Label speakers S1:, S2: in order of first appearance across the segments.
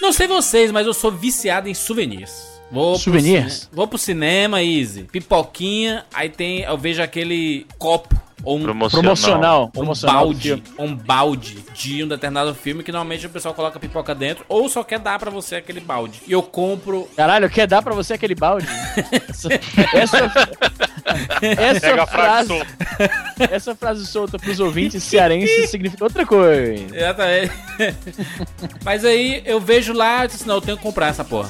S1: Não sei vocês, mas eu sou viciado em souvenirs. Vou Pro,
S2: Souvenirs?
S1: cine- vou pro cinema, Easy. Pipoquinha, aí tem. Eu vejo aquele copo ou um
S3: Promocional.
S2: Promocional.
S1: um
S2: promocional do
S1: balde,
S2: filme.
S1: um balde de um determinado filme que normalmente o pessoal coloca pipoca dentro ou só quer dar pra você aquele balde. E eu compro.
S2: Caralho, quer dar pra você aquele balde? essa, essa,
S3: Pega
S2: essa
S3: a frase
S2: frase,
S3: solta.
S2: essa frase solta pros ouvintes cearenses significa outra coisa.
S1: Exatamente. Mas aí eu vejo lá e disse, não, eu tenho que comprar essa porra.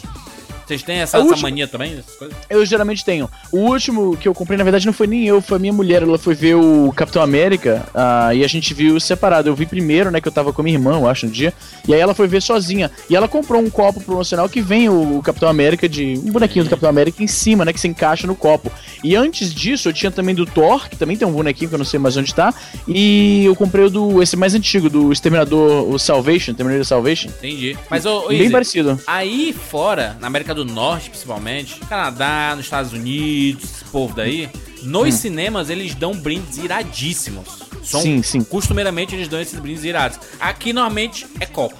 S1: Vocês têm essa,
S2: A
S1: essa
S2: última-
S1: mania também? essas coisas?
S2: Eu geralmente tenho. O último que eu comprei, na verdade, não foi nem eu, foi a minha mulher. Ela foi ver o Capitão América ah, e a gente viu separado. Eu vi primeiro, né, que eu tava com a minha irmã, eu acho, um dia. E aí ela foi ver sozinha. E ela comprou um copo promocional que vem o, o Capitão América de. Um bonequinho do Capitão América em cima, né, que se encaixa no copo. E antes disso, eu tinha também do Thor, que também tem um bonequinho que eu não sei mais onde tá. E eu comprei o do. Esse mais antigo, do Exterminador, o Salvation, Terminator Salvation.
S1: Entendi. Mas ô, ô,
S2: Bem
S1: Izzy,
S2: parecido.
S1: aí fora, na América do Norte principalmente, no Canadá, nos Estados Unidos, esse povo daí, nos
S2: Hum.
S1: cinemas eles dão brindes iradíssimos. São,
S2: Sim, sim.
S1: Costumeiramente eles dão esses brindes irados. Aqui normalmente é copo.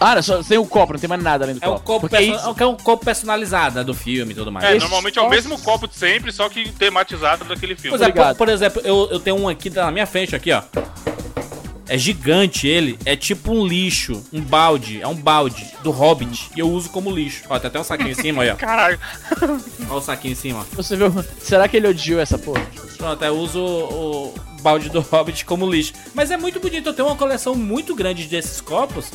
S2: Ah, só tem o copo, não tem mais nada além do
S1: É
S2: copo.
S1: um copo,
S2: Porque aí-
S1: perso- é um copo personalizado né, do filme e tudo mais.
S3: É,
S2: Esse
S3: normalmente é o
S2: copo-
S3: mesmo copo de sempre, só que tematizado daquele filme.
S1: Pois é, por,
S2: Obrigado.
S1: por exemplo, eu, eu tenho um aqui tá na minha frente, aqui, ó. É gigante ele, é tipo um lixo, um balde, é um balde do Hobbit, e eu uso como lixo. Ó, tem até um saquinho em cima, aí, ó.
S3: é. Caralho.
S1: Ó o saquinho em cima.
S2: Você viu? Será que ele odiou essa porra?
S1: Pronto, eu uso o o balde do Hobbit como lixo. Mas é muito bonito, eu tenho uma coleção muito grande desses copos.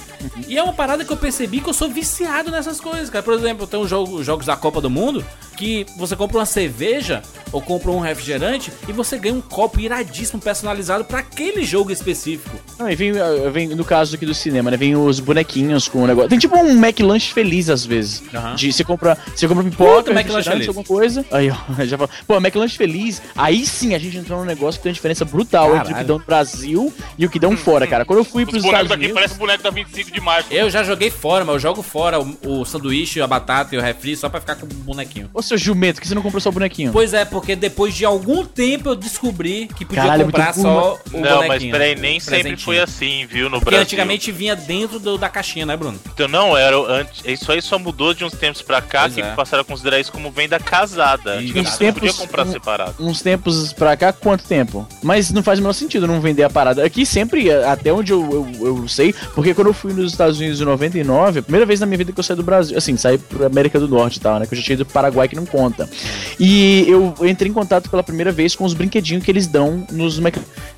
S1: E é uma parada que eu percebi que eu sou viciado nessas coisas, cara. Por exemplo, tem um jogo, jogos da Copa do Mundo que você compra uma cerveja ou compra um refrigerante e você ganha um copo iradíssimo personalizado pra aquele jogo específico.
S2: Não, e vem, ah, vem, no caso aqui do cinema, né? Vem os bonequinhos com o negócio. Tem tipo um McLanche feliz às vezes.
S1: Aham.
S2: De você compra, você compra
S1: Puta,
S2: pipoca,
S1: McLanche
S2: refrigerante,
S1: feliz.
S2: alguma coisa. Aí, ó, já falo. Pô, McLanche feliz. Aí sim a gente entrou num negócio que tem uma diferença brutal entre o que
S1: Caralho.
S2: dão no Brasil e o que dão fora, cara. Quando eu fui pros
S3: Hum, Os bonecos
S2: Tipo Estados
S3: daqui
S2: Unidos.
S3: parecem o boneco da 25 de março.
S1: Eu já joguei fora, mas eu jogo fora o, o sanduíche, a batata e o refri só pra ficar com o bonequinho.
S2: Ô seu jumento, que você não comprou só o bonequinho?
S1: Pois é, porque depois de algum tempo eu descobri que podia
S2: Caralho, é muito
S1: comprar só o
S3: Não, mas
S1: bonequinho,
S3: peraí,
S1: o
S3: nem sempre
S1: presentinho.
S3: foi assim, viu, no
S1: Porque
S3: Brasil.
S1: antigamente vinha dentro do- da caixinha, né, Bruno?
S3: Então não era o antes. Isso aí só mudou de uns tempos pra cá
S1: Pois
S3: que
S1: é.
S3: passaram a considerar isso como venda casada.
S1: Isso.
S3: Antigamente
S1: Uns
S3: você não podia
S2: tempos-
S3: comprar
S2: um-
S3: separado.
S2: Uns tempos pra cá, quanto tempo? Mas não faz o menor sentido não vender a parada. Aqui sempre, a- até onde eu, eu, eu sei, porque quando eu fui nos Estados Unidos em 99, a primeira vez na minha vida que eu saí do Brasil, assim, saí pra América do Norte e tal, né? Que eu já tinha ido pro Paraguai que não conta. E eu entrei em contato pela primeira vez com os brinquedinhos que eles dão nos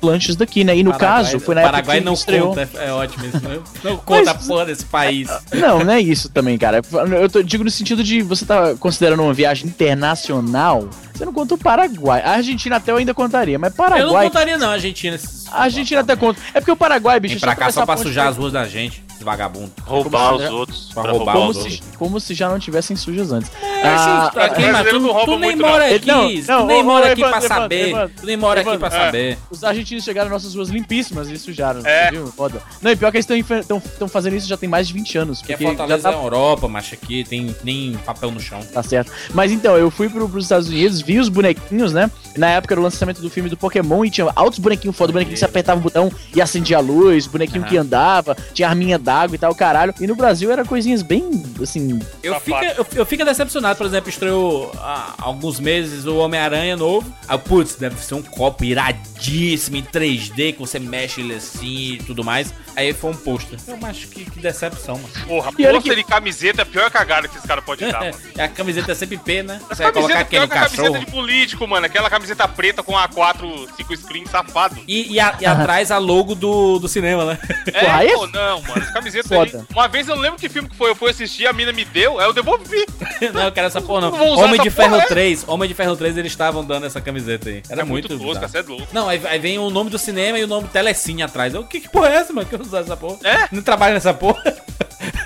S2: lanches daqui, né? E no
S1: Paraguai-
S2: caso, foi na época
S1: Paraguai
S2: que
S1: não
S2: estreou.
S1: conta, é é ótimo isso. né? Não conta a porra desse país.
S2: Não, não é isso também, cara. Eu tô- digo no sentido de você tá considerando uma viagem internacional, você não conta o Paraguai. A Argentina até eu ainda contaria,
S1: Eu
S2: mas
S1: não
S2: Paraguai.
S1: contaria não, a Argentina. esses-
S2: A Argentina até conta. É porque o Paraguai, bicho,
S1: Vem pra cá
S2: atravessar
S1: só pra
S2: a ponte
S1: sujar
S2: pra-
S1: as ruas da gente, esse vagabundo.
S3: Roubar
S2: Como
S3: os
S2: se-
S3: outros.
S1: pra
S3: Pra
S1: roubar
S3: roubar
S2: Como
S3: os
S1: os
S3: outros.
S2: se, como se já não tivessem sujas antes.
S1: Ah,
S2: Ah,
S1: aqui, mas
S3: brasileiro
S1: tu,
S3: não
S1: tu
S3: rouba
S1: nem
S3: muito,
S1: mora
S2: não.
S1: aqui,
S2: Não,
S1: tu
S2: não,
S1: nem
S2: ô,
S1: mora
S2: ô,
S1: aqui pra
S2: Evandro,
S1: saber,
S2: Evandro,
S1: tu nem mora aqui pra
S2: Evandro,
S3: é.
S1: saber.
S2: os argentinos chegaram nas nossas ruas limpíssimas e sujaram,
S3: É.
S2: você viu? Foda. Não, e pior que eles estão fazendo isso já tem mais de 20 anos.
S1: Que é
S2: Porque já
S1: Fortaleza
S2: tá
S1: é Europa, macho, aqui tem nem papel no chão.
S2: Tá certo. Mas então, eu fui pro, pros Estados Unidos, vi os bonequinhos, né? Na época era o lançamento do filme do Pokémon e tinha altos bonequinhos foda, bonequinho que você apertava o botão e acendia a luz, bonequinho
S1: Aham.
S2: que andava, tinha arminha d'água e tal, caralho. E no Brasil era coisinhas bem, assim...
S1: Eu
S3: Safado.
S1: fico, eu, eu fico decepcionado, por exemplo, estreou há alguns meses o Homem-Aranha novo. Ah, putz, deve ser um copo iradíssimo em 3D, que você mexe ele assim e tudo mais. Aí foi um pôster. Eu acho que, que decepção, mano.
S3: Porra,
S2: E olha
S3: pôster de camiseta é a pior cagada que esses caras podem dar, mano.
S1: É, a camiseta é sempre P, né?
S3: Essa
S1: Você vai
S3: camiseta
S1: colocar
S3: é
S1: quem
S3: pior
S1: no
S3: que a camiseta
S1: cachorro.
S3: de político, mano. Aquela camiseta preta com A4, 5 screen, safado.
S1: E, e a- e atrás a logo do, do cinema, né?
S3: É,
S2: Porra, aí-
S3: pô, não, mano. Essa camiseta aí.
S2: Foda.
S3: Uma vez eu não lembro que filme que foi, eu fui assistir, a mina me deu, aí eu devolvi.
S1: não, eu quero essa porra,
S3: Não vou
S1: não.
S3: usar
S1: Homem
S3: essa
S1: de
S3: porra,
S1: Ferro
S3: é?
S1: 3. Homem de Ferro 3, eles estavam dando essa camiseta aí. Era
S3: é muito,
S1: muito,
S3: tosca,
S1: bizarro.
S3: você é louco.
S1: Não, aí, aí vem o nome do cinema e o nome Telecine atrás. Eu, que, que porra é essa, mano? Que eu não uso essa porra.
S3: É?
S1: Não trabalho nessa porra.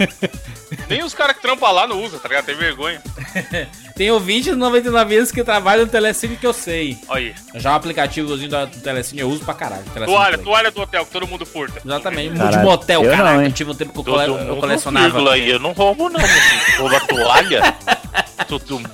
S3: Nem os caras que trampam lá não usam, tá ligado? Tem vergonha.
S1: Tem ouvinte do 99 anos que trabalha no Telecine que eu sei.
S3: Olha aí.
S1: Já o aplicativozinho da- do Telecine eu uso pra caralho. Telecine
S3: Toalha,
S1: Play.
S3: toalha do hotel, que todo mundo furta.
S1: Exatamente.
S2: Caralho.
S1: Multimotel,
S2: Eu não,
S1: caralho.
S2: hein?
S1: que tive um tempo que eu,
S3: Todo
S1: cole-
S3: mundo
S1: eu colecionava.
S3: vírgula aí, eu não roubo, não. meu filho. Rouba toalha? Todo mundo.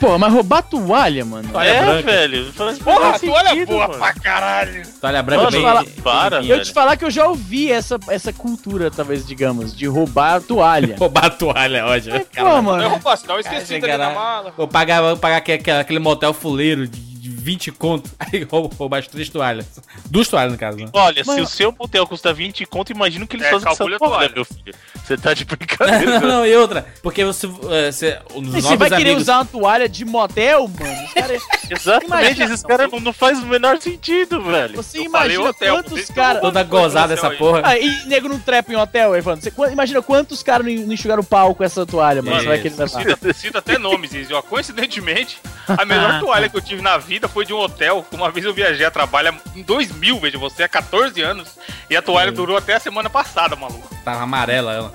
S2: Pô, mas roubar toalha, mano.
S1: Toalha
S4: é,
S1: branca.
S4: velho. Faz
S3: Porra,
S4: faz
S3: tu olha
S4: sentido,
S3: boa
S4: mano.
S3: pra caralho.
S1: Toalha branca
S4: Nossa,
S1: bem.
S2: fala-
S4: para,
S1: bem-
S2: E eu
S4: velho.
S2: te falar que eu já ouvi essa, essa cultura, talvez, digamos, de roubar toalha.
S1: Roubar a toalha, ótimo.
S2: Pô,
S1: Caralho.
S3: Não é
S2: mano.
S3: roubar, senão eu
S1: Ai,
S3: esqueci dele na
S1: caralho.
S3: mala.
S1: Vou pagar, vou pagar aque- aque- aquele motel fuleiro de de 20 conto. Aí roubo- roubar as três toalhas. Duas toalhas, no caso, né?
S4: Olha, se
S2: Mano.
S4: o seu motel custa 20 conto, imagina o que eles
S3: É,
S4: fazem com
S3: calcule
S4: essa
S3: a
S4: porra,
S3: toalha.
S4: né, meu filho. Você tá de
S1: Não,
S4: brincadeira. né?
S1: não, e outra. Porque você, eh, você, os
S2: E Você
S1: novos
S2: vai querer
S1: amigos-
S2: usar uma toalha de motel, mano? Os caras.
S4: Exatamente,
S2: Imagina,
S4: esses caras não, não faz o menor sentido, velho.
S2: Você
S3: Eu falei
S2: imagina
S3: hotel, por
S2: quantos
S3: isso que
S2: caras.
S3: eu
S1: Toda gozada essa porra.
S2: Ah, e nego não trepa em hotel, Evandro. Você quan- imagina quantos caras não en- não enxugaram o pau com essa toalha, mano.
S1: Mano,
S2: Você vai querer levar.
S3: Cita, cita até nomes, Izzy. ó. Coincidentemente, a
S1: Ah,
S3: melhor toalha
S1: tá.
S3: que eu tive na vida foi de um hotel. Uma vez eu viajei a trabalho em 2000, veja você, há 14 anos. E a toalha durou até a semana passada, maluco.
S1: Tava amarela ela.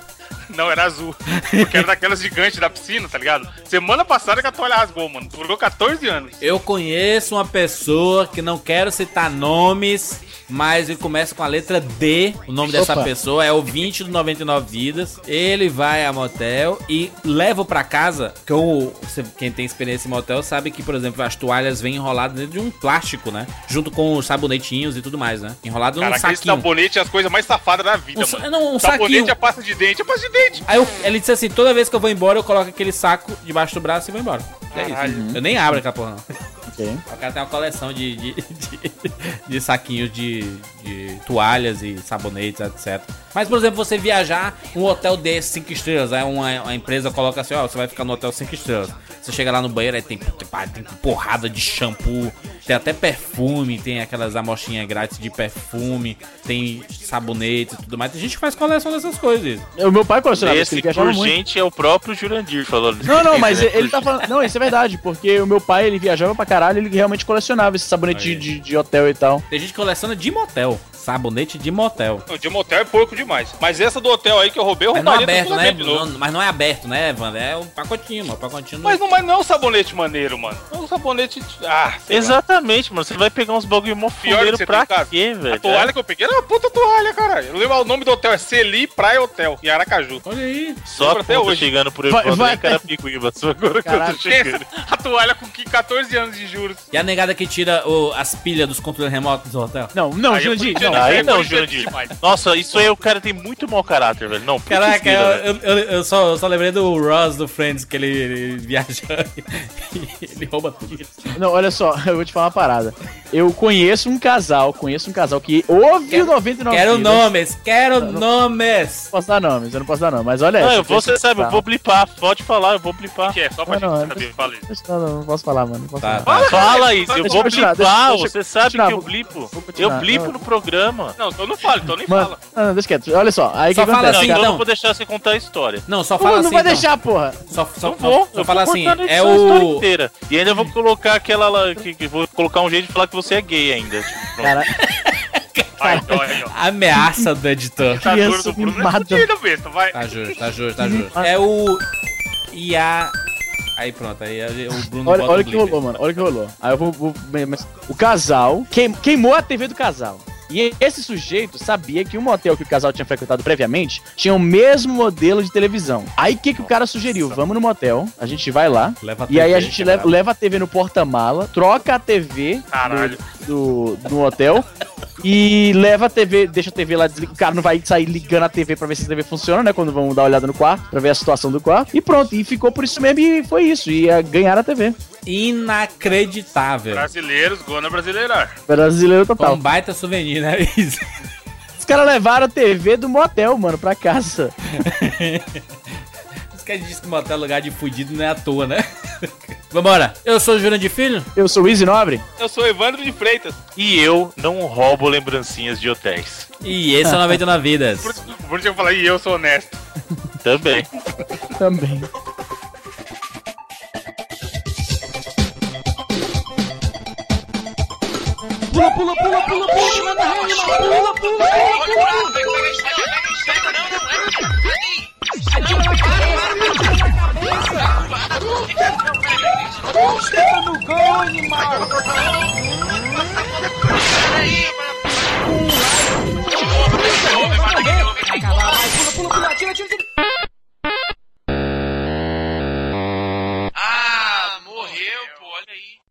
S3: Não, era azul. Porque era daquelas gigantes da piscina, tá ligado? Semana passada que a toalha rasgou, mano. Durou 14 anos.
S1: Eu conheço uma pessoa que não quero citar nomes, mas ele começa com a letra D. O nome dessa
S2: Opa.
S1: pessoa é o 20 do 99 Vidas. Ele vai a motel e leva pra casa. Que o- você- quem tem experiência em motel sabe que, por exemplo, as toalhas vêm enroladas dentro de um plástico, né? Junto com os sabonetinhos e tudo mais, né? Enrolado num
S3: Caraca, esse
S1: saquinho.
S3: sabonete é as coisas mais safadas da
S1: Um
S3: vida,
S1: sa-
S3: mano.
S1: não, um
S3: sabonete
S1: saquinho.
S3: é pasta de dente, é pasta de dente.
S1: Aí eu- ele disse assim: toda vez que eu vou embora, eu coloco aquele saco debaixo do braço e vou embora. É isso.
S3: Caralho.
S1: Eu nem abro aquela porra, não.
S2: Ok.
S1: O cara tem uma coleção de, de, de, de saquinhos de, de toalhas e sabonetes, etc. Mas, por exemplo, você viajar um hotel desse 5 estrelas, aí uma, uma empresa coloca assim, ó, você vai ficar no hotel 5 estrelas. Você chega lá no banheiro, aí tem, puta, pá, tem porrada de shampoo, tem até perfume, tem aquelas amostrinhas grátis de perfume, tem sabonete e tudo mais. Tem gente que faz coleção dessas coisas.
S2: O meu pai colecionava isso,
S4: Esse
S2: ele viajava
S4: por
S2: muito.
S4: gente é o próprio Jurandir falando.
S2: Não, não, mas
S4: Esse, né,
S2: ele tá
S4: por
S2: falando. Não, isso é verdade, porque o meu pai ele viajava pra caralho, ele realmente colecionava esse sabonete
S1: Aí.
S2: de, de hotel e tal.
S1: Tem gente que coleciona de motel, sabonete de motel.
S3: O de motel é porco demais. Mas essa do hotel aí que eu roubei, eu
S1: Mas não é
S3: roubaria
S1: aberto, né?
S3: tranquilamente de novo.
S1: Não- mas não é aberto, né, Evandro? É um pacotinho, mano. Pacotinho
S3: Mas não, mas não é um sabonete maneiro, mano. É um sabonete. de- Ah, sei lá.
S4: Exatamente, mano. Você vai pegar uns bagulho mó
S3: que
S4: fuleiro
S3: você tem
S4: pra
S3: em casa.
S4: quê,
S3: A
S4: velho?
S3: toalha que eu peguei era uma puta toalha, caralho. Eu lembro o nome do hotel, é Celi Praia Hotel, em Aracaju.
S1: Olha aí.
S4: Só
S3: lembro
S4: que
S3: até
S4: eu tô
S3: hoje.
S4: chegando por
S2: Vai-
S4: Evandro,
S2: vai-
S4: vai, cara picuíba. Só agora que eu tô
S2: Caralho.
S4: chegando.
S3: A toalha com que 14 anos de juros.
S1: E a negada que tira o- as pilhas dos controles remotos do hotel?
S2: Não, não,
S3: Aí eu
S2: Jurandir,
S3: podia-
S2: não.
S4: Aí
S3: é
S4: não,
S3: corintiano
S4: Jurandir.
S3: demais.
S4: Nossa, isso aí o cara tem muito mau caráter, velho. Não, putz,
S1: Caraca,
S4: grila,
S1: eu,
S4: velho.
S1: eu- eu- eu só, eu só lembrei do Ross do Friends, que ele, ele viaja e ele rouba tudo.
S2: Não, olha só, eu vou te falar uma parada. Eu conheço um casal, conheço um casal que ouve
S1: Quero-
S2: o 99
S1: Quero
S2: Vidas.
S1: nomes, quero
S2: Não, não-
S1: nomes!
S2: Não posso dar nomes, eu não posso dar nome, mas olha
S4: Não,
S2: essa,
S4: eu-
S2: foi
S4: você sabe, eu
S2: sensacional.
S4: vou blipar. Pode falar, eu vou
S1: Ah,
S4: blipar.
S3: Que é, só pra
S2: Não, não,
S3: gente
S2: é-
S3: saber. Falei.
S2: Não, não, não posso falar, mano. Não posso
S1: Tá,
S2: falar.
S1: tá.
S4: Fala isso, eu
S3: Deixa
S4: vou
S2: eu continuar,
S4: blipar.
S2: deixa- deixa-
S4: você sabe
S2: continuar,
S4: que eu
S2: vou-
S4: blipo.
S2: vou continuar,
S4: Eu blipo
S2: não.
S4: no programa.
S3: Não, então não fala, então nem
S2: Mano,
S3: fala.
S2: não, não, deixa quieto. Olha só, aí o que
S1: Só fala
S2: acontece,
S4: Não,
S1: assim,
S2: cara?
S4: então eu
S1: então.
S4: não vou deixar você contar a história.
S1: Não, só
S2: Pô,
S1: fala
S2: não
S1: assim.
S2: vai
S1: então.
S2: deixar, porra.
S1: Só, só,
S4: Não Então vou,
S1: só
S4: eu
S1: fala
S4: vou
S1: assim,
S4: cortar
S1: é
S4: edição a história
S1: o.
S4: inteira. E ainda vou colocar aquela lá, que, que vou colocar um jeito de falar que você é gay ainda. Tipo, pronto.
S2: Cara,
S3: Vai, então, aí, ó.
S1: Ameaça do editor.
S3: Tá duro
S2: criança
S3: do Bruno é
S2: mimada.
S3: fodida, besta, vai.
S1: Tá justo, tá justo, tá justo. É o. E a. Aí pronto, aí o Bruno
S2: Olha,
S1: bota
S2: olha o
S1: um
S2: que
S1: blip.
S2: rolou, mano. Olha o que rolou. Aí eu vou. vou- bem, mas o casal queim- queimou a TV do casal. E esse sujeito sabia que o motel que o casal tinha frequentado previamente tinha o mesmo modelo de televisão. Aí o que, que o cara sugeriu? Vamos no motel, a gente vai lá.
S1: Leva
S2: E aí a
S1: TV,
S2: gente
S1: cara.
S2: leva, leva a TV no porta-mala, troca a TV
S3: Caralho.
S2: do, do, do hotel e leva a TV, deixa a TV lá desligada. O cara não vai sair ligando a TV pra ver se a TV funciona, né? Quando vão dar uma olhada no quarto, pra ver a situação do quarto. E pronto, e ficou por isso mesmo e foi isso. E ah, ganharam a TV.
S1: Inacreditável.
S3: Brasileiros, Gona Brasileira.
S2: Brasileiro
S1: Foi
S2: total.
S1: um baita souvenir, né? Isso.
S2: Os caras levaram a TV do motel, mano, pra casa.
S1: Os caras dizem que motel é lugar de fudido não é à toa, né? Vambora. Eu sou o Jurandir Filho.
S2: Eu sou o Easy Nobre.
S3: Eu sou Evandro de Freitas.
S4: E eu não roubo lembrancinhas de hotéis.
S1: E esse é o 99 Vidas.
S3: Por isso por isso que eu falei, e eu sou honesto.
S4: Também.
S2: Também.
S5: Ah, morreu!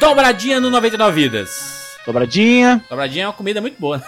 S1: Dobradinha no 99 Vidas.
S2: Dobradinha.
S1: Dobradinha é uma comida muito boa. né?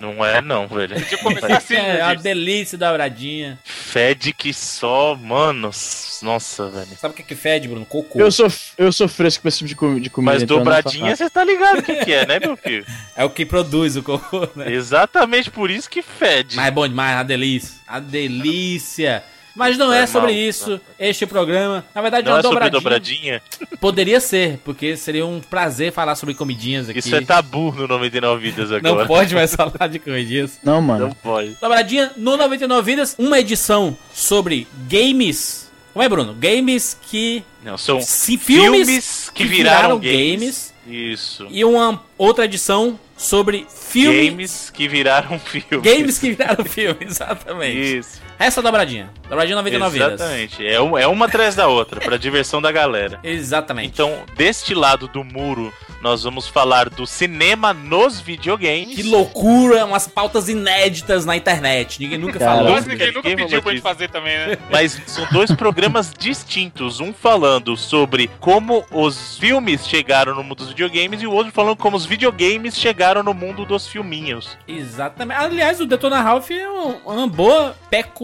S4: Não é não, velho.
S3: Deixa eu começar assim,
S1: é uma
S3: meu Deus.
S1: delícia dobradinha.
S4: Fede que só, mano. s- Nossa, velho.
S1: Sabe o que, é que fede, Bruno? Cocô.
S2: Eu sou, eu sou fresco com esse tipo de, comi- de comida.
S4: Mas
S2: então eu não faço
S4: dobradinha, você tá ligado o que, que é, né, meu filho?
S1: É o que produz o cocô, né?
S4: Exatamente por isso que fede.
S1: Mas é bom demais, a delícia. A delícia. Mas não é
S4: É
S1: sobre
S4: mal.
S1: isso este programa. Na verdade, é
S4: Não
S1: uma
S4: é sobre
S1: dobradinha.
S4: dobradinha?
S1: Poderia ser, porque seria um prazer falar sobre comidinhas aqui.
S4: Isso é tabu no 99 Vidas agora.
S1: Não pode mais falar de comidinhas.
S2: Não, mano.
S1: Então,
S2: Então
S4: Não pode.
S1: Dobradinha no 99 Vidas, uma edição sobre games. Como é, Bruno? Games que.
S4: Não, são
S1: se-
S4: filmes,
S1: filmes,
S4: que viraram,
S1: games.
S4: games. Isso.
S1: E uma outra edição sobre filmes.
S4: Games que viraram filmes.
S1: Games que viraram filme, exatamente.
S4: Isso.
S1: Essa dobradinha. Dobradinha 99 vidas.
S4: Exatamente. É, um- é uma atrás da outra, pra diversão da galera.
S1: Exatamente.
S4: Então, deste lado do muro, nós vamos falar do cinema nos videogames.
S1: Que loucura, umas pautas inéditas na internet. Ninguém nunca
S2: Caralho.
S1: falou.
S3: Mas ninguém nunca
S4: Ninguém
S3: pediu pra
S4: valoriza.
S3: gente fazer também, né?
S4: Mas são dois programas distintos, um falando sobre como os filmes chegaram no mundo dos videogames e o outro falando como os videogames chegaram no mundo dos filminhos.
S1: Exatamente. Aliás, o Detona Ralph é um- uma boa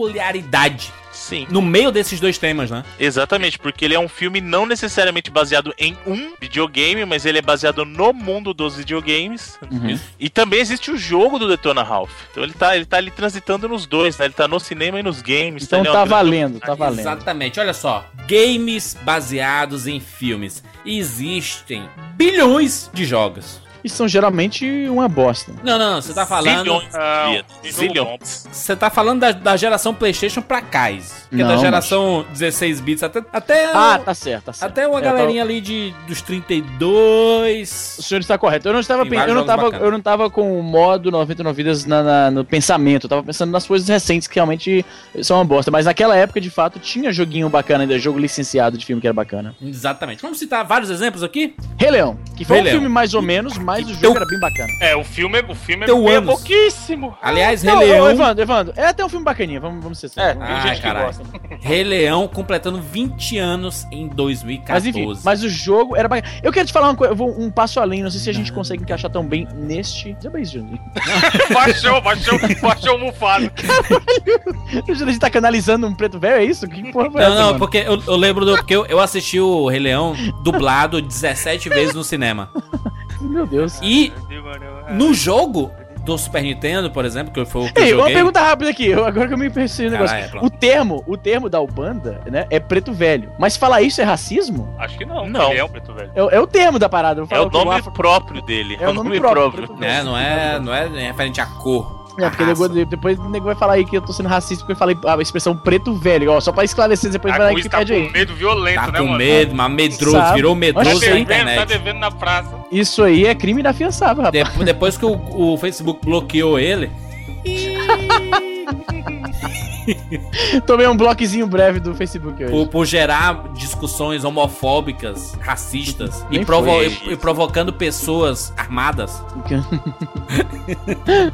S1: peculiaridade
S4: Sim,
S1: no meio desses dois temas, né?
S4: exatamente, porque ele é um filme não necessariamente baseado em um videogame, mas ele é baseado no mundo dos videogames.
S2: Uhum.
S4: E também existe o jogo do Detona Ralph. Então ele tá, ele tá ali transitando nos dois, né? Ele tá no cinema e nos games.
S2: Então
S4: ele é
S2: tá
S4: uma grande-
S2: valendo, tá valendo.
S1: Exatamente. Olha só, games baseados em filmes. Existem bilhões de jogos.
S2: E são geralmente uma bosta.
S1: Não, não, não. Você tá falando.
S4: Zilhões,
S3: Não,
S4: diria.
S3: jogo
S4: Zilhões.
S1: Você tá falando da, da geração PlayStation pra cais. Porque
S2: Não,
S1: da
S2: mas-
S1: geração 16 bits até. até
S2: Ah, tá certo, tá certo.
S1: Até uma
S2: É, tá-
S1: galerinha ali de, dos
S2: O
S1: 32.
S2: senhor está correto. Eu não estava,
S1: Tem
S2: pen-
S1: vários
S2: eu não
S1: jogos
S2: estava,
S1: bacanas.
S2: eu não estava com o modo 99 vidas na- na- no pensamento. Eu tava pensando nas coisas recentes que realmente são uma bosta. Mas naquela época, de fato, tinha joguinho bacana ainda, jogo licenciado de filme que era bacana.
S1: Exatamente. Vamos citar vários exemplos aqui?
S2: Rei Leão, que foi
S1: Rei
S2: um
S1: Leão. Então,
S2: filme mais ou menos, mas o jogo era bem bacana.
S3: É, o filme, o filme
S1: Teu
S3: é
S1: ânus.
S3: pouquíssimo.
S1: Aliás, Rei
S2: Não, ô,
S1: Leão.
S2: Evandro, Evandro, é até um filme bacaninha, vamos, vamos ser sérios.
S1: Ai, caralho.
S2: né?
S1: Rei Leão completando 20 anos em 2014.
S2: Mas enfim, mas o jogo era bacana. Eu quero te falar uma coisa, eu vou um passo além, não sei se a gente consegue encaixar tão bem neste. Já bem, Juninho.
S3: Baixou, baixou, baixou o mufado.
S2: O Juninho tá canalizando um preto velho, é isso? Que porra foi
S1: Não,
S2: essa?
S1: não,
S2: mano?
S1: porque eu, eu lembro do. Porque eu, eu assisti o Rei Leão dublado 17 vezes no cinema.
S2: Meu Deus.
S1: E no jogo do Super Nintendo, por exemplo, que foi o que eu
S2: Ei, uma
S1: joguei.
S2: pergunta rápida aqui, eu- agora que eu me pensei no negócio.
S1: Caralho, é claro.
S2: O termo, o termo da Ubanda, né, é preto velho. Mas falar isso é racismo?
S3: Acho que não.
S4: Não.
S3: Ele é um preto velho.
S2: É, o- é o termo da parada. eu vou
S4: É
S2: falar
S4: o
S2: que
S4: nome
S2: afro-
S4: próprio dele.
S2: É o nome próprio. preto velho.
S1: É, não é, não é referente à cor.
S2: É, porque
S1: à raça.
S2: nego- depois o nego vai falar aí que eu tô sendo racista porque eu falei a expressão preto velho. Ó, só pra esclarecer, depois vai lá
S3: A
S2: que
S3: Cruz tá
S2: pede
S3: com
S2: aí.
S3: medo violento,
S1: Tá
S3: né,
S1: com
S3: mano?
S1: medo, mas medroso,
S2: Sabe.
S1: virou
S3: Tá
S1: medroso na
S3: devendo, tá
S1: internet.
S3: devendo na praça.
S2: Isso aí é crime inafiançável, rapaz.
S1: Depo- depois que o, o Facebook bloqueou ele,
S2: Tomei um bloquezinho breve do Facebook hoje.
S1: por, por gerar discussões homofóbicas, racistas e,
S2: Uhum. Nem
S1: provo-
S4: foi
S1: e-
S4: isso.
S1: e provocando pessoas armadas.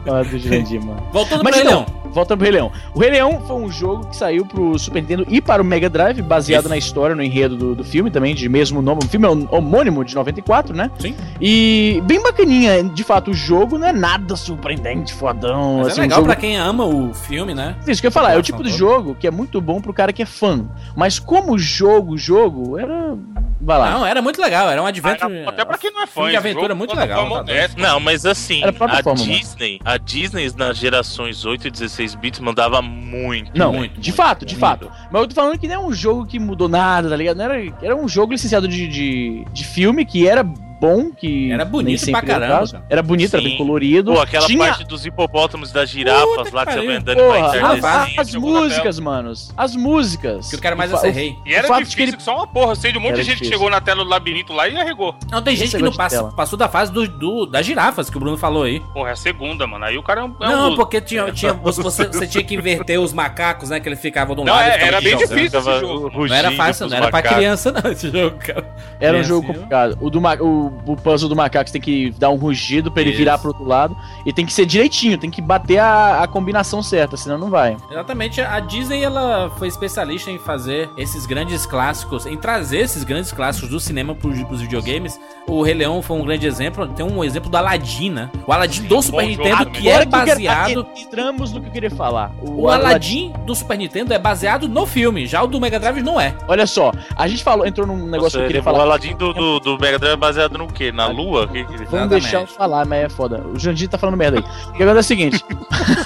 S2: Ó, do Jurandir, mano.
S1: Voltando
S2: Mas
S1: pra
S2: então,
S1: então,
S2: voltando pro Rei Leão. O Rei Leão foi um jogo que saiu pro Super Nintendo e para o Mega Drive, baseado
S1: Isso.
S2: na história, no enredo do, do filme também, de mesmo nome. O filme é homônimo, de 94, né?
S1: Sim.
S2: E bem bacaninha. De fato, o jogo não é nada surpreendente, fodão.
S1: Mas é
S2: assim, um
S1: legal
S2: jogo
S1: pra quem ama o filme, né?
S2: Isso que eu ia falar, é o tipo do jogo que é muito bom pro cara que é fã. Mas como jogo, jogo, era. Vai lá.
S1: Não, era muito legal, era um advento.
S3: Ah, até pra quem não é fã,
S1: filme de
S3: esse
S1: aventura
S3: jogo,
S1: muito
S3: quando
S1: legal,
S3: foi
S1: tá
S3: modesto.
S4: Não, mas assim,
S2: Era
S4: a
S2: plataforma, né?
S4: Disney, a Disney nas gerações 8 e 16 bits mandava muito.
S2: Não,
S1: Muito,
S2: de
S1: muito,
S2: fato, de
S1: muito.
S2: fato. Mas eu tô falando que não é um jogo que mudou nada, tá ligado? Não era, era um jogo licenciado de, de, de filme que era bom, que.
S1: Era
S2: nem
S1: bonito
S2: sempre
S1: pra
S2: é o
S1: caramba,
S2: caso.
S1: cara.
S2: Era bonito, era
S4: Sim.
S2: bem colorido.
S4: Pô, aquela
S2: Tinha-
S4: parte dos hipopótamos e das girafas
S1: Puta que
S4: lá que você vai
S1: pariu.
S4: andando assim,
S2: Porra,
S4: pra
S1: ah, vá.
S4: entardecer.
S2: as, as
S4: um
S2: músicas, manos. As músicas.
S1: Que eu quero mais
S2: O fa-
S1: essa rei.
S3: E era
S2: O fato de
S3: difícil,
S2: que
S3: que
S2: ele-
S3: só uma porra. Sei de um monte
S2: Era
S3: de gente que
S2: difícil.
S3: chegou na tela do labirinto lá e arregou.
S1: Não, tem gente
S2: Esse
S1: que não
S2: negócio de
S1: passa,
S2: tela.
S1: passou da fase do, do- das girafas que o Bruno falou aí.
S3: Porra, é a segunda, mano. Aí o cara é um. é um
S1: não,
S3: loser.
S1: porque tinha, tinha, você, você- você tinha que inverter os macacos, né? Que eles ficavam de um
S3: Não,
S1: lado e
S3: é-
S1: ficavam
S3: era
S1: de
S3: bem
S1: outro.
S3: difícil esse
S4: Ficava
S3: jogo.
S1: Não era
S4: rugindo
S1: fácil,
S4: pros
S1: não era pra
S4: macacos.
S1: criança, não, esse jogo, cara.
S2: Era um
S1: Criança,
S2: jogo
S1: viu?
S2: complicado. O, do ma- o, o puzzle do macaco você tem que dar um rugido pra ele
S1: Isso.
S2: virar pro outro lado. E tem que ser direitinho, tem que bater a, a combinação certa, senão não vai.
S1: Exatamente, a Disney ela foi especialista em fazer esses grandes clássicos, em trazer esses grandes clássicos do cinema para os videogames. O Rei Leão foi um grande exemplo, tem um exemplo do Aladdin, né? O Aladdin do Super
S3: bom jogo
S1: Nintendo
S3: também.
S1: que é
S2: Agora eu quero-
S1: baseado
S2: aqui, entramos no que eu queria falar.
S1: o Aladdin do Super Nintendo é baseado no filme, já o do Mega Drive não é.
S2: Olha só, a gente falou, entrou num negócio
S4: Nossa,
S2: que eu
S4: ele
S2: queria
S4: o
S2: falar.
S4: Aladdin do, do, do Mega Drive é baseado no quê? Na lua? O que que ele-
S2: Vamos
S1: Exatamente.
S2: deixar eu falar, mas é foda. O Jandir tá falando merda aí. O que acontece é o seguinte.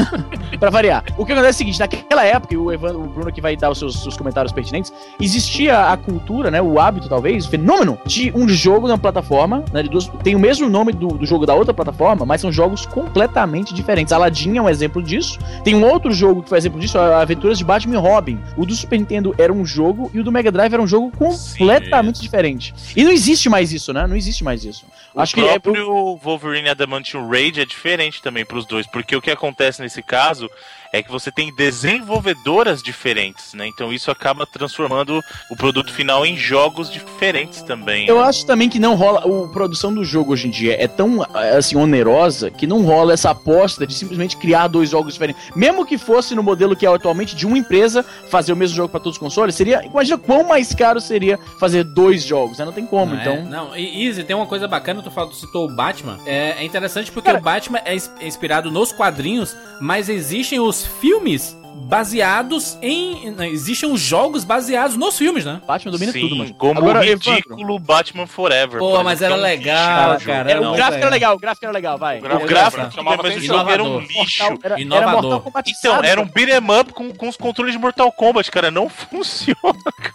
S2: pra variar. O que acontece é o seguinte, naquela época, e o, Evandro, o Bruno que vai dar os seus, seus comentários pertinentes, existia a cultura, né? O hábito, talvez, o fenômeno de um jogo na plataforma, né? de duas- tem o mesmo nome do, do jogo da outra plataforma, mas são jogos completamente diferentes. Aladdin é um exemplo disso. Tem um outro jogo que foi exemplo disso, a Aventuras de Batman e Robin. O do Super Nintendo era um jogo e o do Mega Drive era um jogo completamente diferente. E não existe mais isso, né? Não existe mais isso. Acho que é
S4: o próprio Wolverine Adamantium Rage é diferente também pros dois, porque o que acontece nesse caso é que você tem desenvolvedoras diferentes, né? Então isso acaba transformando o produto final em jogos diferentes também.
S2: Eu
S4: né?
S2: acho também que não rola. A produção do jogo hoje em dia é tão assim onerosa que não rola essa aposta de simplesmente criar dois jogos diferentes. Mesmo que fosse no modelo que é atualmente de uma empresa fazer o mesmo jogo pra todos os consoles, seria. Imagina quão mais caro seria fazer dois jogos, né? Não tem como,
S1: não é?
S2: então.
S1: Não, e Easy, tem uma coisa bacana, tu falou, tu citou o Batman. É, é interessante porque
S2: Cara-
S1: o Batman é ins- é inspirado nos quadrinhos, mas existem os filmes baseados em. não, Existem os jogos baseados nos filmes, né?
S2: Batman domina
S4: Sim,
S2: tudo, mano.
S4: como
S2: Agora,
S4: o ridículo
S2: Evandro.
S4: Batman Forever.
S1: Pô,
S4: por
S1: mas
S4: exemplo,
S1: era
S4: que é um
S1: legal,
S4: lixo, então, jogo.
S1: cara, um
S2: Era-
S1: não,
S2: o gráfico era
S1: velho.
S2: legal, o gráfico era legal, vai.
S3: O
S4: O
S1: Era
S4: gráfico,
S1: legal.
S4: chamava mas o jogo era um
S1: Inovador.
S4: lixo.
S2: Era, era
S1: Inovador.
S2: Mortal Kombat
S4: Então,
S2: sabe,
S4: era um
S2: cara?
S4: beat'em up com, com os controles de Mortal Kombat, cara. Não funciona,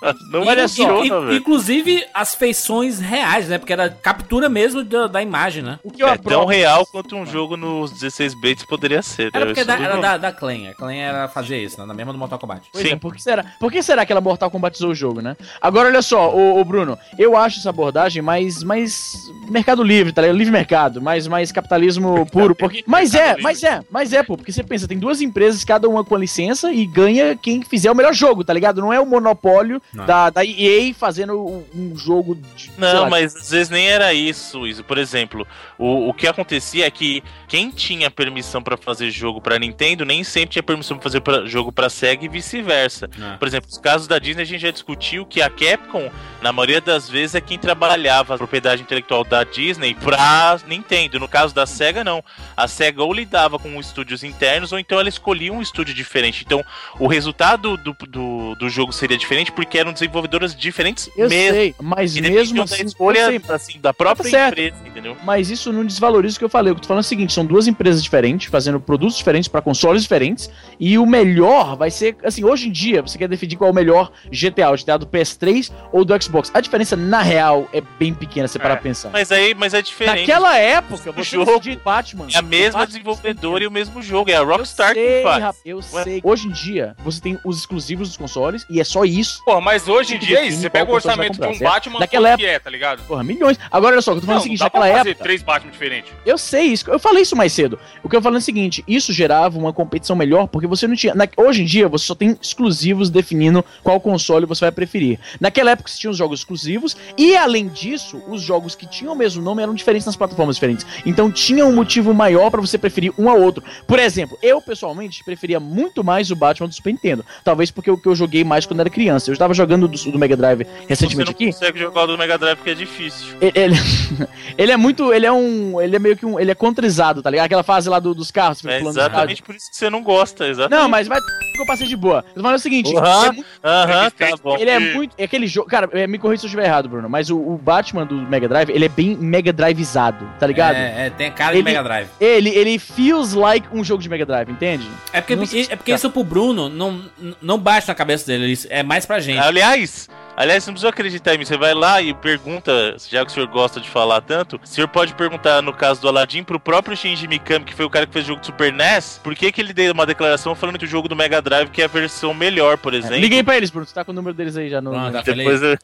S4: cara.
S2: Então,
S4: Não
S1: E-
S4: funciona,
S1: e- e-
S4: velho.
S1: inclusive as feições reais, né? Porque era captura mesmo da, da imagem, né?
S2: O que eu
S4: É
S2: aprovo-
S4: tão real quanto um jogo nos 16 bits poderia ser.
S1: Era
S4: né?
S1: porque
S4: Isso
S2: é
S1: da,
S4: não-
S1: era da, da Clan. A Clan era fazer isso, né? Na mesma do Mortal Kombat.
S2: Pois
S4: Sim.
S2: é, por que será? Por que será que ela Mortal combatizou o jogo, né? Agora olha só, ô, ô, Bruno, eu acho essa abordagem mais, mais mercado livre, tá ligado? Livre mercado, mais, mais capitalismo puro, porque mas é,
S4: mercado
S2: mas é, mas é, pô, porque você pensa, tem duas empresas, cada uma com a licença e ganha quem fizer o melhor jogo, tá ligado? Não é o monopólio
S1: Não.
S2: da, da EA fazendo um- um jogo de, sei
S4: Não,
S2: lá, tipo
S4: mas às vezes nem era isso, isso. Por exemplo, o, o que acontecia é que quem tinha permissão pra fazer jogo pra Nintendo nem sempre tinha permissão pra fazer pra- jogo pra Sega e vice-versa.
S2: Tá
S1: Ah.
S4: Por exemplo, os casos da Disney a gente já discutiu que a Capcom, na maioria das vezes, é quem trabalhava a propriedade intelectual da Disney pra Nintendo. No caso da SEGA, não. A SEGA ou lidava com estúdios internos, ou então ela escolhia um estúdio diferente. Então, o resultado do, do, do jogo seria diferente porque eram desenvolvedoras diferentes
S2: eu
S4: mesmo.
S2: sei, mas
S4: E
S2: mesmo
S4: mesmo
S2: assim,
S4: da
S2: eu
S4: escolha
S2: sei,
S4: assim, da própria
S2: Tá certo.
S4: empresa, entendeu?
S2: mas isso não desvaloriza o que eu falei. O que eu tô falando é o seguinte: são duas empresas diferentes, fazendo produtos diferentes para consoles diferentes, e o melhor vai ser. Assim, hoje em dia, você quer decidir qual é o melhor GTA, o GTA do PS3 ou do Xbox. A diferença, na real, é bem pequena, se parar
S3: É.
S2: pra pensar.
S4: Mas aí, mas é diferente.
S2: Naquela época,
S4: O
S2: você
S4: jogo
S2: decidia Batman.
S4: É a mesma
S2: Batman-
S4: desenvolvedora e o mesmo jogo, é a Rockstar
S2: eu sei,
S4: que faz. é?
S2: rap- Eu
S4: Ué.
S2: sei. Hoje em dia, você tem os exclusivos dos consoles, e é só isso.
S3: Porra, mas hoje em dia é
S2: Define
S3: isso. Você
S2: qual
S3: pega o
S2: console
S3: orçamento
S2: vai
S3: de
S2: comprar, certo?
S3: um Batman,
S2: Daquela
S3: quanto que é, tá ligado?
S2: Porra, milhões. Agora, olha só, eu tô falando o seguinte:
S3: dá
S2: naquela
S3: pra fazer
S2: época.
S3: três Batman diferentes.
S2: Eu sei isso. Eu falei isso mais cedo. O que eu falo é o seguinte: isso gerava uma competição melhor, porque você não tinha. na- hoje em dia, você só tem exclusivos definindo qual console você vai preferir. Naquela época, você tinha os jogos exclusivos, e além disso, os jogos que tinham o mesmo nome eram diferentes nas plataformas diferentes. Então tinha um motivo maior pra você preferir um ao outro. Por exemplo, eu pessoalmente preferia muito mais o Batman do Super Nintendo. Talvez porque o que eu joguei mais quando era criança. Eu estava jogando do, do Mega Drive
S4: Você
S2: recentemente
S4: não
S2: aqui.
S4: consegue jogar o do Mega Drive porque é difícil.
S2: Ele, ele, ele é muito. Ele é um. Ele é meio que um. Ele é contrizado, tá ligado? Aquela fase lá do- dos carros, fica
S4: É
S2: pulando os carros.
S4: exatamente por isso que você não gosta, exatamente.
S2: Não, mas vai que eu passei de boa. Eu tô falando o seguinte,
S4: Uhum.
S2: é muito-
S4: Aham, tá bom.
S2: ele é muito. É aquele jogo. Cara, é, me corrija se eu estiver errado, Bruno. Mas o, o Batman do Mega Drive, ele é bem Mega Driveizado, tá ligado?
S1: É, é, tem a cara
S2: Ele-
S1: de Mega Drive.
S2: Ele, ele feels like um jogo de Mega Drive, entende?
S1: É porque,
S2: Não sei
S1: é porque isso pro Bruno não, não bate na cabeça dele, isso é mais pra gente.
S4: Aliás, a Aliás, você não precisa acreditar em mim. Você vai lá e pergunta, já que o senhor gosta de falar tanto, o senhor pode perguntar, no caso do Aladdin, pro próprio Shinji Mikami, que foi o cara que fez o jogo do Super NES, por que, que ele deu uma declaração falando que o jogo do Mega Drive que é a versão melhor, por exemplo.
S2: É, Liguei pra eles, Bruno. Tu tá com o número deles aí já no.
S1: Pronto, falei.
S4: Depois eu...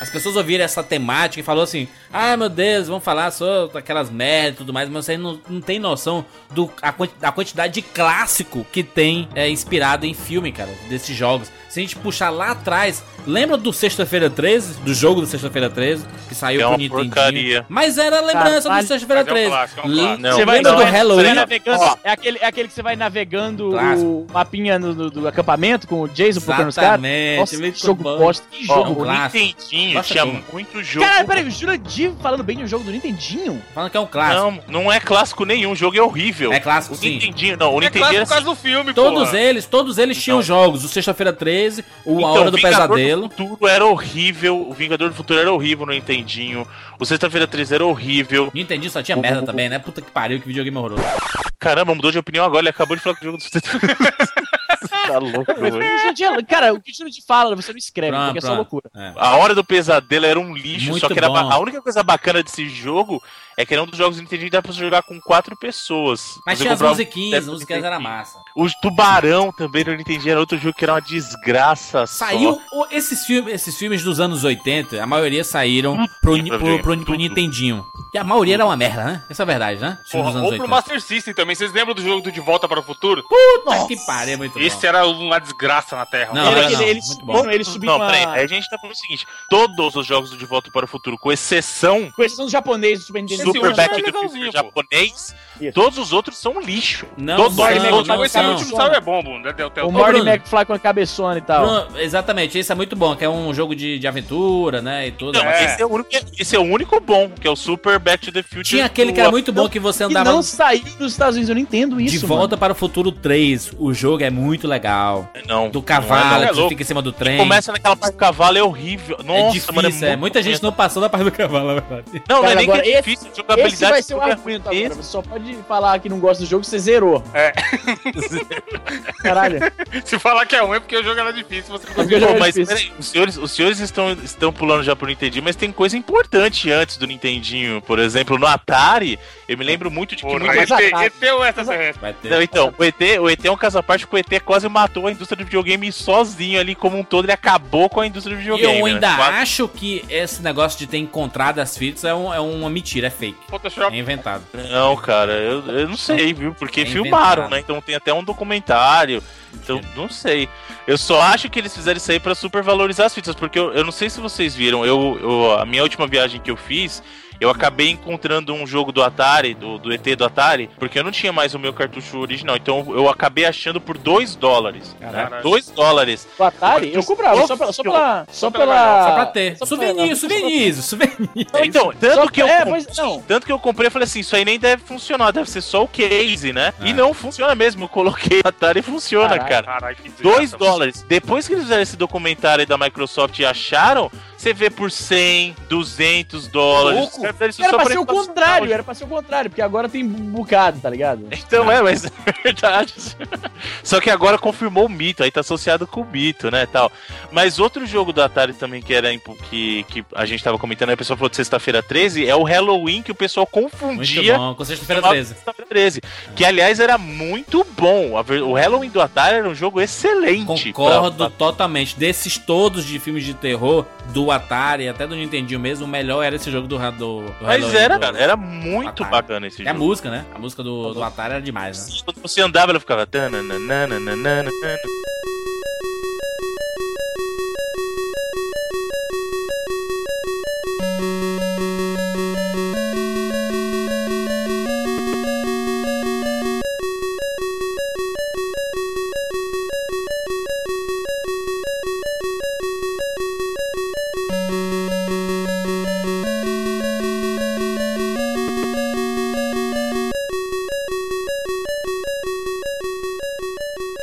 S1: As pessoas ouviram essa temática e falou assim: Ah, meu Deus, vão falar só aquelas merdas e tudo mais, mas você não, não tem noção do, a, quan- da quantidade de clássico que tem é, inspirado em filme, cara, desses jogos. Se a gente puxar lá atrás, lembra do Sexta-feira 13? Do jogo do Sexta-feira 13? Que saiu
S4: É
S1: com
S4: uma
S1: o Nintendinho.
S4: porcaria.
S1: Mas era a lembrança
S2: Caralho.
S1: do Sexta-feira
S3: Mas é um
S1: 13.
S3: clássico, é um
S1: L-
S3: clássico.
S4: Não.
S2: Você vai
S1: Lembra
S2: não,
S1: do
S2: é- você vai
S1: Halloween?
S2: navegando,
S4: Ó.
S2: é, aquele, é aquele que você vai navegando
S1: Clássico.
S2: o mapinha no- no- do acampamento com o Jason procurando os caras.
S1: Exatamente.
S2: Nossa, que
S1: muito
S2: jogo
S1: bom.
S2: bosta. Que
S4: Ó,
S2: jogo
S1: um
S4: o
S2: ruim.
S1: clássico.
S4: Nintendinho
S1: Nossa,
S4: tinha
S1: bom.
S4: muito jogo.
S2: Caralho, peraí, o Jurandir falando bem de um jogo do Nintendinho?
S1: Falando que é um clássico.
S4: não, não é clássico nenhum, o jogo é horrível.
S1: É clássico,
S4: o
S1: sim.
S4: Nintendinho, não, o
S3: É
S4: Nintendinho
S3: clássico
S4: era
S3: por causa do filme,
S1: Todos
S3: porra.
S1: eles, todos eles tinham
S4: Então-
S1: jogos. O Sexta-feira 13, o A Hora do
S4: Vingador
S1: Pesadelo.
S4: do Futuro era horrível, o Vingador do Futuro era horrível no Nintendinho, o Sexta-feira 3 era horrível.
S1: Nintendinho só tinha merda também, né? Puta que pariu, que videogame horroroso.
S4: Caramba, mudou de opinião agora, ele acabou de falar que o jogo do Sexta-feira 13 Tá louco, velho.
S2: O Jurandir- Cara, o que o Jurandir fala, você não escreve,
S1: Pronto,
S2: porque é só
S1: pronto.
S2: loucura.
S1: É.
S4: A Hora do Pesadelo era um lixo,
S1: Muito
S4: só que era
S1: bom.
S4: ba- a única coisa bacana desse jogo é que era um dos jogos do Nintendinho que dá pra você jogar com quatro pessoas.
S1: Mas
S4: Você
S1: tinha as
S4: comprava-
S1: musiquinhas, as musiquinhas era massa.
S4: O Tubarão também no Nintendinho era outro jogo que era uma desgraça só.
S1: Saiu o- esses filmes, esses filmes dos anos 80, a maioria saíram pro, ni-
S4: pra
S1: pro,
S4: videogame,
S1: pro, pro
S4: tudo.
S1: Nintendinho. E a maioria era uma merda, né? Essa é a verdade, né? Os filmes
S3: Porra,
S1: dos anos
S3: ou pro
S1: 80.
S3: Master System também. Vocês lembram do jogo do De Volta para o Futuro?
S1: Puta que pariu, é muito bom.
S3: Esse era uma desgraça na Terra. é
S1: Não,
S2: ele,
S1: era
S2: ele,
S1: não,
S2: ele,
S1: muito
S2: subiu-
S1: bom.
S2: ele subiu
S4: Não,
S2: uma...
S4: peraí, aí a gente tá falando o seguinte: todos os jogos do De Volta para o Futuro, com exceção
S2: Com exceção do japonês, do Super Nintendo.
S3: Esse
S4: Super
S3: último
S4: Back
S3: é
S4: do
S3: legalzinho,
S4: Future
S3: pô.
S4: japonês,
S2: Isso.
S4: todos os outros são um lixo.
S1: Não,
S4: todos
S1: não,
S3: Marty
S4: eles
S1: não,
S3: McFly,
S4: são
S1: não,
S3: né? esse
S1: não.
S3: último saiu é bom, Bruno. Del- Del- Del-
S2: O Marty
S1: Bruno.
S2: McFly com a cabeçona e tal.
S1: Pro- exatamente, esse é muito bom, que é um jogo de, de aventura, né? E tudo.
S4: Não,
S3: É.
S4: esse, é o único, esse é o único bom, que é o Super Back to the Future.
S1: Tinha aquele que era muito bom que você
S2: E
S1: andava
S2: não saiu dos Estados Unidos, eu não entendo isso,
S1: de volta para o futuro 3. O jogo é muito legal.
S4: Não,
S1: Do cavalo
S4: não é
S1: que você
S4: louco.
S1: fica em cima do trem.
S4: Começa naquela parte do cavalo, é horrível. Nossa,
S1: é difícil,
S4: mano,
S1: é. Muita gente não passou da parte do cavalo, na verdade.
S4: Não, não é
S2: Cara,
S4: nem
S2: agora
S4: que é
S2: esse-
S4: difícil. a
S2: mano.
S4: jogabilidade
S2: Esse vai ser o
S4: super
S2: argumento
S4: ruim.
S2: agora. Você só pode falar que não gosta do jogo, você zerou.
S3: É.
S2: Caralho.
S3: Se falar que é ruim é porque o jogo era difícil, você não conseguiu.
S2: Porque eu já
S4: Pô,
S2: era
S4: mas
S2: difícil.
S4: peraí, os senhores, os senhores estão, estão pulando já pro Nintendinho, mas tem coisa importante antes do Nintendinho. Por exemplo, no Atari, eu me lembro muito
S1: Tipo,
S4: de que
S3: Porra, é
S4: muita
S2: mas-
S3: ET, ET ou essa essa-
S1: Vai ter.
S4: Não, então, o ET, o ET é um caso à parte que o ET quase matou a indústria do videogame sozinho ali como um todo, ele acabou com a indústria do
S1: E
S4: videogame.
S1: eu
S4: né?
S1: ainda
S4: Quase-
S1: acho que esse negócio de ter encontrado as fitas é, um- é uma mentira, é fake.
S3: Photoshop?
S1: É inventado.
S4: Não, cara, eu, eu não sei, viu? Porque
S1: É
S4: filmaram,
S1: inventado.
S4: né? Então tem até um documentário. Então, não sei. Eu só acho que eles fizeram isso aí pra supervalorizar as fitas, porque eu, eu não sei se vocês viram, eu, eu- a minha última viagem que eu fiz, eu acabei encontrando um jogo do Atari, do, do ET do Atari, porque eu não tinha mais o meu cartucho original, então eu acabei achando por 2 dólares. Né?
S3: Caralho.
S4: 2 dólares.
S2: O Atari, eu comprava, só pela. Só pela. Só pela.
S1: Ah, Só pra ter. Souvenir, souvenir, souvenir.
S4: Não, então,
S2: Só-
S4: tanto que, eu
S2: é,
S4: comprei,
S2: pois não.
S4: tanto que eu comprei, eu falei assim, isso aí nem deve funcionar, deve ser só o case, né?
S1: É.
S4: E não funciona mesmo, eu coloquei o Atari e funciona,
S2: Caralho.
S4: cara.
S3: Caralho, que desgraça,
S4: 2
S3: mano.
S4: dólares. Depois que eles fizeram esse documentário aí da Microsoft e acharam, você vê por 100, 200 dólares.
S3: Louco.
S4: Os caras fizeram isso é
S2: Era
S4: só
S2: pra ser o
S1: um
S4: inflacionar
S2: contrário,
S4: hoje.
S2: era pra ser o contrário, porque agora tem bocado, tá ligado?
S4: Então é, mas é verdade. Só que agora confirmou o mito, aí tá associado com o mito, né, tal. Mas outro jogo do Atari também que era impo- que, que a gente tava comentando, aí o pessoal falou de sexta-feira 13, é o Halloween que o pessoal
S1: Muito
S4: confundia
S1: bom, com sexta-feira
S4: chamava
S1: 13.
S4: Sexta-feira 13, que aliás era muito bom. A ver- O Halloween do Atari era um jogo excelente.
S1: Concordo
S4: pra-
S1: totalmente. Desses todos de filmes de terror, do Atari, até do Nintendinho mesmo, o melhor era esse jogo do, do, do
S4: Mas
S1: Halloween,
S4: era,
S1: do-
S4: cara, era muito
S1: Atari.
S4: bacana esse
S1: E a
S4: jogo.
S1: música, né? A música do, do Atari era demais, né?
S4: Quando você andava, ela ficava. tananana.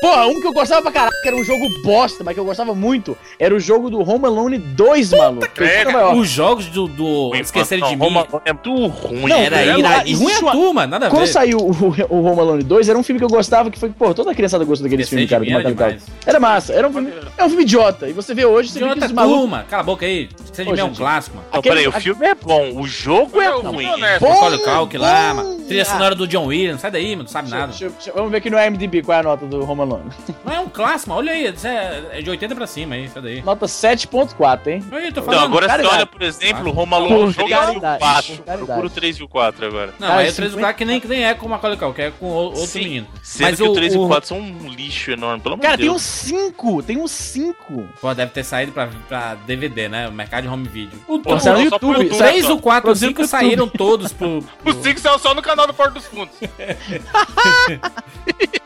S2: Porra, um que eu gostava pra caralho, que era um jogo bosta, mas que eu gostava muito, era o jogo do Home Alone 2, maluco. que eu fui
S3: credo.
S2: em Nova York.
S1: Os jogos do, do Esquecer de Mim.
S4: é muito ruim.
S1: Não,
S4: né?
S1: era
S2: era lá,
S1: irado. E Ruim
S2: existe
S1: é
S2: uma-
S1: turma, nada a
S2: Quando
S1: ver.
S2: saiu o, o Home Alone 2, era um filme que eu gostava, que foi, pô, toda criançada gostou daquele
S1: Esquecer
S2: filme,
S1: de
S2: cara, do
S1: Mim era
S2: Macaco Calvo.
S1: demais.
S2: Era massa, era um filme, é um filme idiota. E você vê hoje, você vê que
S1: Idiota
S2: os malucos.
S1: turma. Cala a boca aí. Esquecer de
S2: Ô,
S1: Mim é um
S2: gente.
S1: clássico, mano.
S4: Não,
S2: aquele-
S4: peraí, o
S2: a-
S4: filme é bom, o jogo é
S3: Eu fui
S4: ruim.
S3: honesto.
S2: Bom,
S1: Macaulay Culkin lá,
S2: bom.
S1: mano. Trilha sonora do John Williams. Sai daí, mano. Não sabe nada.
S2: Deixa eu- deixa eu- vamos ver aqui no IMDB qual é a nota do Home Alone.
S1: Não é um clássico, mano. Olha aí. isso É é de 80 pra cima aí. Sai daí.
S2: Nota 7.4, hein?
S1: Olha aí, tô
S4: Então,
S1: falando.
S4: agora você
S2: caridade.
S4: olha, por exemplo, Roma Alone
S2: Por
S4: 3 e
S2: caridade,
S4: 4.
S2: por caridade.
S4: Procura o 3 e o 4 agora.
S1: Não,
S2: Cara,
S1: aí o 3 e o
S2: 50
S1: 4 que nem, que nem é com o Macaulay Culkin, é com o- outro
S4: Sim,
S1: menino.
S4: Sendo
S1: Mas
S4: que o 3 e
S1: o-
S4: o 4 são um lixo enorme, pelo amor
S2: Cara,
S4: de
S2: tem um
S4: Deus.
S2: 5, tem um 5.
S1: Pô, deve ter saído pra, pra DVD, né? O mercado de home video. O,
S3: Pô,
S1: o
S2: saiu no
S3: só pro
S2: YouTube,
S3: YouTube,
S1: 3,
S3: só.
S1: o 4 e o
S2: Produzido
S1: 5
S2: pro
S1: saíram todos pro...
S3: Os
S1: pro-
S3: 5 são só no canal do Porto dos Fundos.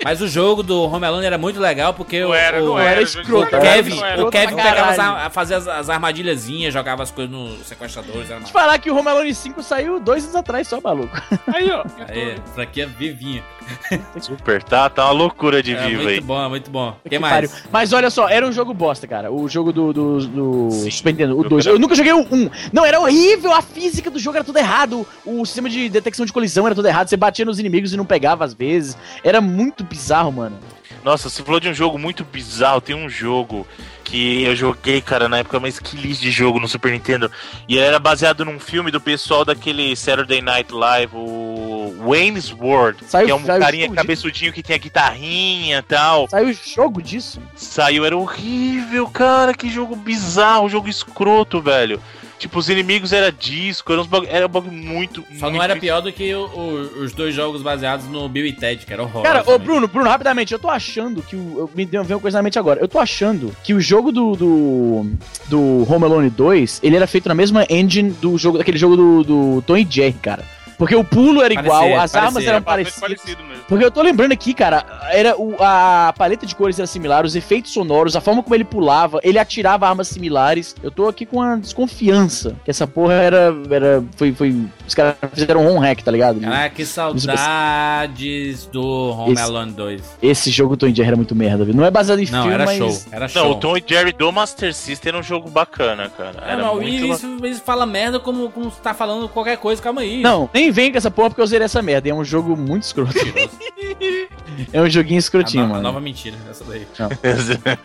S1: Mas o jogo do Home Alone era muito legal porque
S3: Não
S1: o,
S3: era,
S1: o,
S3: não
S2: era
S3: era.
S2: escroto,
S1: o
S2: Não
S1: Kevin,
S2: não era.
S1: o Kevin
S2: Pra
S1: pegava as,
S2: caralho.
S1: ar- fazia as, as armadilhazinhas, jogava as coisas nos sequestradores. Era uma...
S2: Te falar que o Home Alone 5 saiu dois anos atrás só, maluco.
S3: Aí, ó.
S1: Aí, franquia é vivinha.
S4: Super, tá? Tá uma loucura de
S1: É,
S4: vivo
S1: muito
S4: aí.
S1: bom, muito bom. O que
S2: Que
S1: mais?
S2: pariu. Mas olha só, era um jogo bosta, cara. O jogo do, do, do
S4: Sim.
S2: Super Nintendo, o
S4: Eu
S2: 2.
S4: quero-
S2: Eu nunca joguei o 1. Não, era horrível, a física do jogo era tudo errado. O sistema de detecção de colisão era tudo errado. Você batia nos inimigos e não pegava às vezes. Era muito bizarro, mano.
S4: Nossa, você falou de um jogo muito bizarro. Tem um jogo que eu joguei, cara, na época, mas que lixo de jogo no Super Nintendo. E ele era baseado num filme do pessoal daquele Saturday Night Live, o Wayne's World.
S2: Saiu-
S4: que é um
S2: saiu
S4: carinha
S2: explodido.
S4: cabeçudinho que tem a guitarrinha e tal.
S2: Saiu jogo disso?
S4: Saiu, era horrível, cara. Que jogo bizarro, jogo escroto, velho. Tipo, os inimigos era disco, era, uns bug... era um bug muito.
S1: Só
S4: muito
S1: não era pior do que o- o- os dois jogos baseados no Bill e Ted, que era horroroso. né?
S2: Cara, ô
S1: também.
S2: Bruno, Bruno, rapidamente, eu tô achando que o. eu- Me deu veio uma coisa na mente agora. Eu tô achando que o jogo do. do, do Home Alone 2, ele era feito na mesma engine do jogo, daquele jogo do, do Tom e Jerry, cara. Porque o pulo era igual,
S1: Parecia,
S2: as armas
S1: parecia,
S2: eram
S3: É Parecido.
S2: parecidas.
S3: parecido mesmo.
S2: Porque eu tô lembrando aqui, cara, era o- a paleta de cores era similar, os efeitos sonoros, a forma como ele pulava, ele atirava armas similares. Eu tô aqui com uma desconfiança que essa porra era. era foi, foi, os caras fizeram um home hack, tá ligado?
S1: Caraca, que saudades do Home
S2: Esse-
S1: Alone 2.
S2: Esse jogo Tom e Jerry era muito merda, viu? Não é baseado em
S1: Não,
S2: filme,
S1: era
S2: mas...
S1: show. Era
S4: Não,
S1: show.
S4: o Tom e Jerry do Master System era um jogo bacana, cara.
S1: É,
S4: Era
S1: mas
S4: muito
S1: isso, isso fala merda como, como você tá falando qualquer coisa, calma aí.
S2: Não, nem vem com essa porra porque eu zerei essa merda. É um jogo muito escroto. é um joguinho
S1: A,
S2: escrotinho,
S1: no- a
S2: mano.
S1: nova mentira, essa daí.
S3: é
S4: bacana.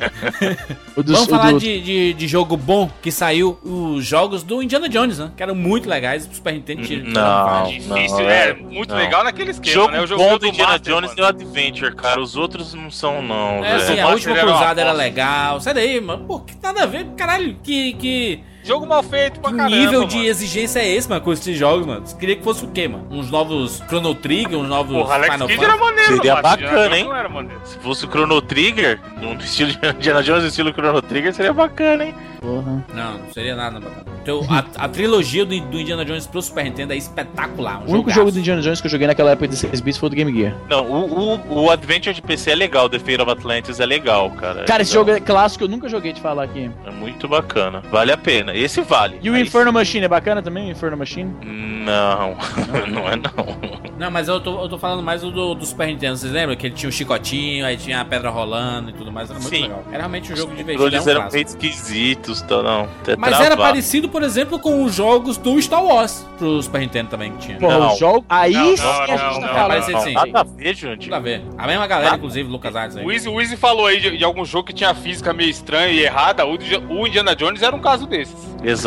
S2: O do,
S1: Vamos
S2: o
S1: falar
S2: do-
S1: de, de, de jogo bom que saiu os jogos do Indiana Jones, né? Que eram muito legais pro Super Nintendo. tira-
S4: Não.
S1: tirar vários.
S3: Difícil,
S4: não,
S3: é.
S4: é,
S3: Muito
S4: não.
S3: legal naquele esquema,
S4: jogo
S3: né? O
S4: bom do Indiana
S3: Master,
S4: Jones
S3: mano.
S4: é o Adventure, cara. Os outros não são, não,
S1: É, assim,
S4: velho.
S1: a
S3: Master
S1: última
S3: era uma
S1: cruzada era
S3: bosta.
S1: legal. Sai daí, mano. Pô, que nada a ver, caralho. Que, que,
S3: Jogo mal feito pra
S1: que
S3: caramba,
S1: Um nível de
S3: mano.
S1: exigência é esse, mano, com esses jogos, mano? Você queria que fosse o quê, mano? Uns novos Chrono Trigger, uns novos
S3: Porra, Alex Kidd era
S1: Fantasy?
S3: maneiro,
S4: Seria
S3: mano. Indiana
S4: bacana,
S3: Jones
S4: hein?
S3: Não era maneiro.
S4: Se fosse o Chrono Trigger, um do estilo de Indiana Jones, no estilo Chrono Trigger, seria bacana, hein?
S2: Porra.
S1: Não, não seria nada, mano. Então, a, a trilogia do, do Indiana Jones pro Super Nintendo é espetacular. Um
S2: O único
S1: jogaço.
S2: jogo do Indiana Jones que eu joguei naquela época de 6 bits foi o do Game Gear.
S4: Não, o, o, o Adventure de PC é legal, The Fate of Atlantis é legal, cara.
S2: Cara, esse
S4: Não,
S2: jogo é clássico, eu nunca joguei de falar aqui.
S4: é muito bacana. Vale a pena. Esse vale.
S2: E o
S4: Aí
S2: Inferno Machine é bacana também, o Inferno Machine?
S4: sim. Não, não é não.
S1: Não, mas eu tô, eu tô falando mais do, do Super Nintendo, vocês lembram? Que ele tinha o chicotinho, aí tinha a pedra rolando e tudo mais, era muito
S4: Sim.
S1: legal. Era realmente um jogo
S4: Os
S1: divertido, era
S4: controles
S1: um
S4: eram meio
S1: clássico.
S4: esquisitos, tá, não. Até
S1: Mas era
S4: travado.
S1: parecido, por exemplo, com os jogos do Star Wars pro Super Nintendo também que tinha.
S2: Porra,
S4: Não.
S2: o jogo. Aí
S3: Não,
S2: sim
S3: não,
S2: que a gente tá
S3: não, não,
S4: Não,
S2: falando.
S1: Mas,
S4: não,
S1: assim,
S4: nada a ver, gente.
S1: Tudo a ver. A mesma galera, inclusive, Lucas Arts aí.
S3: O Easy, o Easy falou aí de, de algum jogo que tinha física meio estranha e errada. O, de- o Indiana Jones era um caso desses.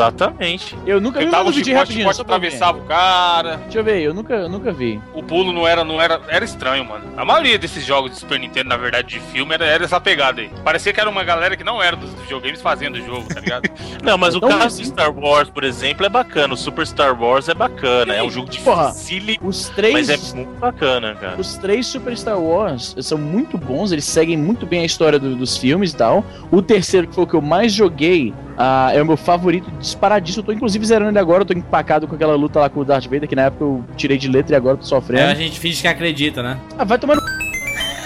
S4: Exatamente.
S2: Eu nunca vi
S3: Eu
S2: eu
S3: dava o
S2: vídeo
S3: chicote, o
S2: rapidinho.
S3: chicote
S2: só pra ver.
S3: atravessava o cara.
S2: Deixa eu ver, eu nunca, eu nunca vi.
S3: O pulo não era, não era. Era estranho, mano. A maioria desses jogos de Super Nintendo, na verdade, de filme, era, era essa pegada aí. Parecia que era uma galera que não era dos videogames fazendo o jogo, tá ligado?
S4: Não, mas o
S2: Então,
S4: caso
S2: assim-
S4: de Star Wars, por exemplo, é bacana. O Super Star Wars é bacana. É um jogo
S2: Porra.
S4: difícil,
S2: Os três.
S4: mas é muito bacana, cara.
S2: Os três Super Star Wars são muito bons, eles seguem muito bem a história do- dos filmes e tal. O terceiro, que foi o que eu mais joguei, ah, é o meu favorito disparadíssimo. Eu tô inclusive zerando ele agora, eu tô empacado com aquela luta lá com o Darth Vader, que na época eu tirei de letra e agora tô
S1: É, a
S2: sofrendo.
S1: gente finge que acredita, né?
S2: Ah, vai tomar no...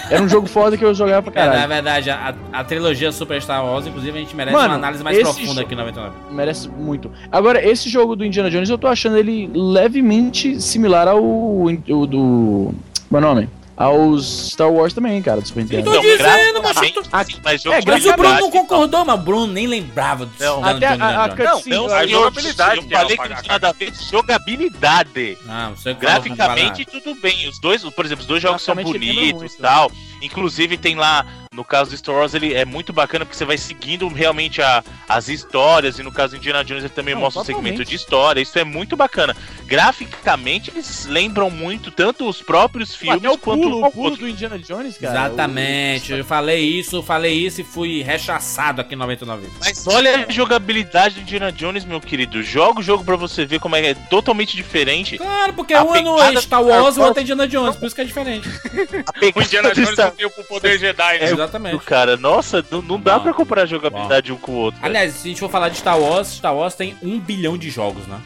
S2: Era um jogo foda que eu jogava pra
S1: É, na
S2: caralho.
S1: verdade, a, a trilogia Super Star Wars, inclusive, a gente merece
S2: Mano,
S1: uma análise mais
S2: esse
S1: profunda
S2: jo-
S1: aqui no 99.
S2: Merece muito. Agora, esse jogo do Indiana Jones, eu tô achando ele levemente similar ao, ao do... Meu é nome? aos Star Wars também, cara, do Super Nintendo.
S1: tô dizendo,
S4: graças a
S1: mas eu
S4: Deus, Então, sim, mas jogo
S2: é,
S4: de
S1: Mas o Bruno
S4: verdade,
S1: não concordou, mas o Bruno nem lembrava do né,
S4: Não,
S1: da-
S2: até
S1: do-
S2: a- a
S1: do-
S2: cutscene-
S3: a
S4: Não,
S1: é
S4: senhor,
S3: jogabilidade
S4: Eu falei que
S3: dela,
S4: não tinha nada a ver jogabilidade.
S1: Ah, você falou
S4: Graficamente, tudo bem. Os dois, por exemplo, os dois jogos são
S2: Graficamente, lembra
S4: bonitos
S2: muito.
S4: e tal. Inclusive, tem lá, no caso do Star Wars, ele é muito bacana porque você vai seguindo realmente a- as histórias. E no caso do Indiana Jones, ele também
S2: Não,
S4: mostra
S2: totalmente.
S4: um segmento de história. Isso é muito bacana. Graficamente, eles lembram muito tanto os próprios filmes
S2: Até é o pulo,
S4: quanto
S2: o pulo do Indiana Jones, cara.
S1: Exatamente, eu falei isso, eu falei isso e fui rechaçado aqui em 99 vezes.
S4: Mas
S2: é
S4: olha a jogabilidade do Indiana Jones, meu querido. Joga o jogo pra você ver como é, é totalmente diferente.
S1: Claro, porque
S4: A
S1: um ano
S4: pegada
S1: é Star Wars e o
S4: Star
S1: outro é Indiana Jones, por isso que é diferente.
S3: O Indiana
S4: Pegada
S3: Jones
S4: Star
S3: não tem o poder Jedi,
S1: É,
S3: né?
S2: é
S4: do
S1: Exatamente.
S4: cara. Nossa, não, não dá
S1: Não.
S4: pra comparar a jogabilidade um com o outro.
S1: Aliás, se a gente for falar de Star Wars, Star Wars tem um bilhão de jogos, né?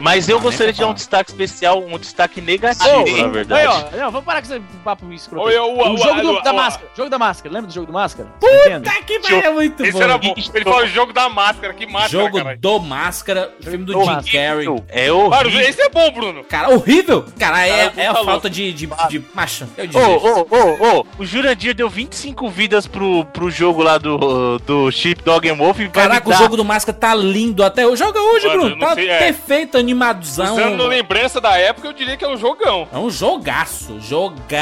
S4: Mas eu
S1: Ah,
S4: gostaria
S1: nem
S4: de dar
S1: pra
S4: um destaque especial, um destaque negativo,
S2: Ô,
S4: na verdade.
S2: Aí, ó, não, vamos parar com esse papo escroto.
S3: Oi, oi, oi,
S2: o jogo do-
S3: oi,
S2: da
S3: oi.
S2: máscara. Jogo da máscara. Lembra do jogo do máscara? Puta!
S1: Tá que pariu, é muito
S3: Esse
S1: bom.
S3: era bom. Ele fala o jogo da máscara, que máscara,
S1: Jogo
S3: caralho.
S1: do Máscara, filme do
S2: Do
S1: Jim
S2: Máscara.
S1: Carrey.
S4: É
S3: Cara,
S4: horrível.
S3: esse é bom, Bruno.
S1: Cara, horrível! Cara, é,
S4: Cara,
S1: é a
S4: falou.
S1: falta de, de, de macho. Eu
S4: Ô,
S1: desisto.
S4: ô, ô, ô, o Jurandir deu 25 vidas pro, pro jogo lá do, do Chip Dog and Wolf e vai
S1: Caraca, o
S4: me dar-
S1: jogo do Máscara tá lindo até hoje. Joga hoje,
S3: Mano, eu
S1: Bruno.
S3: não
S1: Tá
S3: sei, é.
S1: perfeito, animadozão.
S3: Usando lembrança da época, eu diria que é um jogão.
S1: É um jogaço,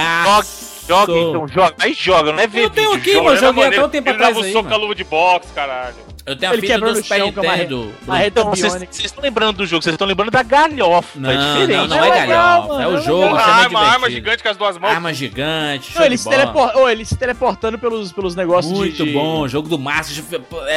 S1: jogaço.
S4: Joga, então, joga. Aí joga, não é ver
S1: Eu tenho
S4: vídeo,
S1: aqui,
S4: joga.
S1: mano.
S3: Era
S1: joguei até
S3: maneiro.
S1: um tempo
S3: Ele
S1: atrás
S3: dava o
S1: aí,
S3: soco com a
S1: mano.
S3: luva de boxe, caralho.
S1: Eu tenho a
S2: Ele
S1: fita
S2: quebrou
S1: do
S2: no
S1: Super
S2: chão com uma re-
S1: Nintendo.
S2: uma
S4: Então, vocês
S2: retambiônica.
S4: vocês estão lembrando do jogo, vocês estão lembrando da galhofa.
S1: Não,
S4: é
S1: não,
S4: diferente.
S1: não é
S2: legal,
S1: galhofa.
S2: mano,
S1: É o
S2: é
S1: jogo,
S3: Porra,
S1: isso é
S3: arma,
S1: meio
S3: arma
S1: divertido. Ah,
S3: gigante com as duas mãos.
S1: Arma gigante, show
S2: Não, ele
S1: de
S2: se,
S1: bola.
S2: telepor... Ô, ele se teleportando pelos, pelos negócios de-
S1: Muito
S2: de...
S1: bom, jogo do Márcio.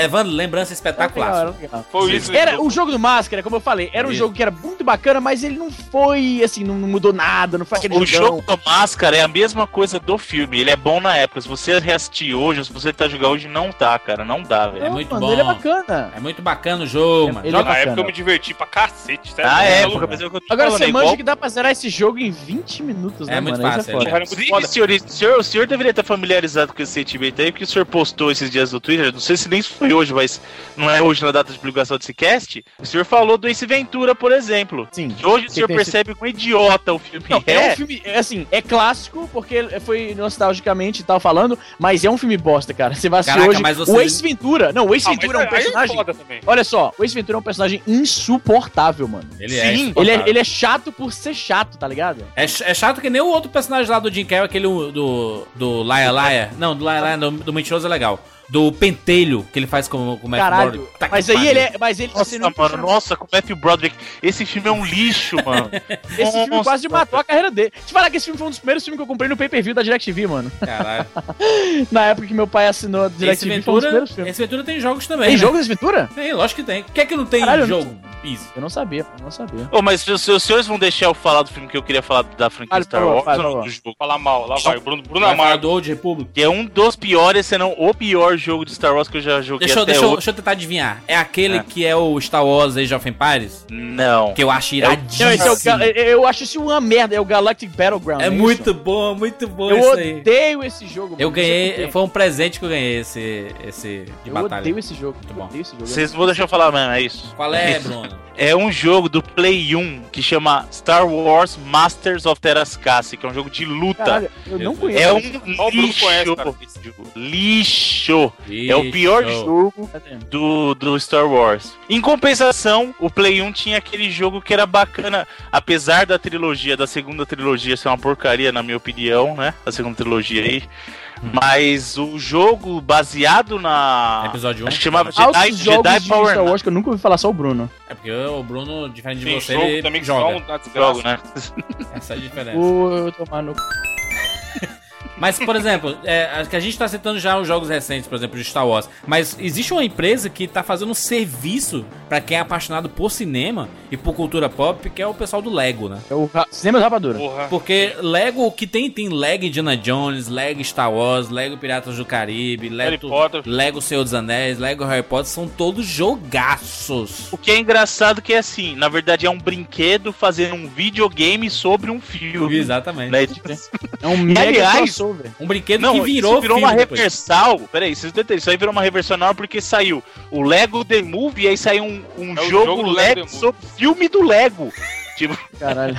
S1: Evandro, lembrança
S2: Era
S1: espetacular.
S2: legal.
S3: Foi isso.
S2: Era o jogo do Máscara, como eu falei, era um
S1: Isso.
S2: jogo que era muito bacana, mas ele não foi assim, não mudou nada, não foi aquele
S4: O
S2: jogão.
S4: jogo da máscara é a mesma coisa do filme. Ele é bom na época. Se você reassistir hoje, se você tá jogando hoje, não tá, cara. Não dá, velho.
S1: é muito
S2: mano,
S1: bom.
S2: Ele é bacana.
S1: É muito bacana o jogo,
S2: Ele-
S1: mano.
S2: ele
S1: Joga-
S3: Na época
S2: bacana.
S3: eu me diverti pra cacete, sério.
S4: Na
S3: Eu era
S4: época,
S3: louco.
S4: mas é o que eu tô
S2: Agora
S4: falando,
S2: você
S4: é
S2: manja
S4: igual-
S2: que dá pra zerar esse jogo em 20 minutos, né,
S1: É muito
S2: mano? Isso
S1: fácil,
S2: é foda.
S1: é.
S3: Porra, era muito
S4: Inclusive,
S3: foda.
S4: senhor, o senhor, o senhor deveria estar familiarizado com esse sentimento aí, porque o senhor postou esses dias no Twitter, não sei se nem foi hoje, mas não é hoje na data de publicação desse cast, o senhor falou do Ace Ventura, por exemplo.
S2: Sim.
S4: Que hoje o senhor
S2: tem
S4: percebe quão idiota o filme
S2: Não, é.
S4: é.
S2: um filme, é assim, é clássico, porque foi nostalgicamente e tal falando, mas é um filme bosta, cara. Você vai assistir
S1: Caraca,
S2: hoje.
S1: mas você-
S2: O Ace Ventura. Não, o Ace
S3: Ah, mas
S2: Ventura é um
S3: aí
S2: personagem.
S3: foda também.
S2: Olha só, o Ace Ventura é um personagem insuportável, mano.
S1: Ele
S4: Sim,
S2: Ele
S1: insuportável.
S2: é, ele é chato por ser chato, tá ligado?
S1: É, ch- é chato que nem o outro personagem lá do Jim Carrey, aquele do. do Laia Laia. Não, do Laia Laia, do, do Mentiroso é legal. Do Pentelho, que ele faz com, com o Matt
S2: Caralho.
S1: Murdock. Tá que
S2: Mas aí
S1: pariu.
S2: ele é. Mas ele
S4: Nossa,
S2: você não-
S4: mano, nossa, com o Matthew Broderick, esse filme é um lixo, mano.
S2: Esse filme
S4: Nossa.
S2: quase matou a carreira dele. Te falar que esse filme foi um dos primeiros filmes que eu comprei no pay-per-view da DirecTV, mano.
S1: Caralho.
S2: Na época que meu pai assinou a
S1: Esse
S2: DirecTV, foi um
S1: Ventura,
S2: dos primeiros filmes.
S1: esse Ventura tem jogos também.
S2: Tem
S1: né?
S2: jogo desse Ventura?
S1: Tem, lógico que tem. Por que é que não tem
S2: Caralho, eu não-
S1: jogo? Easy.
S2: Eu não sabia, eu não sabia.
S4: Ô, mas se os se os senhores vão deixar eu falar do filme que eu queria falar da franquia
S2: Fale,
S4: Star
S2: por favor,
S4: Wars,
S2: fale,
S4: ou não,
S2: por favor.
S4: do jogo?
S3: Falar mal, lá vai. o Bruno, Bruno
S4: é
S1: Vai falar
S3: Amaro.
S1: do Old Republic.
S4: Que é um dos piores, se não o pior jogo de Star Wars que eu já joguei
S1: Deixa eu,
S4: até
S1: deixa, eu,
S4: hoje.
S1: deixa eu tentar adivinhar. É aquele
S4: É.
S1: que é o Star Wars Age of Empires?
S4: Não.
S1: Que eu acho
S2: Não, esse é o
S1: iradíssimo.
S2: Ga- eu, eu acho isso uma merda, é o Galactic Battleground.
S1: é
S2: isso?
S1: muito bom, muito bom
S2: Eu
S1: isso aí.
S2: odeio esse jogo. mano, é
S1: Eu
S2: não sei
S1: ganhei,
S2: por quê.
S1: foi um presente que eu ganhei esse, esse de
S2: Eu
S1: batalha.
S2: odeio esse jogo.
S1: Muito
S2: Eu
S1: bom.
S2: odeio esse jogo.
S4: Vocês vão deixar eu falar mesmo, é isso.
S1: Qual é, Bruno?
S4: É um jogo do Play 1 que chama Star Wars Masters of Terascassi, que é um jogo de luta.
S2: Caralho, eu não
S1: Deus,
S2: conheço.
S4: é um
S3: Só o Bruno
S4: lixo.
S3: conhece, cara.
S4: esse jogo. Lixo. É o
S1: Ixi,
S4: pior
S1: show.
S2: tá
S4: jogo do, do Star Wars. Em compensação, o Play 1 tinha aquele jogo que era bacana, apesar da trilogia, da segunda trilogia ser uma porcaria, na minha opinião, né? A segunda trilogia aí. Mas o jogo baseado na.
S1: Episódio 1.
S4: Acho que chamava Jedi,
S2: Altos jogos
S4: Jedi
S2: de
S4: Power
S2: Star Wars que eu nunca ouvi falar, só o Bruno.
S1: É porque o Bruno, diferente de
S3: Tem
S1: você,
S3: jogo
S1: ele
S3: também que
S1: joga.
S3: são da desgraça.
S4: Jogo, né?
S1: Essa é a diferença.
S2: Ô, eu tomar no...
S1: Mas, por exemplo, é, acho que a gente tá citando já os jogos recentes, por exemplo, de Star Wars. Mas existe uma empresa que tá fazendo um serviço pra quem é apaixonado por cinema e por cultura pop, que é o pessoal do Lego, né?
S2: É o ra- Cinema da Rapadura.
S3: Porra.
S1: Porque Lego, o que tem, tem Lego Indiana Jones, Lego Star Wars, Lego Piratas do Caribe,
S3: Harry
S1: Lego,
S3: Potter.
S1: Lego Senhor dos Anéis, Lego Harry Potter, são todos jogaços.
S4: O que é engraçado que é assim, na verdade é um brinquedo fazendo um videogame sobre um filme.
S1: Exatamente.
S4: Né?
S2: É um mega
S4: aliás,
S2: crossover.
S1: Um brinquedo
S4: Não,
S1: que virou,
S4: isso virou uma
S1: filme depois.
S4: reversal. Peraí, vocês não entenderam. Isso aí virou uma reversal porque saiu o Lego The Movie e aí saiu um, um
S3: É o
S4: jogo,
S3: jogo do Lego The
S4: Lego
S3: Movie.
S4: sobre filme do Lego. Tipo,
S2: Caralho.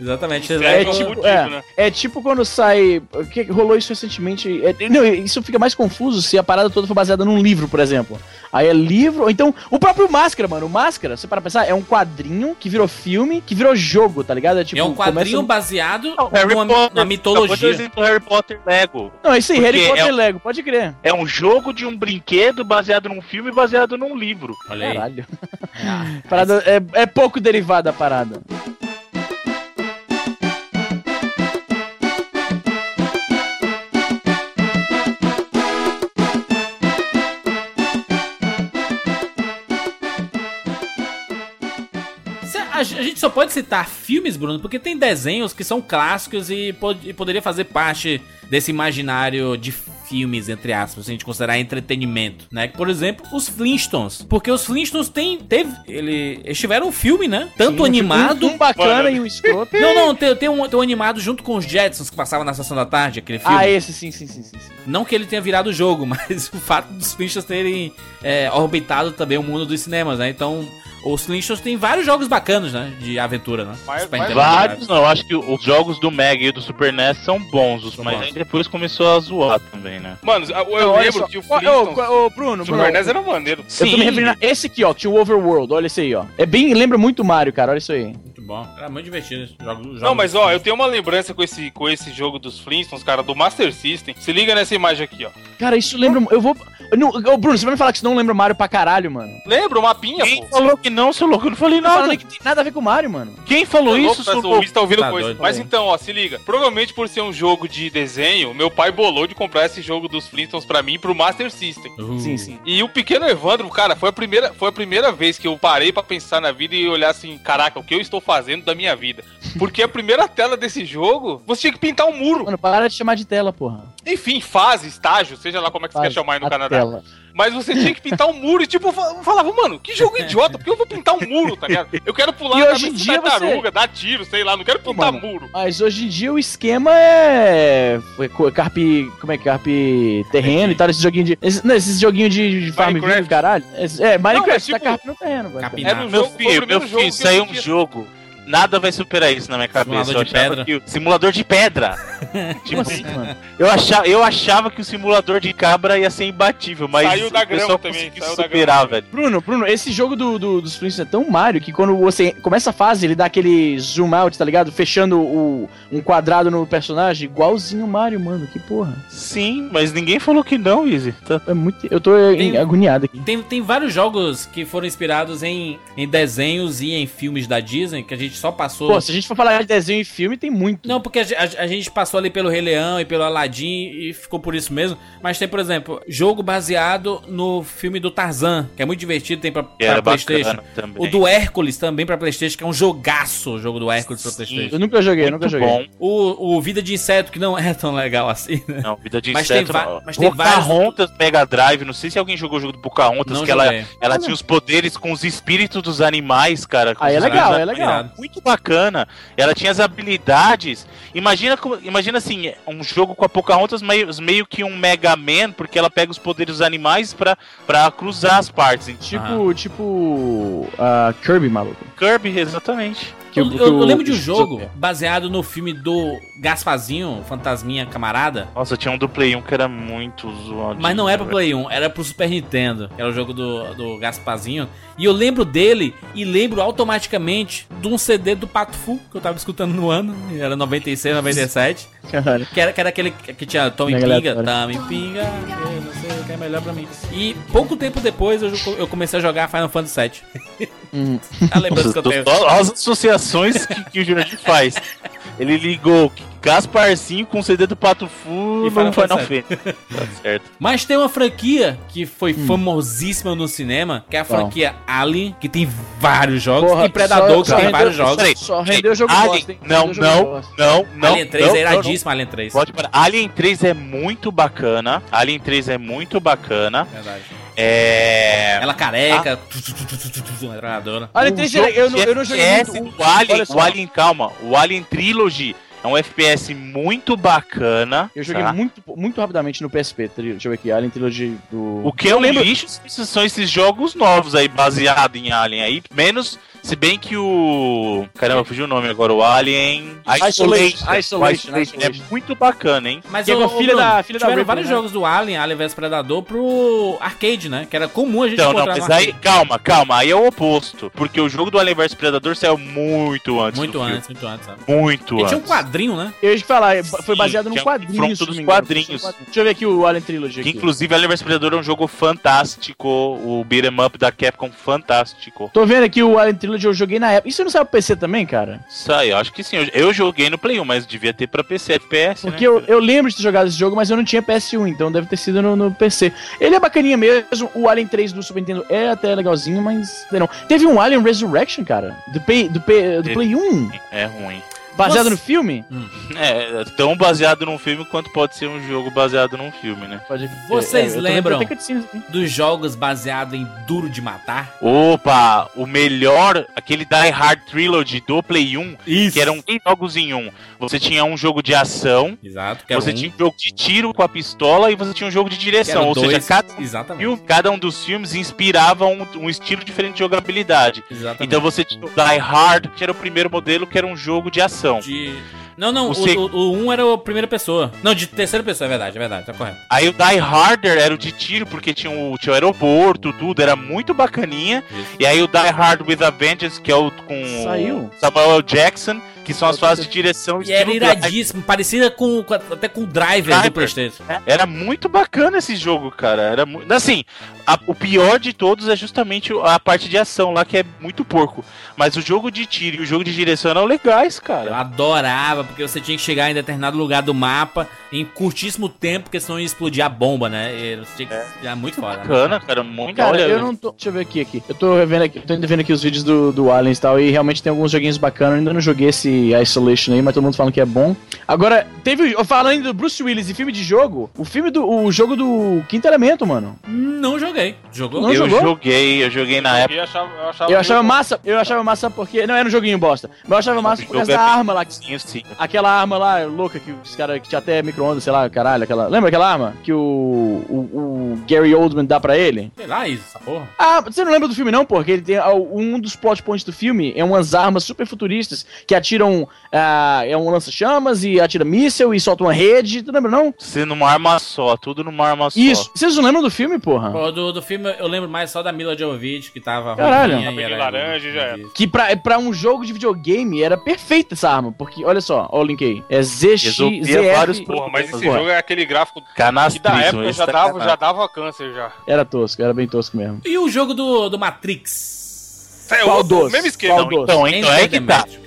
S1: Exatamente.
S3: É,
S1: Vocês
S2: É
S1: vão-
S3: como
S2: tipo,
S3: motivo,
S2: é,
S3: né?
S2: é tipo quando sai. o Que rolou isso recentemente. é- não, isso fica mais confuso se a parada toda for baseada num livro, por exemplo. Aí é livro. Ou então, o próprio Máscara, mano. O Máscara, você para pra pensar, é um quadrinho que virou filme, que virou jogo, tá ligado? tipo,
S1: é um quadrinho
S2: começa-
S1: baseado
S4: Harry
S1: numa, na
S4: Potter. acabou de dar
S1: mitologia.
S4: exemplo Harry Potter Lego.
S2: Não, é isso aí, Harry
S4: porque
S2: Potter
S4: é
S2: e Lego, pode crer.
S4: É um jogo de um brinquedo baseado num filme baseado num livro.
S1: Olha aí.
S2: Caralho.
S1: Ah.
S2: Parada é, é pouco derivada a parada.
S1: Cê- A a gente só pode citar filmes, Bruno, porque tem desenhos que são clássicos e, pod- e poderia fazer parte desse imaginário de filmes, entre aspas, se a gente considerar entretenimento, né? Por exemplo, os Flintstones. Porque os Flintstones tem, teve, ele, eles tiveram um filme, né? Tanto
S2: Um-
S1: animado...
S2: Um, um bacana
S3: Mano.
S2: e um escroto.
S1: Não, não, tem, tem, um, tem um animado junto com os Jetsons que passava na sessão da tarde, aquele filme.
S2: Ah, esse sim, sim, sim, sim. sim.
S1: Não que ele tenha virado o jogo, mas o fato dos Flintstones terem é, orbitado também o mundo dos cinemas, né? Então, os Flintstones tem vários jogos bacanas, né? De aventura, né?
S3: Mas-
S1: Super
S3: mas-
S1: Nintendo,
S4: Vários não, acho que os jogos do Mega e do Super NES são bons,
S1: São
S4: mas
S1: bons.
S4: aí depois começou a zoar também, né?
S3: Mano, eu
S2: Não, olha
S3: lembro
S2: só.
S3: que o
S2: Ó,
S3: Flintstones...
S2: Ô, ô, Bruno, Bruno.
S3: o Super NES era maneiro.
S2: Eu tô me referindo a esse aqui, ó, que tinha o Overworld, olha esse aí, ó. É bem, lembra muito Mario, cara, olha isso aí.
S1: Muito bom. Era muito divertido esse jogo.
S3: Não, mas ó, eu tenho uma lembrança com esse, com esse jogo dos Flintstones, cara, do Master System. Se liga nessa imagem aqui, ó.
S2: Cara, isso lembra, eu vou... Não, ô, Bruno, você vai me falar que isso não lembra Mario pra caralho, mano?
S3: Lembra o mapinha,
S4: Quem
S3: pô?
S4: falou que não, seu louco? Eu não falei
S2: Não,
S4: nada.
S2: falando que tem nada a ver com Mario, mano.
S4: Quem falou
S3: Louco,
S4: isso, seu
S3: mas o
S4: louco?
S3: Luiz tá ouvindo
S1: Tá
S3: coisa.
S1: doido,
S3: Mas
S2: também.
S3: então, ó, se liga. Provavelmente por ser um jogo de desenho, meu pai bolou de comprar esse jogo dos Flintstones pra mim e pro Master System.
S1: Uh,
S2: Sim, sim.
S3: E o pequeno Evandro, cara, foi a primeira, foi a primeira vez que eu parei pra pensar na vida e olhar assim, caraca, o que eu estou fazendo da minha vida? Porque a primeira tela desse jogo, você tinha que pintar um muro.
S2: Mano, para de chamar de tela, porra.
S3: Enfim, fase, estágio, seja lá como é que você quer chamar aí no
S2: A
S3: Canadá.
S2: Tela.
S3: Mas você tinha que pintar um muro e, tipo, eu fa- eu falava, mano, que jogo idiota, por que eu vou pintar um muro, tá ligado? Eu quero pular
S2: E
S3: na
S2: hoje em
S3: cabeça de
S2: dia você-
S3: tartaruga, dar tiro, sei lá, não quero
S2: Pô,
S3: pintar
S2: mano.
S3: muro.
S2: Mas hoje em dia o esquema é... é co- Carpe... Como é que carpe terreno e tal, esse joguinho de... Esse, não, esse joguinho de de Farmville,
S3: Minecraft.
S2: caralho. Esse- É, Minecraft,
S3: mas,
S2: tá
S3: tipo,
S2: carpe no terreno, velho.
S1: capinado.
S3: Era um
S4: Meu
S3: jogo, foi o
S4: filho, meu
S3: primeiro jogo
S4: filho,
S3: que
S4: isso aí é
S3: eu
S4: um
S3: tinha.
S4: jogo. Nada vai superar isso na minha cabeça.
S1: Simulador
S4: Eu
S1: de
S4: achava
S1: pedra.
S4: que o simulador de pedra. Tipo
S2: Como assim, mano?
S4: Eu achava, eu achava que o simulador de cabra ia ser imbatível, mas
S3: Saiu da
S4: o
S3: grama
S4: pessoal
S3: também,
S4: conseguiu
S3: saiu da
S4: superar,
S3: grama.
S4: velho.
S2: Bruno, Bruno, esse jogo do, do- dos Flintstones é tão Mario que quando você começa a fase, ele dá aquele zoom out, tá ligado? Fechando o, um quadrado no personagem, igualzinho o Mario, mano. Que porra.
S4: Sim, mas ninguém falou que não, Easy. Tá-
S2: É muito, eu tô é,
S1: Tem-
S2: agoniado aqui.
S1: Uhum. Tem, tem vários jogos que foram inspirados em, em desenhos e em filmes da Disney que a gente só passou.
S2: Pô, se a gente for falar de desenho e filme, tem muito.
S1: Não, porque a, ge- a- a gente passou ali pelo Rei Leão e pelo Aladdin e ficou por isso mesmo. Mas tem, por exemplo, jogo baseado no filme do Tarzan, que é muito divertido, tem pra,
S4: Que
S1: pra
S3: Ah,
S4: era
S1: PlayStation.
S4: bacana também.
S1: O do Hércules também pra Playstation, que é um jogaço o jogo do Hércules pra
S4: Sim.
S1: Playstation.
S2: eu nunca joguei,
S4: Muito
S2: nunca joguei.
S4: bom.
S1: O, o Vida de Inseto, que não é tão legal assim, né?
S4: Não, vida de
S1: Mas tem
S4: inseto
S1: va-
S4: não.
S1: mas tem vários-
S4: Pocahontas Mega Drive, não sei se alguém jogou o jogo do Pocahontas,
S1: Não
S4: que ela,
S1: joguei.
S4: ela tinha os poderes com os espíritos dos animais, cara. com
S2: Aí é
S4: os
S2: legal,
S4: espíritos
S2: é legal.
S1: Irado.
S4: muito bacana. Ela tinha as habilidades. Imagina, como- imagina assim, um jogo com a Pocahontas meio, meio que um Mega Man, porque ela pega os poderes dos animais pra, pra cruzar as partes. Então,
S2: Tipo, tipo. ah, Kirby, maluco.
S4: Kirby, exatamente.
S2: Que
S1: eu,
S2: o-
S1: eu-
S2: que
S1: eu
S2: o- é.
S1: lembro de um
S2: o-
S1: jogo baseado no filme do Gaspazinho, Fantasminha Camarada,
S4: Nossa, tinha um do Play 1 que era muito né, zoado.
S1: mas não era pro Play 1, era pro Super Nintendo, que era o jogo do, do Gaspazinho. E eu lembro dele e lembro automaticamente de um CD do Pato Fu, que eu tava escutando no ano, era 96, 97.
S2: Caralho.
S1: Que era, que era aquele que tinha Tom e
S2: Minha
S1: Pinga.
S2: galera,
S1: Tom e Pinga, eu não sei o que é melhor pra mim. E pouco tempo depois eu, jo- eu comecei a jogar Final Fantasy VII.
S2: Hum.
S1: A lembrança um que eu tenho.
S4: Olha as associações que, que o Jurandir faz. Ele ligou Gasparzinho com o CD do Pato Fu
S1: E
S4: e
S1: Final
S4: no Final
S1: Fantasy.
S4: Fantasy. tá certo.
S1: Mas tem uma franquia que foi famosíssima no cinema, que é a
S2: Hum. Qual?
S1: franquia Alien, que tem vários jogos.
S2: Porra,
S1: e Predador,
S2: só-
S1: que
S2: só
S1: tem
S2: rendeu-
S1: vários jogos.
S4: Peraí,
S2: Só
S4: peraí.
S2: rendeu jogo
S4: Alien-
S2: bosta, hein?
S4: Não,
S2: Rendeu jogo
S4: não.
S2: bosta.
S4: Não, não.
S1: Alien 3
S4: não,
S1: é
S4: não, não.
S1: iradíssimo, Alien 3.
S4: Pode parar. Alien 3 é muito bacana. Alien 3 é muito bacana.
S1: Verdade.
S4: É.
S1: Ela careca, tu, tu, tu, tu, tu, tu, tu, né? tu, metralhadora.
S2: Olha,
S4: O
S2: três
S4: jogo
S2: eu, não-
S4: de
S2: eu não joguei
S4: FPS
S1: é
S2: muito.
S4: do Alien,
S2: Olha só.
S4: o Alien, calma. O Alien Trilogy é um FPS muito bacana.
S2: Eu joguei
S4: tá?
S2: muito, muito rapidamente no PSP. tri- tá Deixa eu ver aqui. Alien Trilogy do.
S4: O que eu lembro lixo são esses jogos novos aí, baseado em Alien aí. Menos Se bem que o. Caramba, fugiu o nome agora. O Alien.
S2: Isolation. Isolation,
S4: É
S2: Isolation.
S4: muito bacana, hein?
S1: Mas
S2: Que é com a filha da- filha da
S1: tiveram
S2: Ripley,
S1: vários
S2: né?
S1: jogos do Alien, Alien vs Predador, pro arcade, né? Que era comum a gente
S4: Então, não,
S1: encontrar no
S4: mas aí,
S1: arcade.
S4: calma, calma, aí é o oposto. Porque o jogo do Alien vs Predador saiu muito antes.
S1: Muito
S4: do filme.
S1: antes, muito antes, sabe?
S4: Muito
S1: E
S4: antes.
S1: tinha um quadrinho, né?
S2: Eu ia te falar, é- foi
S4: Sim,
S2: baseado
S4: que é
S2: num
S4: um
S2: quadrinho.
S4: confronto
S2: se não
S4: dos
S2: me engano.
S4: quadrinhos.
S2: Deixa eu ver aqui o Alien Trilogy.
S4: Que
S2: Aqui.
S4: inclusive Alien vs Predador é um jogo fantástico, o beat'em up da Capcom fantástico.
S2: Tô vendo aqui o Alien Trilogy, eu joguei na época. Isso não saiu pro PC também, cara?
S4: Isso aí, eu acho que sim. Eu, eu joguei no Play 1, mas devia ter pra PC, FPS,
S2: Porque
S4: né?
S2: eu, eu lembro de ter jogado esse jogo, mas eu não tinha PS1, então deve ter sido no, no PC. Ele é bacaninha mesmo, o Alien 3 do Super Nintendo é até legalzinho, mas não. Teve um Alien Resurrection, cara, do, Play- do, Play- do
S4: Teve.
S2: Play 1,
S4: É ruim.
S2: baseado
S1: Nossa.
S2: no filme?
S4: É, é tão baseado num filme quanto pode ser um jogo baseado num filme, né?
S2: Pode-
S1: Vocês
S2: É, eu tô
S1: lembram?
S2: lembrando até cutscenes aqui.
S1: Dos jogos baseados em Duro de Matar.
S4: Opa, o melhor, aquele Die Hard Trilogy do Play 1,
S1: Isso.
S4: que eram três jogos em um. Você tinha um jogo de ação,
S1: Exato, que era
S4: você
S1: um,
S4: tinha um jogo de tiro com a pistola e você tinha um jogo de
S1: que era
S4: direção. Ou seja,
S1: dois.
S4: cada
S1: Exatamente.
S4: filme, cada um dos filmes inspirava um, um estilo diferente de jogabilidade.
S1: Exatamente.
S4: Então você tinha o Die Hard, que era o primeiro modelo, que era um jogo de ação.
S1: De- Não, não,
S4: O
S1: o,
S4: seg-
S1: o, o um era a primeira pessoa. Não, de terceira pessoa, é verdade, é verdade, tá correto.
S4: Aí o Die Harder era o de tiro, porque tinha o, tinha o aeroporto, tudo, era muito bacaninha.
S1: Isso.
S4: E aí o Die Hard with a Vengeance, que é o com
S2: Saiu?
S4: o Samuel L. Jackson, que são as fases de direção
S1: E era
S4: estilo drive.
S1: iradíssimo, parecida com, com- até com o Driver,
S4: um Driver.
S1: do Playstation.
S4: Era muito bacana esse jogo, cara. Era mu- assim, a- o pior de todos é justamente a parte de ação lá que é muito porco, mas o jogo de tiro e o jogo de direção eram legais,
S1: Eu
S4: cara.
S1: adorava, porque você tinha que chegar em determinado lugar do mapa em curtíssimo tempo, porque senão ia explodir a bomba, né? E você tinha que era muito foda. né?
S4: É. Bacana, cara, muito
S2: Cara,
S4: olha,
S2: eu não tô. Deixa eu ver aqui, aqui. Eu tô revendo aqui, eu tô vendo aqui os vídeos do, do Aliens e tal, e realmente tem alguns joguinhos bacanas. Eu ainda não joguei esse Isolation aí, mas todo mundo falando que é bom. Agora, teve. o- Falando do Bruce Willis e filme de jogo, o filme do. O jogo do Quinto Elemento, mano.
S1: Não joguei. Jogou?
S2: Não
S4: eu
S2: jogou?
S4: joguei, eu joguei na época.
S3: Eu achava, eu achava,
S2: Eu achava massa, eu achava massa porque. Não, era um joguinho bosta. Mas eu achava massa por causa da arma lá. que-
S4: Sim, sim.
S2: Aquela arma lá louca que os caras que tinha até micro-ondas, sei lá, caralho, aquela. Lembra aquela arma que o, o, o Gary Oldman dá pra ele?
S1: Sei lá, isso, essa porra.
S2: Ah, você não lembra do filme não, porque ele tem ah, um dos plot points do filme é umas armas super futuristas que atiram ah, é um lança-chamas e atira míssel e solta uma rede, tu lembra não?
S4: Você numa arma só, tudo numa arma só.
S2: Isso. Vocês não lembram do filme, porra?
S1: Pô, do, do filme eu lembro mais só da Mila Jovovich, que tava
S2: Caralho.
S1: roupinha
S3: Cabelo laranja, já era.
S2: Que pra, pra um jogo de videogame era perfeita essa arma, porque olha só, ó o link aí. É
S4: Resolvia
S2: ZX,
S4: vários
S2: ZF,
S3: Porra, mas esse
S2: Porra.
S3: jogo é aquele gráfico que
S4: Canastrismo.
S3: da época
S2: é
S4: esse
S3: já
S4: tá
S3: dava, já
S4: canastro.
S3: dava câncer já.
S2: era tosco, era bem tosco mesmo.
S1: E o jogo do, do Matrix?
S3: É,
S2: Qual
S3: o- o
S2: dos?
S3: Mesmo esquema.
S2: Qual
S4: Então, então é que tá.
S1: tipo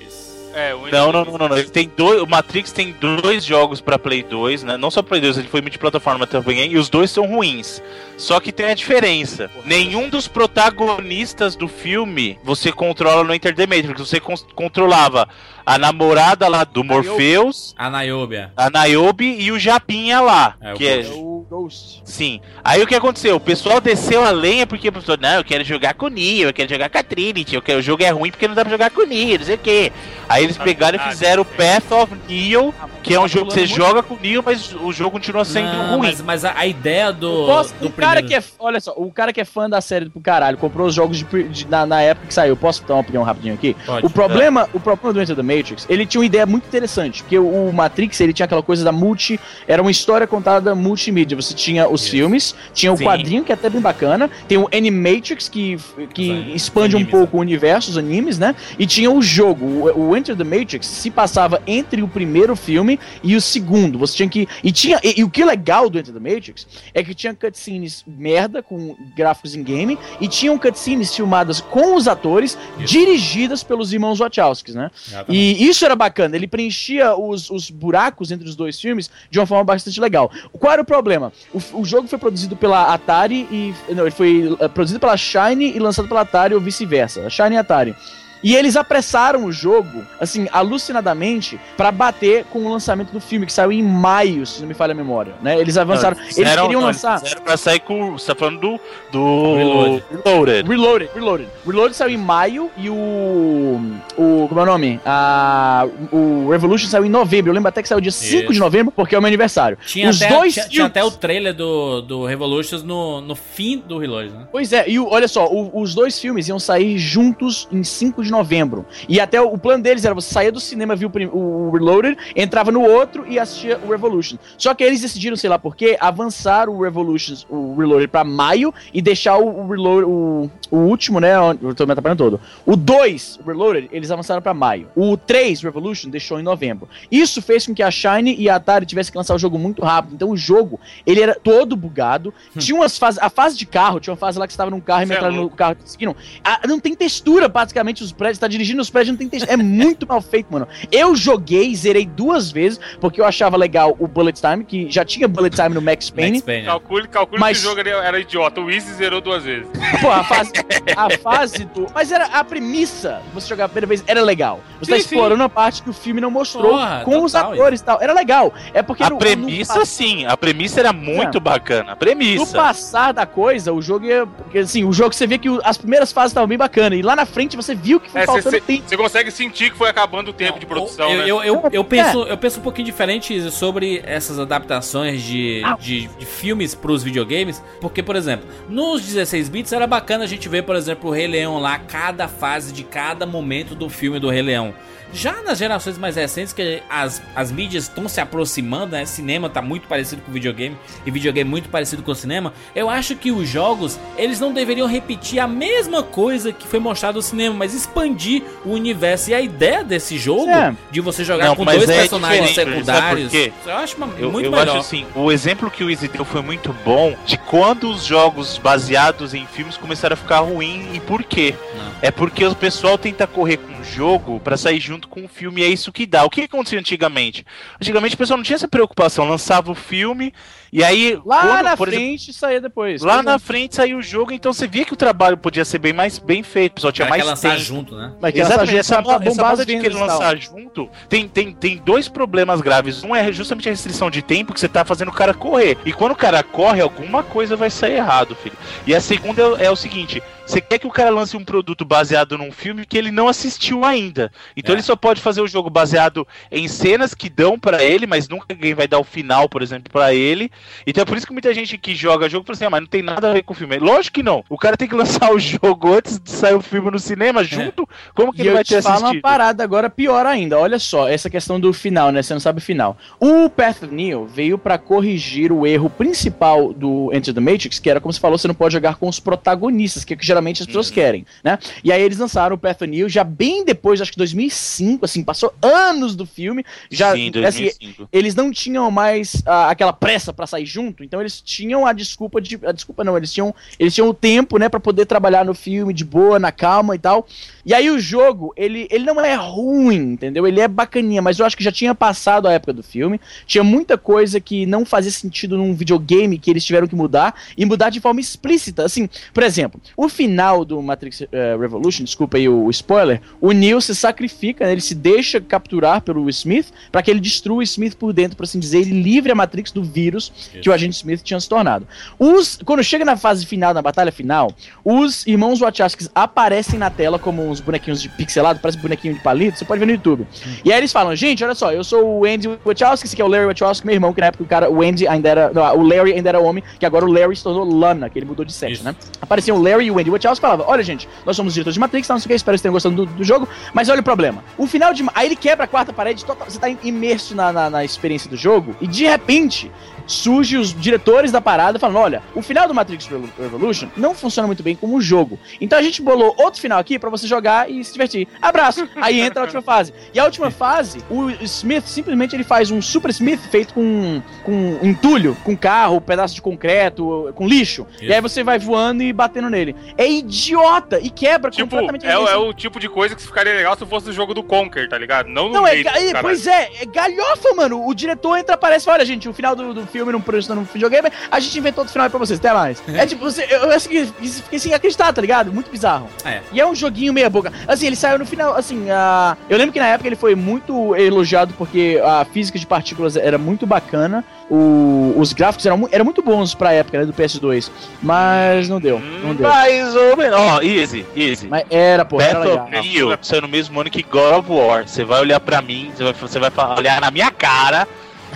S3: É, o
S4: Não, não, não, não, não. Ele tem dois, o Matrix tem dois jogos pra Play 2, né? Não só Play 2, ele foi multiplataforma também, um, e os dois são ruins. Só que tem a diferença. Nenhum dos protagonistas do filme você controla no Enter the Matrix. Você con- controlava a namorada lá do Morpheus,
S1: A Naiobia.
S4: a Niobe e o Japinha lá,
S1: É, o
S4: que é
S2: É o Ghost.
S4: Sim. Aí o que aconteceu? O pessoal desceu a lenha porque o pessoal, não, eu quero jogar com o Neo, eu quero jogar com a Trinity, eu quero, o jogo é ruim porque não dá pra jogar com o Neo, não sei o quê. Aí eles
S3: Tá
S4: pegaram e
S3: verdade,
S4: fizeram o
S3: sim.
S4: Path of Neo, que é um jogo que você
S2: pulando muito.
S4: joga com o Neo, mas o jogo continua sendo
S1: Não,
S4: ruim.
S1: Mas, mas a, a ideia do.
S2: Eu posso,
S1: do
S2: o cara
S1: primeiro-
S2: que é. Olha só, o cara que é fã da série pro caralho, comprou os jogos de, pri- de- na, na época que saiu. Posso dar uma opinião rapidinho aqui?
S1: Pode. é.
S2: O problema, o problema do Enter the Matrix, ele tinha uma ideia muito interessante, porque o o Matrix, ele tinha aquela coisa da multi, era uma história contada multimídia. Você tinha os
S1: Isso.
S2: filmes, tinha o
S4: Sim.
S2: quadrinho que é até bem bacana, tem o Animatrix que que
S1: Os an-
S2: expande um
S1: animes,
S2: pouco o universo, os animes, né? E tinha o jogo, o, o Enter the Matrix se passava entre o primeiro filme e o segundo. Você tinha que e tinha e, e o que é legal do Enter the Matrix é que tinha cutscenes merda com gráficos em game e tinham cutscenes filmadas com os atores
S1: Isso.
S2: dirigidas pelos irmãos Wachowskis, né?
S1: Exatamente.
S2: E isso era bacana, ele preenchia os, os buracos entre os dois filmes de uma forma bastante legal. Qual era o problema? O, f- o jogo foi produzido pela Atari e. Não, ele foi eh, produzido pela Shine e lançado pela Atari ou vice-versa. Shine e Atari. E eles apressaram o jogo, assim, alucinadamente, pra bater com o lançamento do filme, que saiu em maio, se não me falha a memória, né? Eles avançaram.
S4: Não,
S2: eles
S4: fizeram-
S2: queriam
S4: não,
S2: lançar.
S4: fizeram pra sair com. Você tá falando do. Do.
S1: Reloaded.
S4: Reloaded.
S2: Reloaded, Reloaded. Reloaded saiu em maio e o. o como é o nome? A, o Revolution saiu em novembro. Eu lembro até que saiu dia 5 de
S1: Isso.
S2: novembro, porque é o meu aniversário.
S1: Tinha,
S2: Os
S1: até,
S2: dois
S1: tinha, tinha
S2: filmes.
S1: até o trailer do, do Revolutions no, no fim do Reload, né?
S2: Pois é, e o- olha só, o- os dois filmes iam sair juntos em 5 de de novembro. E até o, o plano deles era você saía do cinema, via o, prim- o Reloaded, entrava no outro e assistia o Revolution. Só que eles decidiram, sei lá por quê, avançar o Revolution, o Reloaded pra maio e deixar o, o Reload, o, o último, né? Eu tô me atrapalhando todo. O 2, Reloaded, eles avançaram pra maio. O 3, Revolution, deixou em novembro. Isso fez com que a Shine e a Atari tivessem que lançar o jogo muito rápido. Então o jogo, ele era todo bugado. Tinha umas fases. A fase de carro, tinha uma fase lá que você tava num carro e
S3: Hum. Cê é
S2: entrava no
S3: louco.
S2: carro e seguiram. Ah, não tem textura, basicamente, os prédios. Tá dirigindo os prédios, não tem textura. É muito mal feito, mano. Eu joguei, zerei duas vezes, porque eu achava legal o Bullet Time, que já tinha Bullet Time no Max Payne.
S1: Max Payne. né?
S3: Calcule, calcule
S2: Mas-
S3: que o jogo ali era idiota. O Easy zerou duas vezes.
S2: Pô, a fase, a fase do. Mas era a premissa, você jogar a primeira vez, era legal. Você tá
S1: Sim, sim.
S2: explorando a parte que o filme não mostrou
S1: Porra,
S2: com os
S1: total,
S2: atores e tal. Era legal. É porque
S4: A
S2: no- no
S4: premissa, é sim. A premissa era muito bacana. A
S2: No
S4: premissa.
S2: passar da coisa, o jogo ia. porque, Assim, o jogo você vê que o- as primeiras fases estavam bem bacanas. E lá na frente você viu que foi
S3: É,
S2: faltando
S3: você
S2: tempo.
S3: você consegue sentir que foi acabando o tempo de produção,
S1: eu,
S3: né?
S1: eu, eu, eu penso, eu penso um pouquinho diferente sobre essas adaptações de,
S2: Ah.
S1: de, de filmes pros videogames, porque, por exemplo, nos 16 bits era bacana a gente ver, por exemplo, o Rei Leão lá, cada fase de cada momento do filme do Rei Leão. Já nas gerações mais recentes, que as, as mídias estão se aproximando, né? Cinema tá muito parecido com videogame e videogame muito parecido com cinema. Eu acho que os jogos, eles não deveriam repetir a mesma coisa que foi mostrada no cinema, mas expandir o universo. E a ideia desse jogo,
S2: É.
S1: de você jogar
S4: Não,
S1: com
S4: mas
S1: dois
S4: é
S1: personagens
S4: diferente, sabe
S1: secundários,
S4: por quê?
S1: eu acho uma-
S4: Eu,
S1: muito
S4: eu
S1: melhor.
S4: acho assim, o exemplo que o Easy deu foi muito bom de quando os jogos baseados em filmes começaram a ficar ruim e por quê?
S1: Não.
S4: É porque o pessoal tenta correr com o jogo pra sair junto com o filme e é isso que dá. O que acontecia antigamente? Antigamente o pessoal não tinha essa preocupação, lançava o filme e aí
S2: Lá
S4: quando,
S2: na
S4: por exemplo,
S2: frente saía depois.
S4: lá
S2: Pois é.
S4: na frente saiu o jogo, então você via que o trabalho podia ser bem mais bem feito, o pessoal tinha
S1: Era que
S4: mais
S1: lançar
S4: tempo.
S1: junto, né?
S2: Mas que
S4: Exatamente,
S2: essa, tá essa,
S4: essa, bo- essa
S2: bombar as
S4: moda de
S2: vendas
S4: querer
S2: e tal.
S4: lançar junto tem, tem, tem dois problemas graves. Um é justamente a restrição de tempo que você tá fazendo o cara correr. E quando o cara corre, alguma coisa vai sair errado, filho. E a segunda é, é o seguinte: você quer que o cara lance um produto baseado num filme que ele não assistiu ainda. Então
S1: É.
S4: ele só pode fazer o jogo baseado em cenas que dão pra ele, mas nunca ninguém vai dar o final, por exemplo, pra ele. Então é por isso que muita gente que joga jogo fala assim, ah, mas não tem nada a ver com o filme. Lógico que não. O cara tem que lançar o jogo antes de sair o filme no cinema junto. Como que
S2: É. E
S4: ele
S2: eu
S4: vai ter
S2: te falo
S4: assistido?
S2: uma parada agora pior ainda. Olha só, essa questão do final, né? Você não sabe o final. O Path of Neo veio pra corrigir o erro principal do Enter the Matrix, que era como você falou, você não pode jogar com os protagonistas, que é o que geralmente as pessoas querem, né? E aí eles lançaram o Path of Neo já bem depois, acho que 2005, assim, passou anos do filme, já
S4: Sim,
S2: assim,
S4: 2005.
S2: eles não tinham mais ah, aquela pressa pra sair junto, então eles tinham a desculpa de a desculpa não, eles tinham eles tinham o tempo, né, para poder trabalhar no filme de boa, na calma e tal. E aí o jogo, ele ele não é ruim, entendeu? Ele é bacaninha, mas eu acho que já tinha passado a época do filme. Tinha muita coisa que não fazia sentido num videogame que eles tiveram que mudar e mudar de forma explícita. Assim, por exemplo, o final do Matrix eh, Revolution, desculpa aí o, o spoiler, o Neo se sacrifica, né, ele se deixa capturar pelo Smith para que ele destrua o Smith por dentro, por assim dizer, ele livre a Matrix do vírus que o agente Smith tinha se tornado. Os, quando chega na fase final, na batalha final, os irmãos Wachowskis aparecem na tela como uns bonequinhos de pixelado, parece bonequinho de palito, você pode ver no YouTube. E aí eles falam, gente, olha só, eu sou o Andy Wachowski, esse aqui é o Larry Wachowski, meu irmão, que na época o cara, o Andy ainda era, não, o Larry ainda era homem, que agora o Larry se tornou Lana, que ele mudou de sexo,
S1: Isso.
S2: né? Apareciam o Larry e o Andy Wachowski e falavam, olha gente, nós somos os diretores de Matrix, tá, não sei o que, espero que vocês tenham gostado do, do jogo, mas olha o problema. O final de... Ma- Aí ele quebra a quarta parede, total, você tá imerso na, na, na experiência do jogo, e de repente, surge os diretores da parada falando, olha, o final do Matrix Revol- Revolution não funciona muito bem como um jogo. Então a gente bolou outro final aqui pra você jogar e se divertir. Abraço! Aí entra a última fase. E a última fase, o Smith simplesmente ele faz um Super Smith feito com, com entulho, com carro, um pedaço de concreto, com lixo. E aí você vai voando e batendo nele. É idiota e quebra
S3: Tipo,
S2: completamente
S3: é, o-
S2: essência.
S3: é o tipo de coisa que ficaria legal se fosse o jogo do Conker, tá ligado? Não
S4: Um
S3: no
S2: Não, é,
S3: Matrix,
S2: ga- é,
S3: caralho.
S2: pois é, é galhofa, mano. O diretor entra, aparece e fala: Olha, gente, o final do, do filme não projetou no videogame, a gente inventou outro final aí pra vocês, até mais. é tipo, você, eu, eu acho que isso- fiquei sem acreditar, tá ligado? Muito bizarro.
S1: É.
S2: E é um joguinho meia boca. Assim, ele saiu no final, assim, ah, eu lembro que na época ele foi muito elogiado porque a física de partículas era muito bacana, o- os gráficos eram, mu- eram muito bons pra época, né, do PS2. Mas não deu,
S4: Hum.
S2: não deu.
S4: Mais ou menos. Ó, easy, easy.
S2: Mas era, pô, era
S4: Battle
S2: legal.
S4: of Neo saiu no mesmo ano que God of War. Você vai olhar pra mim, você vai, você vai falar- olhar na minha cara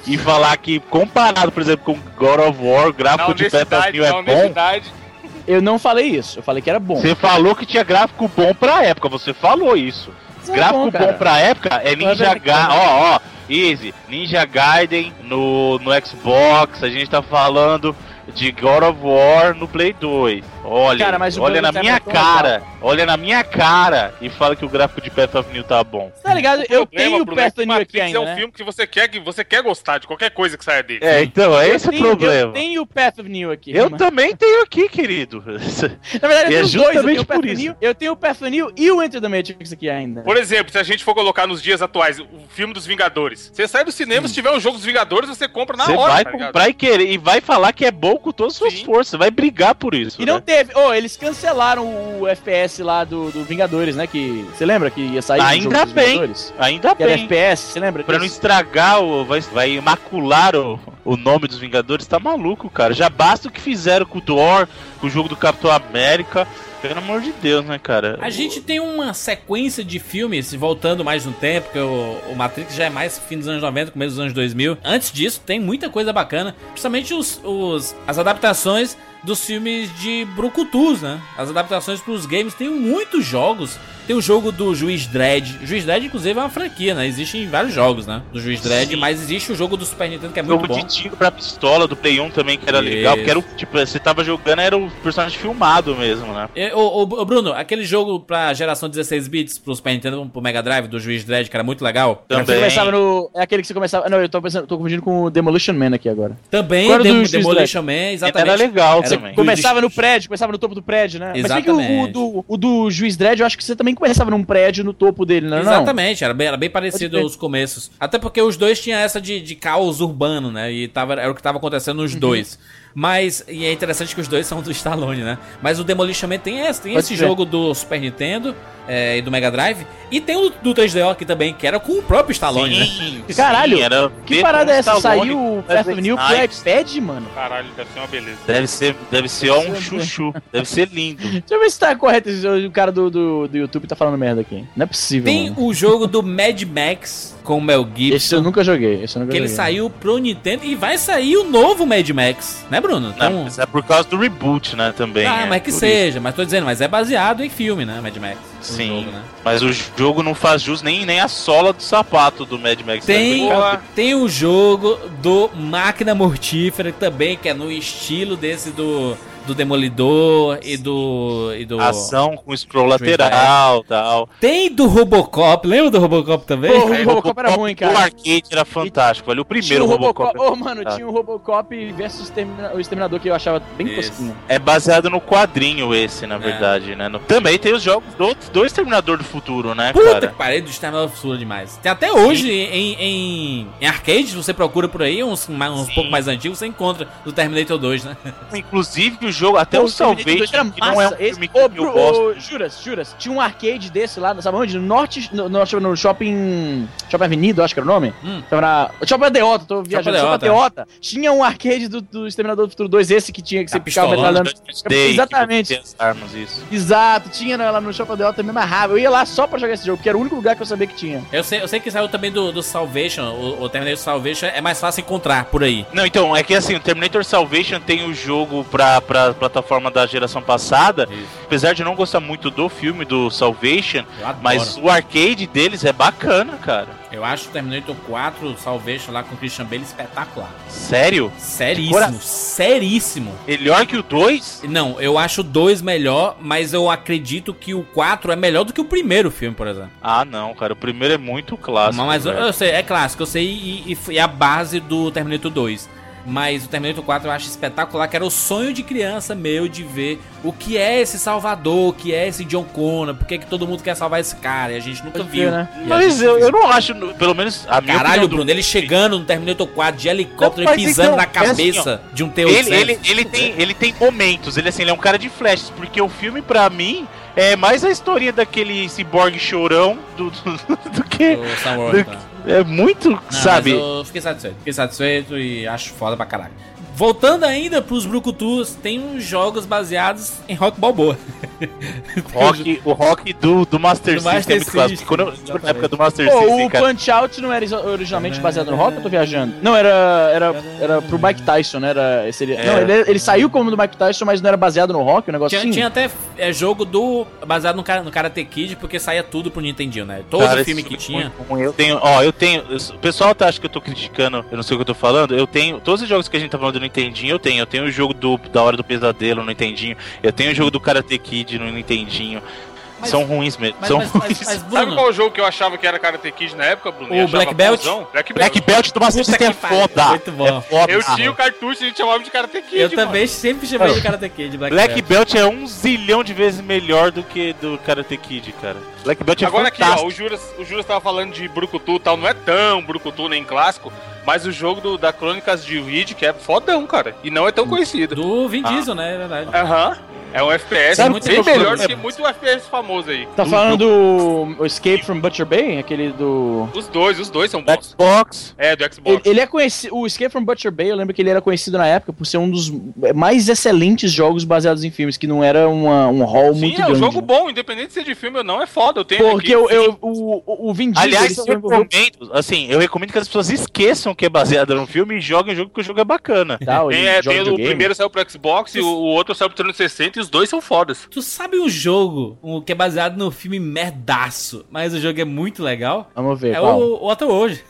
S4: e falar que, comparado, por exemplo, com God of War, o
S3: Na
S4: gráfico de Battle of
S3: honestidade,
S4: Neo
S3: na
S4: é bom.
S3: honestidade.
S2: Eu não falei isso, eu falei que era bom.
S4: Você falou que tinha gráfico bom pra época, você falou isso.
S2: Isso é
S4: gráfico bom,
S2: cara.
S4: pra época é Ninja
S2: vendo que
S4: Gaiden.
S2: tá
S4: Ó, ó, Easy, Ninja Gaiden no, no Xbox, a gente tá falando de God of War no Play 2. Olha,
S2: Cara, mas o
S4: olha
S2: Play
S4: na
S2: 2
S4: minha
S2: tá muito
S4: cara, olha na minha cara e fala que o gráfico de Path of New tá bom.
S2: Tá ligado? Eu tenho o
S3: Bruno, é que
S2: Path of New aqui
S3: Matrix
S2: ainda,
S3: é um
S2: né?
S3: filme que você quer que você quer gostar de qualquer coisa que saia dele.
S4: É, então, é
S2: Eu
S4: esse o
S2: tenho- Eu
S4: problema.
S2: tenho o Path of New aqui.
S4: Eu
S2: mas-
S4: também tenho aqui, querido.
S2: Na verdade,
S4: E é
S2: eu tenho os dois, eu
S4: justamente
S2: tenho o Path
S4: por
S2: of
S4: isso.
S2: New, eu tenho o Path of New e o Enter the Matrix aqui ainda.
S3: Por exemplo, se a gente for colocar nos dias atuais o filme dos Vingadores, você sai do cinema, se tiver um jogo dos Vingadores, você compra na
S4: Você
S3: hora.
S4: vai
S3: tá ligado?
S4: comprar e querer e vai falar que é bom com todas as suas
S3: Sim.
S4: forças, vai brigar por isso.
S2: E não
S4: né?
S2: teve. Oh, eles cancelaram o FPS lá do, do Vingadores, né? Que você lembra que ia sair
S4: Ainda
S2: o jogo dos
S4: bem.
S2: Vingadores?
S4: Ainda
S2: Que era
S4: bem.
S2: FPS, você lembra?
S4: Pra não
S2: disso?
S4: estragar o. Vai, vai macular o, o nome dos Vingadores, tá maluco, cara. Já basta o que fizeram com o Thor, com o jogo do Capitão América. Pelo amor de Deus, né, cara?
S1: A gente tem uma sequência de filmes, voltando mais no tempo, porque o, o Matrix já é mais fim dos anos 90, começo dos anos 2000. Antes disso, tem muita coisa bacana, principalmente os, os- as adaptações dos filmes de brucutus, né? As adaptações para os games, tem muitos jogos. Tem o jogo do Juiz Dredd. Juiz Dredd, inclusive, é uma franquia, né? Existe em vários jogos, né? Do Juiz Dredd,
S4: Sim.
S1: mas existe o jogo do Super Nintendo que é
S4: O
S1: muito
S4: jogo
S1: bom.
S4: de tiro pra pistola do Play 1 também, que era legal, porque era o tipo, você tava jogando, era o personagem filmado mesmo, né?
S1: É, Ô, ô, ô, Bruno, aquele jogo pra geração 16 bits, pro Super Nintendo, pro Mega Drive, do Juiz Dredd, que era muito legal.
S4: Também.
S2: Você começava no. É aquele que você começava. Não, eu tô, pensando, tô confundindo com o Demolition Man aqui agora.
S1: Também
S2: Qual era o
S1: Dem
S2: do Juiz
S1: Demolition Man, exatamente.
S4: Era né?
S3: um
S4: legal
S1: Era
S4: também.
S2: Começava no prédio, começava no topo do prédio, né? Mas bem
S1: Exatamente.
S2: que o, o do, o do Juiz Dredd, eu acho que você também começava num prédio no topo dele, não é?
S1: Exatamente, era bem, era bem parecido
S2: Pode ver.
S1: os começos. Até porque os dois tinham essa de, de caos urbano, né? E tava, era o que tava acontecendo nos dois. Mas, e é interessante que os dois são do Stallone, né? Mas o Demolition Man tem esse, tem
S2: Pode
S1: esse
S2: crer.
S1: jogo do Super Nintendo é, e do Mega Drive. E tem o do 3DO aqui também, que era com o próprio Stallone, né?
S4: Sim, sim,
S2: Caralho,
S4: era
S2: Que
S4: ver
S2: parada
S4: como
S2: é essa?
S4: Stallone-
S2: Saiu o Path of New pro
S4: Snipes.
S2: iPad, mano?
S3: Caralho, deve ser uma beleza.
S4: Deve ser, deve ser ó, um chuchu. Deve ser lindo.
S2: Deixa eu ver se tá correto. se O cara do, do, do YouTube tá falando merda aqui. Não é possível.
S1: Tem um
S2: mano.
S1: o jogo do Mad Max com o Mel Gibson.
S2: Esse é eu nunca joguei. Esse eu nunca
S1: Que ele
S2: joguei.
S1: saiu pro Nintendo e vai sair o novo Mad Max, né, Bruno?
S4: Não,
S1: Então,
S4: mas é por causa do reboot, né? Também.
S1: ah,
S4: é,
S1: mas que
S4: por
S1: seja, mas tô dizendo, mas é baseado em filme, né, Mad Max? o
S4: Sim.
S1: jogo, né?
S4: Mas o jogo não faz jus nem, nem a sola do sapato do Mad Max.
S1: Tem,
S4: Tá
S3: Boa.
S1: tem o jogo do Máquina Mortífera também, que é no estilo desse do, do Demolidor e do. E do...
S4: bem? Ação com scroll lateral tal.
S1: Tem do Robocop, lembra do Robocop também?
S2: Porra, o Robocop era ruim,
S4: O
S2: cara.
S4: arcade era fantástico, velho. O
S2: Tinha
S4: primeiro
S2: o
S4: Robocop.
S2: Robocop. Ô, mano,
S4: Tá.
S2: tinha o Robocop versus Termina- o Exterminador que eu achava bem
S1: Isso.
S2: tosquinho.
S4: É baseado no quadrinho esse,
S2: É.
S4: na verdade, né? No- Também tem os jogos do, do Exterminador do Futuro, né,
S1: Puta
S4: cara?
S1: que pariu, do Exterminador absurdo demais. Tem até hoje em, em, em arcades, você procura por aí, uns, ma- uns
S4: Sim.
S1: pouco mais antigos, você encontra do Terminator 2, né?
S4: Inclusive o jogo, até o,
S2: Pô, Terminator
S4: Salvation,
S2: dois
S4: Então, que não é um
S2: Esse-
S4: filme que
S2: Ô,
S4: eu
S2: Bru-
S4: gosto.
S2: ô, Juras, juras. Tinha um arcade desse lá, sabe onde? No Norte. No, no- no shopping. Shopping Avenida, eu acho que era o nome.
S1: Hum.
S2: Então era- Shopping Adeota, tô viajando. Shopping
S1: Adeota.
S2: Adeota. Tinha um arcade do, do Exterminador do Futuro 2, esse que tinha que você
S1: Tá
S2: picava
S1: pistolando,
S4: né?
S2: metralhando.
S4: Day, que
S2: Exatamente.
S4: você tem as armas, isso.
S2: Exato, tinha lá no Shopping Adeota também amarrava. Eu ia lá só pra jogar esse jogo, porque era o único lugar que eu sabia que tinha.
S1: Eu sei, eu sei que saiu também do, do Salvation, o, o Terminator Salvation é mais fácil encontrar por aí.
S4: Não, então, é que assim, o Terminator Salvation tem o jogo pra, pra plataforma da geração passada. Apesar de eu não gostar muito do filme do Salvation,
S1: Eu adoro.
S4: mas o arcade deles é bacana, cara.
S1: Eu acho o Terminator 4 o Salvation lá com o Christian Bale espetacular.
S4: Sério?
S1: Seríssimo,
S4: Agora-
S1: seríssimo.
S4: Melhor que o 2?
S1: Não, eu acho o 2 melhor, mas eu acredito que o 4 é melhor do que o primeiro filme, por exemplo.
S4: Ah, não, cara. O primeiro é muito clássico. né?
S1: mas eu,
S4: velho.
S1: eu sei, é clássico, eu sei, e, e foi a base do Terminator 2. Mas o Terminator 4 eu acho espetacular, que era o sonho de criança meu de ver o que é esse Salvador, o que é esse John Connor, por que que todo mundo quer salvar esse cara, e a gente nunca
S2: Pode
S1: viu.
S2: ver, né?
S1: E a
S4: Mas
S1: gente-
S4: eu, eu não acho, no- pelo menos a minha
S1: Caralho,
S4: opinião do-
S1: Bruno, ele chegando no Terminator 4 de helicóptero
S4: Não,
S1: e
S4: mas
S1: pisando
S4: então,
S1: na
S4: é assim,
S1: cabeça de um T-800.
S4: Ele, ele, ele, tem, ele tem momentos, ele assim, ele é um cara de flashes, porque o filme, pra mim, é mais a historinha daquele ciborgue chorão do, do, do que.
S1: O Star Wars,
S4: do-
S1: tá?
S4: É muito,
S1: Não,
S4: sabe?
S1: mas Eu fiquei satisfeito, fiquei satisfeito e acho foda pra
S4: Tipo
S1: caralho. Voltando ainda pros Brucutus, tem uns jogos baseados em Rock Balboa.
S4: Rock, o rock do, do Master
S1: Do
S4: System
S1: Master
S4: é muito clássico.
S1: System,
S4: Quando eu- na época do Master
S2: Pô,
S4: System,
S2: o
S4: cara. É.
S2: Punch Out não era originalmente baseado no rock, eu tô viajando. Não, era, era, era pro Mike Tyson, né? Era, seria,
S4: É.
S2: Não, ele, ele saiu como do Mike Tyson, mas não era baseado no rock, o negócio
S1: Tinha,
S2: assim.
S1: tinha até é, jogo do. baseado no, cara, no Karate Kid, porque saía tudo pro Nintendinho, né? Todo
S4: Cara, esse
S1: filme que
S4: filme é
S1: tinha.
S4: muito ruim. Eu tenho, ó, eu tenho. eu- O pessoal tá achando que eu tô criticando, eu não sei o que eu tô falando. Eu tenho. Todos os jogos que a gente tá falando do Nintendinho, eu tenho. Eu tenho o jogo do, da Hora do Pesadelo no Nintendinho. Eu tenho o jogo do Karate Kid no Nintendinho.
S1: Mas-
S4: São ruins mesmo.
S1: Mas,
S4: São
S1: mas,
S4: ruins.
S1: mas, mas,
S3: Sabe
S1: Bruno,
S3: qual jogo que eu achava que era Karate Kid na época, Bruno? E
S1: O
S3: achava
S1: Black Belt?
S3: bonzão? Black Belt.
S4: Black Belt do Master
S1: Puta
S4: System é
S1: que pariu,
S4: foda.
S1: muito bom.
S4: É foda.
S3: Eu tinha o cartucho e a gente chamava de Karate Kid,
S1: eu
S3: mano.
S1: também sempre chamei de Karate Kid, Black,
S4: Black
S1: Belt.
S4: Belt é um zilhão de vezes melhor do que do Karate Kid, cara. Black Belt é
S3: Agora aqui,
S4: fantástico.
S3: ó, o Juras, o Juras tava falando de Brucutu e tal, não é tão Brucutu nem clássico, mas o jogo do- da Crônicas de Reed, que é fodão, cara, e não é tão conhecido.
S1: Do Vin
S4: Ah.
S1: Diesel, né? É verdade.
S3: Aham, é um FPS
S2: Sabe
S1: o
S3: bem
S1: que eu-
S3: melhor do
S2: é-
S3: que muito FPS famoso aí.
S2: Tá falando do o Escape from Butcher Bay, aquele do.
S3: Os dois, os dois são
S4: Do
S3: bons.
S4: Xbox.
S3: É, do
S2: Ele,
S3: Xbox.
S2: ele é conhecido. O Escape from Butcher Bay, eu lembro que ele era conhecido na época por ser um dos mais excelentes jogos baseados em filmes, que não era uma- um hall
S3: Sim,
S2: muito
S3: é um
S2: grande.
S3: jogo
S2: né?
S3: bom, independente se é de filme ou não, é foda, eu tenho
S2: Porque
S3: aqui.
S2: eu, eu, o, o- o Vin Diesel ele
S4: Aliás,
S2: se
S4: eu
S2: envolveu
S4: recomendo, assim, eu recomendo que as pessoas esqueçam que é baseado num filme e joguem o jogo, porque o jogo é bacana.
S2: e tal,
S3: Tem,
S2: ele
S3: é,
S2: joga
S3: tem o
S2: videogame.
S3: primeiro saiu pro Xbox e o, o outro saiu pro 360 e os dois são fodas.
S1: Tu sabe um jogo um, que é baseado no filme merdaço, mas o jogo é muito legal?
S2: Vamos ver,
S1: É
S2: qual?
S1: o, o Até Hoje.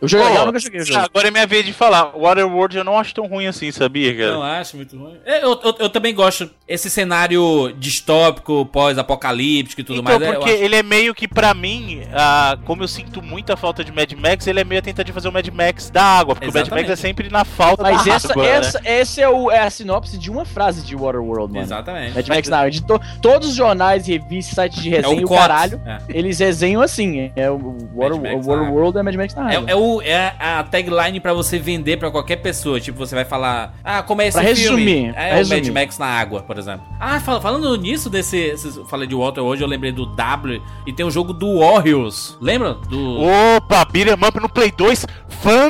S2: Eu joguei,
S4: Pô,
S2: eu nunca joguei o jogo.
S4: Agora é minha vez de falar. Waterworld eu não acho tão ruim assim, sabia, cara?
S1: Não acho muito ruim. É, Eu, eu, eu também gosto esse cenário distópico, pós-apocalíptico e tudo
S4: então,
S1: mais. é, eu
S4: porque
S1: acho-
S4: ele é meio que, pra mim, ah, como eu sinto muita falta de Mad Max, ele é meio a tentar de fazer o Mad Max da água, porque o Mad
S1: Exatamente.
S4: Max é sempre na
S3: tá
S4: falta
S2: Mas
S4: da
S2: essa,
S4: água, né?
S2: essa, essa é, o, é a sinopse de uma frase de Waterworld, mano.
S1: Exatamente.
S2: Mad Max não, de to- todos os jornais, revistas, sites de resenha, e o
S1: Cotes.
S2: caralho,
S1: É.
S2: eles resenham assim. É o o Water,
S1: Mad Max
S2: o Waterworld é Mad Max na água.
S1: É, é o, é a tagline pra você vender pra qualquer pessoa. Tipo, você vai falar, ah, como é esse
S2: Pra
S1: filme?
S2: resumir,
S1: é
S2: pra
S1: o
S2: resumir.
S1: Mad Max na água, por exemplo. Ah, fal- falando nisso, desse, esses- eu falei de Walter hoje, eu lembrei do W e tem um jogo do Warriors. Lembra? Do...
S4: Opa, Beat'em Up no Play 2,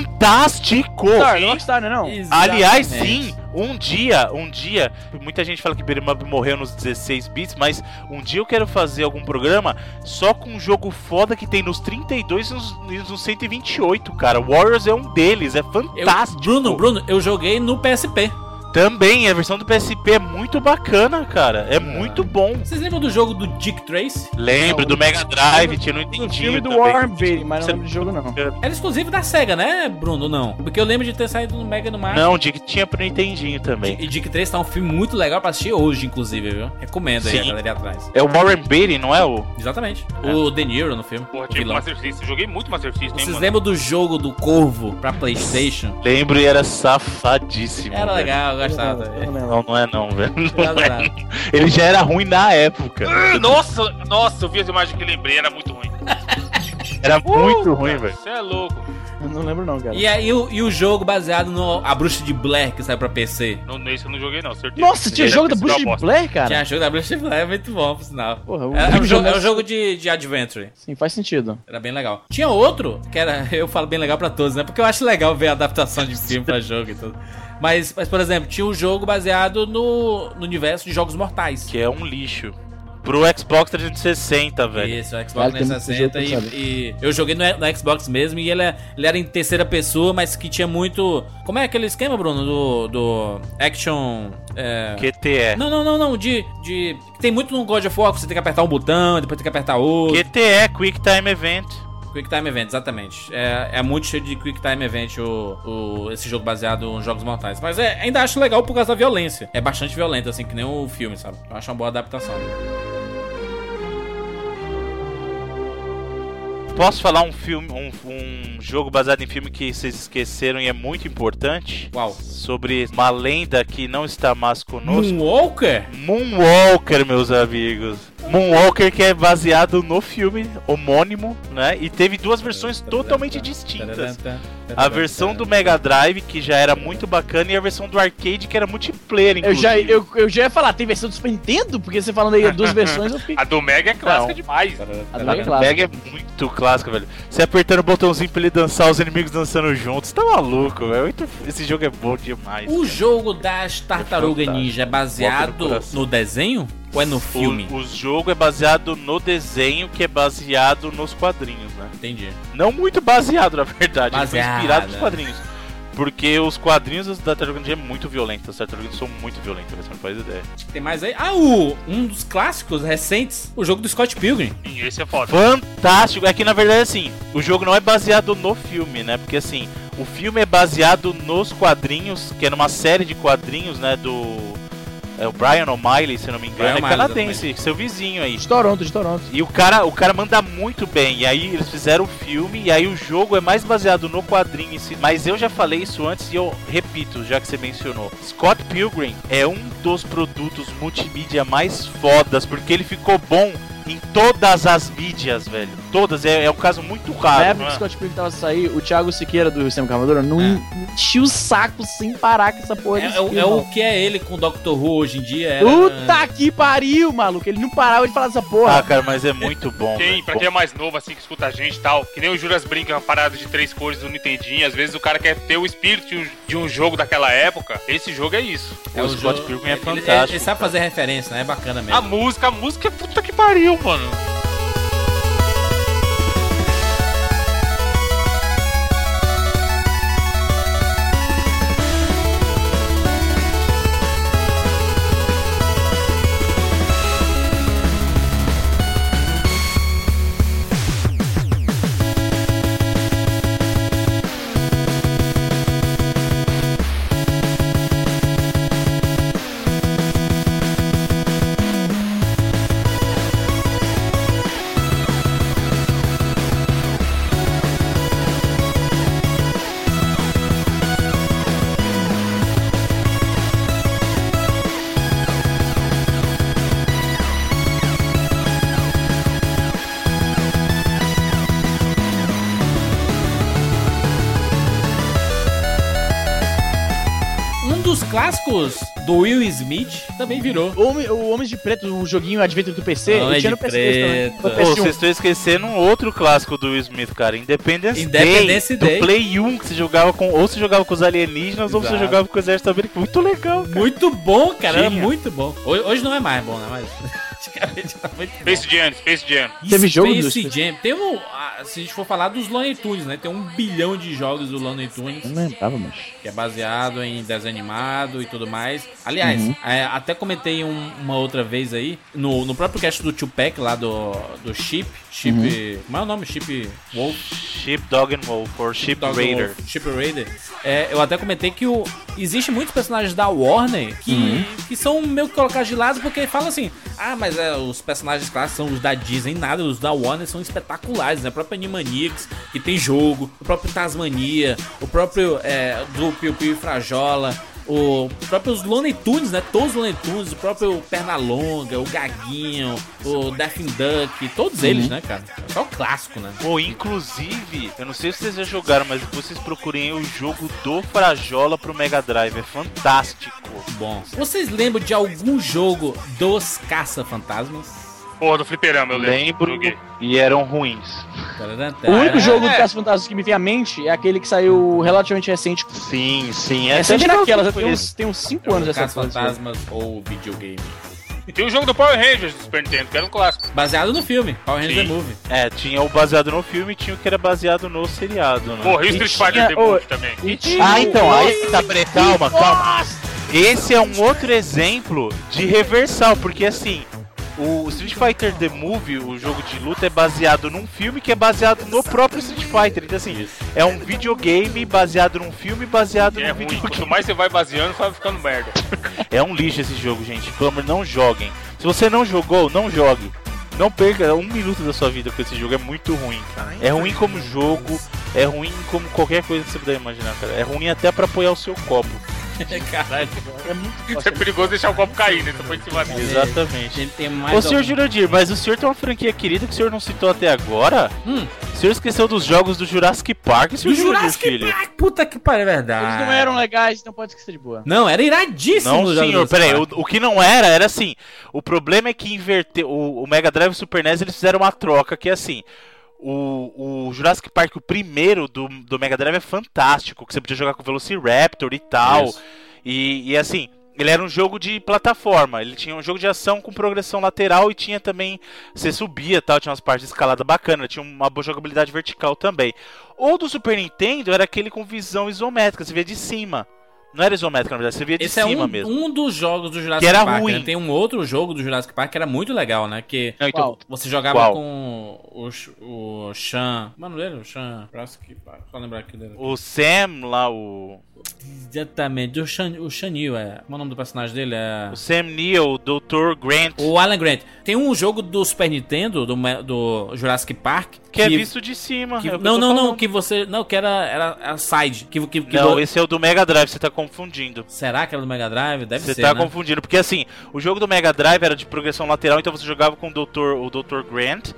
S4: fantástico!
S2: Rockstar, não é Rockstar, né não?
S4: Aliás,
S1: Exatamente.
S4: sim, um dia, um dia, muita gente fala que Beat'em Up morreu nos 16 bits, mas um dia eu quero fazer algum programa só com um jogo foda que tem nos 32 e nos, e nos 128, cara. Warriors é um deles, é
S1: Eu-
S4: fantástico.
S1: Bruno, Bruno, eu joguei no PSP.
S4: Também, a versão do PSP é muito bacana, cara. É muito bom.
S1: Vocês lembram do jogo do Dick Trace?
S4: Lembro
S2: Não,
S4: do Mega Drive, tinha não
S2: O
S4: entendido.
S2: É, filme do
S4: também.
S2: Warren Beatty, mas não lembro do jogo não.
S1: Era exclusivo da SEGA, né, Bruno? Não. Porque eu lembro de ter saído no Mega e no Master.
S4: Não, Dick tinha pro Nintendinho também.
S1: E Dick Trace tá um filme muito legal pra assistir hoje, inclusive, viu? Recomendo aí
S4: Sim.
S1: a galera ir atrás.
S4: É o Warren Beatty, não é o?
S1: Exatamente.
S4: É.
S1: O De Niro no filme.
S3: Porra,
S1: o
S3: tipo
S1: vilão.
S3: Master System, eu joguei muito Master System, hein,
S1: Vocês
S3: mano.
S1: lembram do jogo do Corvo pra Playstation?
S4: Lembro e era safadíssimo.
S1: Era
S4: velho.
S1: legal, eu gostava.
S2: Eu não lembro.
S4: Não, não é não, velho.
S1: Eu adorava.
S4: Ele já era ruim na época.
S3: Ah, Nossa, nossa, eu vi as imagens que lembrei, era muito ruim.
S4: Era muito ruim, velho.
S3: Você é louco.
S2: Eu não lembro não, cara.
S1: E é aí o, e o jogo baseado no A Bruxa de Blair que saiu pra PC.
S3: Não, não, esse eu não joguei, não, certeza. é
S2: Nossa, tinha
S3: Era
S2: jogo da
S3: esse
S2: Bush
S3: eu
S2: de
S3: aposto.
S2: Blair, cara?
S1: é Tinha jogo da Bruxa de Blair, muito bom, por sinal.
S2: Porra, o-
S1: Era um jogo, era um jogo de, de adventure.
S2: Sim, faz sentido.
S1: Era bem legal. Tinha outro, que era, eu falo bem legal pra todos, né? Porque eu acho legal ver a adaptação de filme pra jogo e tudo. Mas, mas por exemplo, tinha um jogo baseado no, no universo de Jogos Mortais.
S4: Que é um lixo. Pro Xbox 360, velho.
S1: Isso, o Xbox
S2: Cara, tem muito
S1: 360
S2: jogo, sabe?
S1: e, e eu joguei no, no Xbox mesmo e ele, é- ele era em terceira pessoa, mas que tinha muito. Como é aquele esquema, Bruno? Do. do action. é,
S4: QTE.
S1: Não, não, não, não. De, de. Tem muito no God of War que você tem que apertar um botão, depois tem que apertar outro.
S4: QTE, Quick Time Event.
S1: Quick Time Event, exatamente. É, é muito cheio de Quick Time Event o, o- esse jogo baseado em jogos mortais. Mas é, ainda acho legal por causa da violência. É bastante violento, assim, que nem o filme, sabe? Eu acho uma boa adaptação.
S4: Posso falar um filme, um, um jogo baseado em filme que vocês esqueceram e é muito importante?
S1: Uau.
S4: Sobre uma lenda que não está mais conosco.
S1: Moonwalker?
S4: Moonwalker, meus amigos. Moonwalker que é baseado no filme homônimo, né? E teve duas versões totalmente distintas. A versão do Mega Drive, que já era muito bacana, e a versão do arcade, que era multiplayer,
S2: Eu
S4: inclusive.
S2: já, eu, eu já ia falar, tem versão do Super Nintendo? Porque você falando aí é duas versões, eu fiquei...
S3: A do Mega é clássica
S4: Não.
S3: demais.
S2: Ah, não, é
S4: O
S2: claro.
S4: Mega é muito clássico, velho. Você apertando o botãozinho pra ele dançar, os inimigos dançando juntos, tá maluco, velho. Muito- Esse jogo é bom demais.
S1: O jogo das Tartaruga
S4: fantástico.
S1: Ninja é
S4: Bota no
S1: baseado
S4: coração.
S1: no desenho? Ou é no filme?
S4: O, o jogo é baseado no desenho que é baseado nos quadrinhos, né?
S1: Entendi.
S4: Não muito baseado, na verdade. ele foi
S1: Baseado.
S4: inspirado nos quadrinhos. Porque os quadrinhos da Tartaruga Ninja é muito violento. As Tartarugas são muito violentas, né? você não faz ideia.
S1: Tem mais aí? Ah, o, um dos clássicos recentes, o jogo do Scott Pilgrim.
S3: Ih, Esse é foda.
S4: Fantástico! É que, na verdade, assim, o jogo não é baseado no filme, né? Porque, assim, o filme é baseado nos quadrinhos, que é numa série de quadrinhos, né, do... É o Brian O'Malley, se não me engano,
S1: Brian
S4: é
S1: O'Malley,
S4: canadense, seu vizinho aí.
S2: De Toronto, de Toronto.
S4: E o cara, o cara manda muito bem. E aí eles fizeram o filme, e aí o jogo é mais baseado no quadrinho em si. Mas eu já falei isso antes e eu repito, já que você mencionou. Scott Pilgrim é um dos produtos multimídia mais fodas, porque ele ficou bom em todas as mídias, velho. Todas, é, é um caso muito
S1: Ah,
S2: Na
S4: raro.
S2: época que o É, Scott Pilgrim tava a sair, o Thiago Siqueira do Sistema Cavadora não enchia o saco sem parar com essa porra
S1: É,
S2: desse
S1: é o-
S2: filme,
S1: é o
S2: mano.
S1: que é ele com o Doctor Who hoje em dia. é, né? Era...
S2: Puta que pariu, maluco. Ele não parava de falar dessa porra.
S4: Ah, cara, mas é muito bom.
S3: Quem,
S4: velho.
S3: pra quem é mais novo, assim, que escuta a gente e tal, que nem o Juras brinca, uma parada de três cores do Nintendinho, às vezes o cara quer ter o espírito de um- de um jogo daquela época. Esse jogo é isso.
S4: o Scott Pilgrim é
S1: ele- ele- Ele,
S4: fantástico,
S1: sabe fazer referência, né? É bacana mesmo.
S3: A música, a música é puta que pariu, mano.
S1: Um dos clássicos do Will Smith também virou.
S2: O Homem, o Homens de Preto, um joguinho Adventure do PC,
S1: Homem
S2: ele tinha no
S1: de
S2: PS2 também.
S1: Preto.
S2: No
S4: Pô,
S2: PS1.
S4: vocês estão esquecendo um outro clássico do Will Smith, cara. Independence,
S1: Independence
S4: Day,
S1: Day.
S4: Do Play 1, que você jogava com. Ou você jogava com os alienígenas, ou você
S1: Exato.
S4: jogava com o exército americano. Muito legal, cara.
S1: Muito bom, cara. Era
S4: Tinha.
S1: muito bom. Ho- Hoje, não é mais bom, né? Mas antigamente era muito bom.
S3: Face Jam, Face Jam.
S2: Teve jogo do
S1: Space Jam. Tem um. ah, Se a gente for falar dos Looney Tunes, né? Tem um bilhão de jogos do Looney Tunes.
S2: Não lembrava, mas.
S1: que é baseado em desenho animado e tudo mais. Aliás, é, até comentei um- uma outra vez aí, no, no próprio cast do Tupac lá do, do Chip. Chip. Como é o nome? Chip Wolf?
S4: Sheep Dog and Wolf, or Sheep
S1: Dog
S4: Raider.
S1: Wolf, Chip Raider. É, eu até comentei que o, existe muitos personagens da Warner que, que são meio que colocados de lado porque falam assim: ah, mas é, os personagens clássicos são os da Disney, nada, os da Warner são espetaculares, né? O próprio Animaniacs, que tem jogo, o próprio Tasmania, o próprio é, do Piu Piu e Frajola. O próprio os Looney Tunes, né? Todos os Looney Tunes, o próprio Pernalonga, o Gaguinho, o Daffy Duck, todos eles, né, cara? É só o clássico, né?
S4: Pô, inclusive, eu não sei se vocês já jogaram, mas vocês procurem o jogo do Frajola pro Mega Drive. É fantástico.
S1: Bom. Vocês lembram de algum jogo dos caça-fantasmas?
S3: Porra, do fliperama, eu lembro.
S4: Lembro.
S3: Joguei.
S4: E eram ruins.
S2: O único
S1: É,
S2: jogo do Caça Fantasmas que me vem à mente é aquele que saiu relativamente recente.
S4: Sim, sim. Essa
S2: Recente
S4: é
S2: naquela, já tem uns, tem uns 5 anos essa coisa.
S1: Caça-fantasmas ou videogame.
S3: Tem o jogo do Power Rangers do Super Nintendo, que era um clássico.
S1: Baseado no filme, Power Rangers
S3: Sim.
S1: The Movie.
S4: É, tinha o baseado no filme e tinha o que era baseado no seriado, né?
S3: Porra, e o Street Fighter The
S2: ô,
S3: Movie também.
S2: E
S4: Ah,
S2: tinha-
S4: então, aí tá, peraí, calma, calma. Esse é um outro exemplo de reversal, porque assim, o Street Fighter The Movie, o jogo de luta, é baseado num filme que é baseado no próprio Street Fighter. Então assim, é um videogame baseado num filme baseado
S3: É
S4: num
S3: ruim.
S4: videogame.
S3: Quanto mais você vai baseando, vai ficando merda.
S4: É um lixo esse jogo, gente. Pelo amor, não joguem. Se você não jogou, não jogue. Não perca um minuto da sua vida com esse jogo, é muito ruim. cara. É ruim como jogo, é ruim como qualquer coisa que você puder imaginar, cara. É ruim até pra apoiar o seu copo.
S1: Caralho,
S3: É perigoso deixar o copo cair, né? Você foi de cima dele.
S4: Exatamente.
S1: ele tem mais.
S4: Ô, senhor
S1: algum-
S4: Jurandir, mas o senhor tem uma franquia querida que o senhor não citou até agora?
S1: Hum.
S4: O senhor esqueceu dos jogos do Jurassic Park, senhor
S1: Do
S4: Jurandir,
S1: Jurassic
S4: filho?
S1: Park! Puta que pariu, é verdade.
S2: Eles não eram legais, então pode esquecer de boa.
S1: Não, era iradíssimo
S4: Não,
S1: o jogo
S4: senhor,
S1: do
S4: peraí, o,
S1: Jurassic
S4: o que não era, era assim. O problema é que inverteu. O, o Mega Drive e o Super NES eles fizeram uma troca que é assim. O, o Jurassic Park, o primeiro do, do Mega Drive, é fantástico. Que você podia jogar com o Velociraptor e tal.
S1: Isso.
S4: E, e assim, Ele era um jogo de plataforma. Ele tinha um jogo de ação com progressão lateral e tinha também. Você subia e tal, tinha umas partes de escalada bacana, tinha uma boa jogabilidade vertical também. Ou do Super Nintendo era aquele com visão isométrica, você via de cima. Não era isométrica, na verdade, você via de
S1: Esse é
S4: cima
S1: um,
S4: mesmo.
S1: um dos jogos do Jurassic
S4: Que era
S1: Park.
S4: ruim.
S1: né? Tem um outro jogo do Jurassic Park que era muito legal, né? Que
S4: Não, então,
S2: Qual?
S1: você jogava
S4: Qual?
S1: com o, Sh- o Sean. Mano, dele? O Sean. Jurassic Park. Só lembrar aqui dele.
S4: o Sam lá, o.
S1: Exatamente. O Sean, o Sean Neal, é. Como é o nome do personagem dele? É.
S4: O Sam Neill, o Dr. Grant,
S1: O Alan Grant. Tem um jogo do Super Nintendo, do, Ma- do Jurassic Park.
S4: que é visto de cima.
S1: que-
S4: é o que eu
S1: não,
S4: tô
S1: não, não,
S4: falando.
S1: que você. Não, que era, era a side. Que, que, que
S4: Não,
S1: vo-
S4: esse é o do Mega Drive, você tá confundindo.
S1: Será que era do Mega Drive? Deve
S4: Você
S1: ser.
S4: tá
S1: né?
S4: confundindo, porque assim, o jogo do Mega Drive era de progressão lateral, então você jogava com o Dr. o Dr. Grant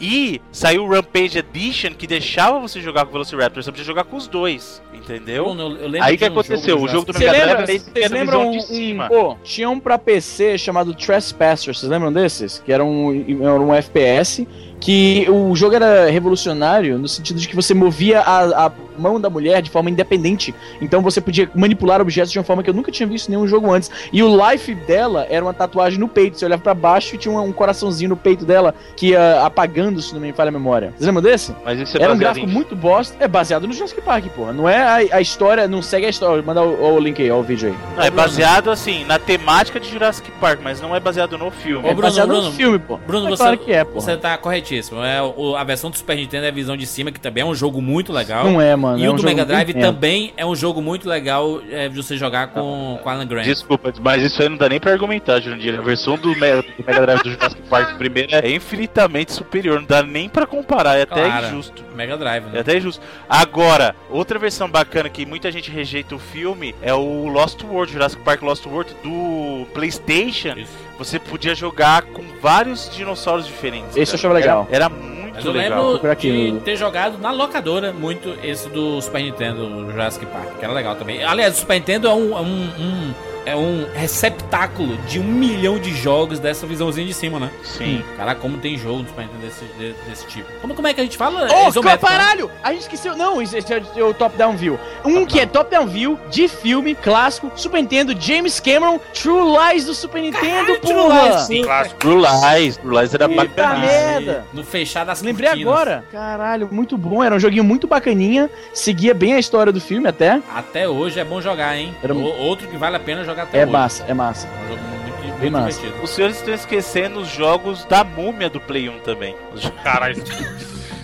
S4: e saiu o Rampage Edition que deixava você jogar com o Velociraptor, você podia jogar com os dois, entendeu?
S1: Mano, eu- eu lembro
S4: Aí
S1: de
S4: que
S1: um
S4: aconteceu, o jogo do
S2: Você
S4: Mega Drive
S2: lembra,
S4: era esse-
S2: você
S4: essa
S2: lembra
S4: visão
S2: um,
S4: de
S2: um
S4: cima.
S2: pô, tinha um pra PC chamado Trespasser, vocês lembram desses? Que era um, era um FPS, que o jogo era revolucionário no sentido de que você movia a, a mão da mulher de forma independente, então você podia manipular objetos de uma forma que eu nunca tinha visto em nenhum jogo antes, e o life dela era uma tatuagem no peito, você olhava pra baixo e tinha um, um coraçãozinho no peito dela que ia apagando, se não me falha a memória. Vocês lembram desse?
S4: Mas isso é
S2: Era um
S4: baseado
S2: gráfico muito bosta. É baseado no Jurassic Park, porra. Não é a, a história, não segue a história. Manda o, o link aí, ó, o vídeo aí.
S4: Não, é baseado assim na temática de Jurassic Park, mas não é baseado no filme.
S1: Ô,
S2: é
S1: Bruno,
S2: baseado
S1: Bruno,
S2: no filme, pô.
S1: Bruno,
S2: é
S1: você-
S2: Claro que é, pô.
S1: Você tá corretíssimo. É, o- a versão do Super Nintendo é a visão de cima, que também é um jogo muito legal.
S2: Não é, mano.
S1: e
S2: é
S1: o
S2: um
S1: do
S2: jogo
S1: Mega Drive
S2: bem lento.
S1: também é um jogo muito legal é, de você jogar com, com Alan Grant.
S4: Desculpa, mas isso aí não dá nem pra argumentar, Jurandir. A versão do Mega, do Mega Drive do Jurassic Park primeiro é infinitamente superior, não dá nem pra comparar, é até
S1: Claro.
S4: injusto.
S1: Mega Drive,
S4: É
S1: né?
S4: até justo. Agora, outra versão bacana que muita gente rejeita o filme é o Lost World, Jurassic Park Lost World do PlayStation.
S1: Isso.
S4: Você podia jogar com vários dinossauros diferentes.
S2: Esse eu
S4: cara.
S2: achava legal.
S4: Era muito
S1: Mas eu
S4: legal.
S1: lembro
S2: procurar aqui
S1: de
S2: no-
S1: ter jogado na locadora muito esse do Super Nintendo, o Jurassic Park, que era legal também. Aliás, o Super Nintendo é um, é um, um- é um receptáculo de um milhão de jogos dessa visãozinha de cima, né?
S4: Sim.
S1: Cara, como tem jogo do Super Nintendo desse, de- desse tipo. Como, como é que a gente fala?
S2: Ô, oh,
S1: Isométrico, né?
S2: caralho! A gente esqueceu. Não, esse esse é o- é o Top Down View. Um que é Top Down View de filme clássico, Super Nintendo, James Cameron, True Lies do Super Nintendo,
S1: True
S2: porra!
S1: Lies, sim.
S3: Clássico.
S4: Blue Lies, Blue Lies era
S2: Eita
S4: bacana.
S2: merda. Merda.
S1: No fechar das
S2: Lembrei
S1: cortinas.
S2: agora. Caralho, muito bom. Era um joguinho muito bacaninha. Seguia bem a história do filme até.
S1: Até hoje é bom jogar, hein?
S2: Era um-
S1: O- outro que vale a pena jogar até
S2: É
S1: hoje.
S2: massa, é massa.
S1: É um jogo muito, muito
S2: Bem massa.
S1: divertido.
S4: Os senhores estão esquecendo os jogos da múmia do Play 1 também.
S3: Caralho,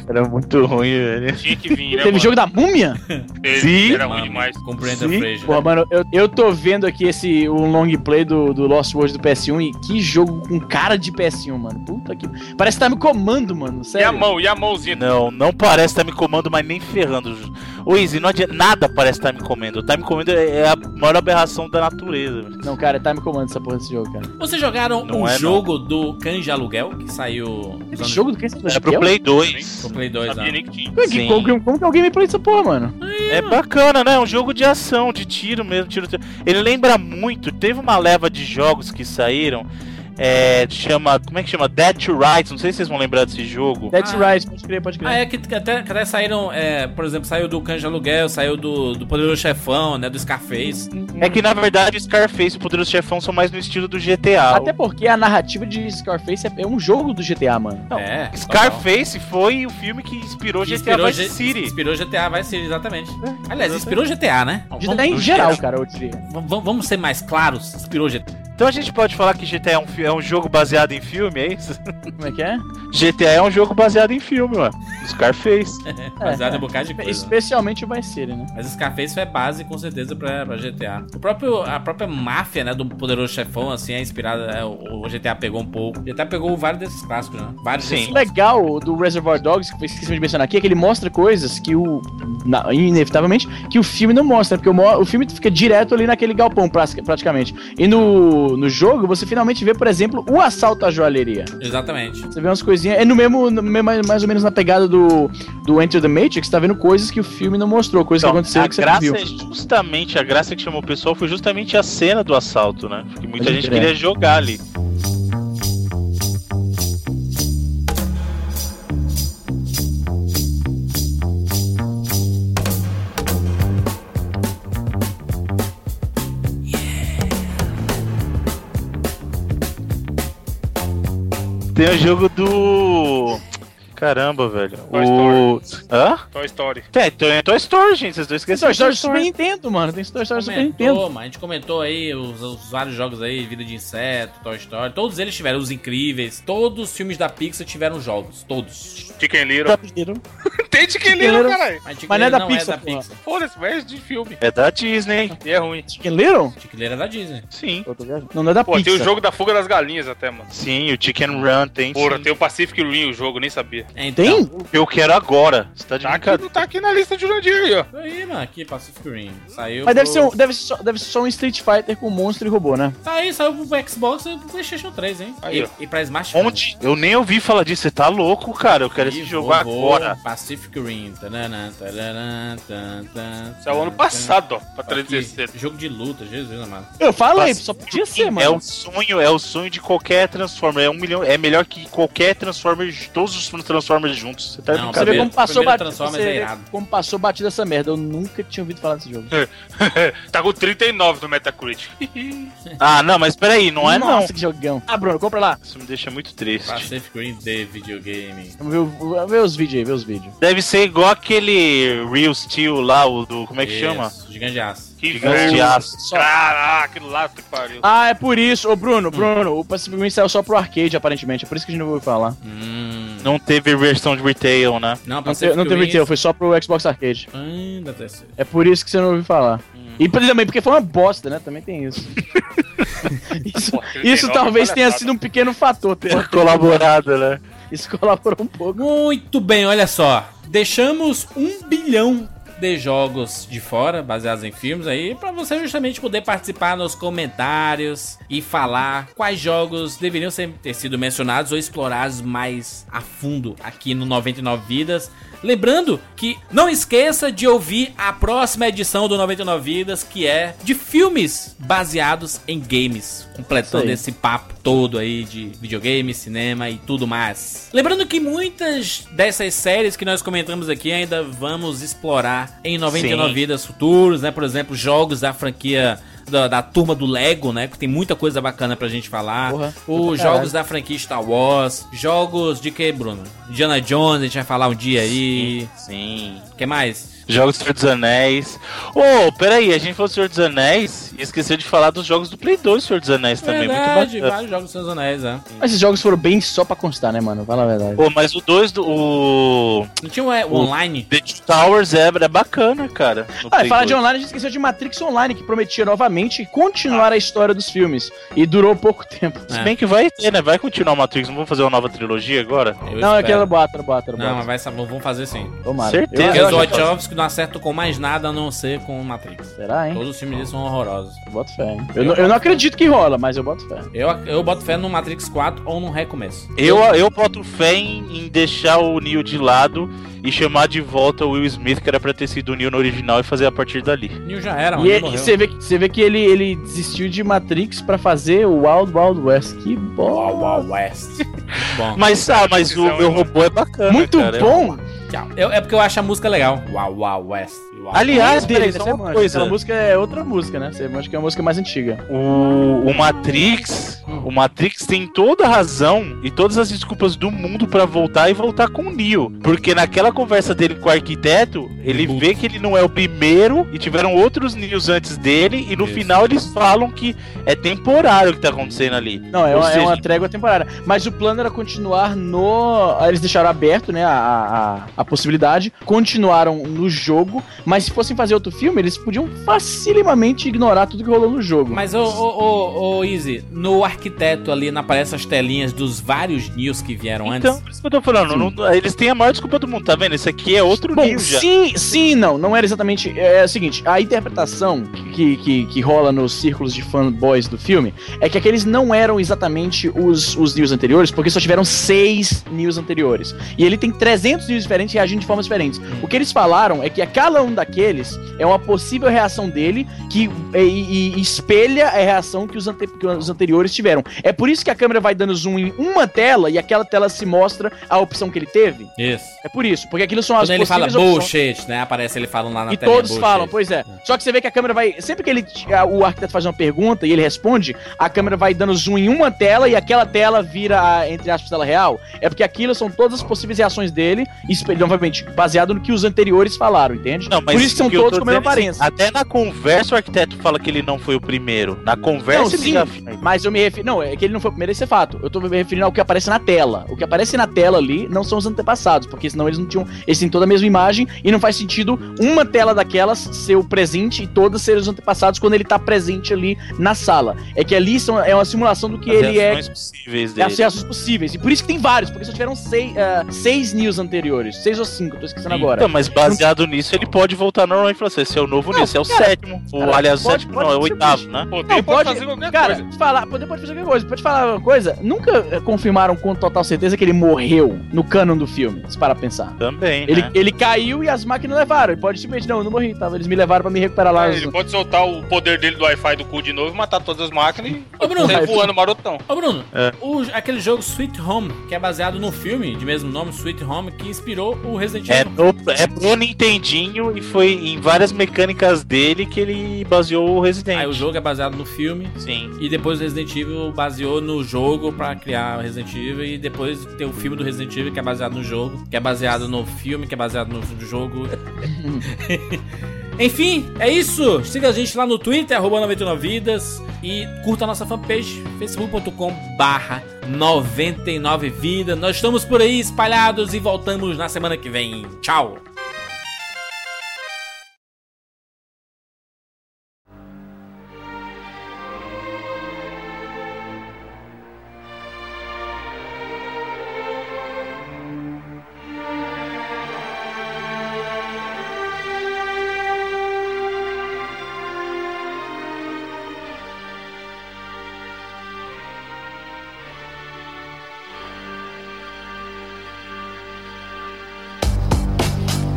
S4: Era muito ruim, velho.
S3: tinha que vir,
S4: é
S3: né?
S2: Teve
S3: mano?
S2: jogo da múmia?
S3: Ele
S4: Sim.
S3: Era ruim
S1: Mano,
S3: demais.
S1: Com Brandon
S4: Sim,
S1: Fraser. né?
S2: Porra, mano, eu, eu tô vendo aqui esse um long play do, do Lost World do PS1 e que jogo com cara de PS1, mano. Puta que. Parece Time Comando, mano.
S3: E a
S2: Sério.
S3: mão, e a mãozinha.
S4: Não, não parece tá me comando, mas nem ferrando. Ô Izzy, não adianta, nada parece tá me comendo. Tá me comendo é é a maior aberração da natureza. velho.
S2: Não, cara, é Time Comando essa porra desse jogo, cara.
S1: Vocês jogaram
S4: Não
S1: o
S4: é, não.
S1: jogo do Canja Aluguel, que saiu nos
S2: Esse
S1: anos-
S2: jogo do que você
S4: É pro Play 2.
S1: pro Play 2,
S3: Sabia
S1: né?
S3: nem que tinha.
S2: Como, que-
S4: Sim.
S2: como que- como que alguém me play essa porra, mano?
S4: É bacana, né? É um jogo de ação, de tiro mesmo, tiro, tiro. Ele lembra muito. Teve uma leva de jogos que saíram. É, chama. Como é que chama? Dead to Rights. Não sei se vocês vão lembrar desse jogo.
S2: That's
S1: Ah.
S2: right, pode crer, pode crer.
S1: Ah, é que que até, que até saíram, é, por exemplo, saiu do Canja Aluguel, saiu do, do Poderoso Chefão, né? Do Scarface.
S4: É que na verdade o Scarface e o Poderoso Chefão são mais no estilo do GTA.
S2: Até porque a narrativa de Scarface é- é um jogo do GTA, mano.
S4: Não,
S1: é.
S4: Scarface foi o filme que inspirou,
S1: Que
S4: GTA Vice
S1: G-
S4: City.
S1: Inspirou GTA Vice City, exatamente. Aliás, inspirou GTA, né?
S2: GTA em
S4: do
S2: geral,
S4: geral.
S2: cara, eu diria.
S1: Vamos- Vamos vamos ser mais claros, inspirou GTA.
S4: Então a gente pode falar que GTA é um, fi- é um jogo baseado em filme, é isso?
S2: Como é que é?
S4: GTA é um jogo baseado em filme, mano. Scarface.
S1: Baseado em um bocado de coisa.
S2: Especialmente vai ser, né?
S1: Mas Scarface foi base com certeza pra, pra GTA. O próprio, a própria máfia, né, do poderoso chefão, assim, é inspirada. é, o, o GTA pegou um pouco. O GTA pegou vários desses clássicos, né? Vários
S4: Sim.
S1: desses-
S2: legal do Reservoir Dogs, que eu esqueci de mencionar aqui, é que ele mostra coisas que o. na- inevitavelmente, que o filme não mostra, né? porque o, mo- o filme fica direto ali naquele galpão, pras- praticamente. E no, no jogo, você finalmente vê, por exemplo, o assalto à joalheria.
S1: Exatamente.
S2: Você vê umas coisinhas. É no mesmo, no mesmo- mais, mais ou menos na pegada do, do Enter the Matrix, tá vendo coisas que o filme não mostrou, coisas
S4: Então,
S2: que aconteceram
S4: a
S2: que você não
S4: graça
S2: viu.
S4: é justamente, a graça que chamou o pessoal foi justamente a cena do assalto, né? Porque muita
S2: Pode
S4: gente
S2: crer.
S4: queria jogar ali. Tem o jogo do. Caramba, velho.
S3: Toy
S4: O. Hã?
S3: Toy Story.
S4: É, Toy Toy Story, gente. Vocês dois esqueceram.
S2: Story
S4: de Toy
S2: Story Super Nintendo, mano. Tem Story Story Super Nintendo.
S1: Comentou, mas a gente comentou aí os, os vários jogos aí, Vida de Inseto, Toy Story, todos eles tiveram, os incríveis, todos os filmes da Pixar tiveram jogos, todos.
S3: Chicken Little.
S2: Tá pedindo.
S3: Tem Chicken Little,
S2: Little.
S3: caralho.
S1: Mas,
S2: Mas não é da
S1: Tickler
S2: Pixar, porra.
S3: Foda-se, mas é de filme.
S4: É da Disney.
S3: E é ruim.
S2: Chicken Little?
S1: Tickler é da Disney.
S4: Sim.
S2: Não, não é da
S3: Pô,
S2: Pixar.
S3: tem o jogo da fuga das galinhas até, mano.
S4: Sim, o Chicken Run tem.
S3: Porra,
S4: sim.
S3: tem o Pacific Rim o jogo, nem sabia.
S1: É,
S2: Tem?
S1: então.
S4: Eu quero agora. Você tá de
S3: Tá aqui,
S4: brincadeira.
S3: não tá aqui na lista de Jurandir aí, ó.
S1: tá Aí, mano, aqui, Pacific Rim. Saiu
S2: Mas
S1: pro-
S2: deve ser, um, deve, ser só, deve ser só um Street Fighter com monstro e robô, né?
S1: Saiu, Tá saiu pro Xbox e pro Playstation 3, hein?
S3: Aí,
S1: e,
S3: ó.
S1: e pra smartphone.
S4: Onde? Eu nem ouvi falar disso. Você tá louco, cara. Eu quero esse jogo
S1: Vovô,
S4: agora.
S1: Pacific Rim. Tanana, tanana, tan, tan,
S4: é
S3: Saiu ano passado, ó, pra
S1: tan. Tá Aqui,
S3: 360.
S1: Jogo de luta, Jesus amado.
S2: Eu falei,
S4: Mas-
S2: só podia ser,
S4: É
S2: mano.
S4: o sonho, é o sonho de qualquer Transformer. É um milhão, é melhor que qualquer Transformer, todos os Transformers juntos. Você tá de
S1: Não,
S2: Você vê
S4: brincadeira.
S1: um primeiro-
S2: como passou
S1: primeiro
S2: batida.
S1: Transformers
S2: você
S1: é
S2: vê
S1: irado.
S2: como passou batida essa merda. Eu nunca tinha ouvido falar desse jogo.
S3: tá com 39 no Metacritic.
S4: Ah, não, mas peraí, não é
S2: é- Nossa,
S4: não.
S2: que jogão. Ah, Bruno, compra lá.
S4: Isso me deixa muito triste.
S1: Pacific Rim de videogame.
S2: Vamos ver, o- vamos ver os vídeos aí, ver os vídeos.
S4: Deve ser igual aquele Real Steel lá, o do. Como é que
S1: Isso,
S4: chama?
S1: Gigante de aço.
S3: Que
S4: Gigante de
S3: velho.
S4: aço.
S2: Só-
S3: Caraca, que lá que pariu.
S2: Ah, é por isso. Ô, Bruno, Bruno, o Pacific Rim saiu só pro arcade, aparentemente. É por isso que a gente não ouviu falar.
S1: Hum.
S4: Não teve versão de retail, né?
S1: Não,
S2: Não, te,
S1: Pacific
S2: não teve
S1: Rim-
S2: retail, foi só pro Xbox Arcade.
S1: Hum, deve ter sido.
S2: É por isso que você não ouviu falar. E por- também porque foi uma bosta, né? Também tem isso. isso
S3: Pô, 39
S2: isso talvez tenha
S3: palhaçada.
S2: sido um pequeno fator. Ter,
S4: Colaborada, né?
S2: isso colaborou um pouco.
S1: Muito bem, olha só. Deixamos um bilhão de jogos de fora, baseados em filmes aí, pra você justamente poder participar nos comentários e falar quais jogos deveriam ser, ter sido mencionados ou explorados mais a fundo aqui no 99 Vidas. Lembrando que não esqueça de ouvir a próxima edição do 99 Vidas, que é de filmes baseados em games, completando
S2: Isso aí.
S1: esse esse papo todo aí de videogame, cinema e tudo mais. Lembrando que muitas dessas séries que nós comentamos aqui ainda vamos explorar em 99
S4: Sim.
S1: vidas futuros, né? Por exemplo, jogos da franquia da, da turma do Lego, né? Que tem muita coisa bacana pra gente falar.
S2: Porra,
S1: Os
S2: puta
S1: jogos da franquia Star Wars, jogos de que, Bruno? Indiana Jones, a gente vai falar um dia aí.
S4: Sim.
S1: O que mais?
S4: Jogos do Senhor dos Anéis. Ô, peraí, a gente falou do Senhor dos Anéis e esqueceu de falar dos jogos do Play 2 Senhor dos Anéis também.
S1: Verdade,
S4: muito bacana.
S1: vários jogos dos Seus Anéis, né?
S2: Mas esses jogos foram bem só pra constar, né, mano? Fala a verdade.
S4: Pô, mas o 2 do. O
S1: Não tinha o, o online?
S4: The Two Towers é, é bacana, cara. no
S2: Ah, e
S4: Play
S2: falar de
S4: 2.
S2: online, a gente esqueceu de Matrix Online, que prometia novamente continuar a história dos filmes. E durou pouco tempo.
S1: É.
S4: Se bem que vai ter, né? Vai continuar o Matrix. Não vamos fazer uma nova trilogia agora?
S1: Eu
S2: não, é
S1: espero.
S2: aquela boata, era boata, era
S1: Não, mas
S2: boata.
S1: vai, vamos fazer sim.
S2: Tomara.
S4: Certeza.
S2: Eu-
S1: Porque
S2: eu
S1: os
S2: acho-
S1: Wachowski não acertam com mais nada a não ser com o Matrix.
S2: Será, hein?
S1: Todos os filmes deles são horrorosos.
S2: Eu boto fé, hein? Eu, não- eu não acredito que rola, mas eu boto fé.
S1: Eu, eu boto fé no Matrix 4 ou no Recomeço.
S4: Eu, eu boto fé em, em deixar o Neo de lado e chamar de volta o Will Smith, que era pra ter sido o Neo no original, e fazer a partir dali.
S1: Neo já era,
S2: E
S1: mano.
S2: ele-
S1: morreu.
S2: você vê, que- você vê que ele, ele desistiu de Matrix pra fazer o Wild Wild West. Que bom!
S1: Wild Wild West. bom.
S4: Mas, ah, mas o meu robô é um- bacana.
S2: Muito
S4: cara.
S2: bom!
S1: Tchau. Eu- é porque eu acho a música legal. Wild Wild West. Wild
S4: Aliás, peraí,
S2: você
S4: só
S2: manja.
S4: uma coisa.
S2: Aquela música é outra música, né? Você manja que é uma música mais antiga.
S4: O, o Matrix, o Matrix tem toda a razão e todas as desculpas do mundo pra voltar e voltar com o Neo, porque naquela conversa dele com o arquiteto, ele
S1: Reboot.
S4: vê que ele não é o primeiro e tiveram outros Neos antes dele e no
S1: Isso.
S4: final eles falam que é temporário o que tá acontecendo ali.
S2: Não, é
S4: Ou
S2: uma, é
S4: seja-
S2: uma trégua temporária. Mas o plano era continuar no. ah, Eles deixaram aberto, né? A, a, a- a possibilidade. Continuaram no jogo. Mas se fossem fazer outro filme, eles podiam facilmente ignorar tudo que rolou no jogo.
S1: Mas, ô, ô, ô, ô, Easy, no arquiteto ali não aparecem as telinhas dos vários News que vieram
S4: Então,
S1: antes?
S4: por isso que eu tô falando, não- eles têm a maior desculpa do mundo, tá vendo? Esse aqui é outro
S2: Bom,
S4: Neo já.
S2: sim, sim, e não. Não era exatamente. É, o seguinte: a interpretação que, que, que rola nos círculos de fanboys do filme é que aqueles não eram exatamente os, os news anteriores, porque só tiveram seis news anteriores. E ele tem 300 news diferentes personagens reagindo de formas diferentes. O que eles falaram é que a cada um daqueles é uma possível reação dele que e- e- e espelha a reação que os, ante- que os anteriores tiveram. É por isso que a câmera vai dando zoom em uma tela e aquela tela se mostra a opção que ele teve.
S1: Isso.
S2: É por isso, porque aquilo são as
S1: Quando ele fala
S2: possíveis opções.
S1: bullshit, né? Aparece ele falando lá na
S2: E
S1: tela.
S2: todos
S1: bullshit.
S2: falam, pois é. Só que você vê que a câmera vai. Sempre que ele, a- o arquiteto faz uma pergunta e ele responde, a câmera vai dando zoom em uma tela e aquela tela vira, a, entre aspas, tela real. É porque aquilo são todas as possíveis reações dele, espelhando, obviamente, baseado no que os anteriores falaram, entende?
S4: Não, mas
S2: Por isso que são
S4: o eu tô
S2: todos com a mesma
S4: dizendo é assim,
S2: aparência.
S4: até na conversa o arquiteto fala que ele não foi o primeiro. Na conversa
S2: Não,
S4: ele
S2: sim.
S4: já afirma.
S2: Mas eu me refiro. Não, é que ele não foi o primeiro, esse é fato. Eu tô me referindo ao que aparece na tela. O que aparece na tela ali não são os antepassados, porque senão eles não tinham. Eles têm toda a mesma imagem e não faz sentido uma tela daquelas ser o presente e todas serem os antepassados quando ele tá presente ali na sala. É que ali são, é uma simulação do que
S4: As
S2: ele é.
S4: reações possíveis
S2: É
S4: dele.
S2: as reações possíveis. E por isso que tem vários, porque só tiveram seis, ah, seis news anteriores. Seis ou cinco, tô esquecendo
S1: Sim.
S2: agora.
S4: Então, mas baseado nisso, ele pode voltar normalmente e falar assim: esse é o novo
S2: Não,
S4: nisso, é o
S2: cara,
S4: sétimo. O,
S2: cara,
S4: aliás, o
S2: pode-
S4: sétimo
S2: pode
S4: não, é o
S2: ser
S4: oitavo,
S2: bicho.
S4: né?
S3: Poder
S2: Não,
S3: pode,
S2: pode-
S3: fazer qualquer
S2: Cara,
S3: coisa.
S2: falar, poder pode fazer qualquer coisa. Pode falar uma coisa? Nunca eh, confirmaram com total certeza que ele morreu no canon do filme, se parar pra pensar.
S4: Também,
S2: Ele,
S4: né?
S2: ele caiu e as máquinas levaram. Ele pode simplesmente, não, eu não morri, tava, eles me levaram pra me recuperar lá.
S3: É, ele pode soltar o poder dele do Wi-Fi do cu de novo, matar todas as máquinas e
S1: Ô, Bruno,
S3: sair voando marotão.
S1: Ô Bruno,
S4: É.
S1: o- aquele jogo Sweet Home, que é baseado no filme de mesmo nome, Sweet Home, que inspirou o Resident
S4: É
S1: Evil.
S4: pro, é pro Nintendinho e foi em várias mecânicas dele que ele baseou o Resident.
S1: Aí o jogo é baseado no filme.
S4: Sim.
S1: E depois o Resident Evil baseou no jogo pra criar o Resident Evil. E depois tem o filme do Resident Evil que é baseado no jogo, que é baseado no filme, que é baseado no jogo. Enfim, é isso. Siga a gente lá no Twitter, arroba 99vidas. E curta a nossa fanpage, facebook.com barra 99vida. Nós estamos por aí espalhados e voltamos na semana que vem. Tchau!
S6: Thank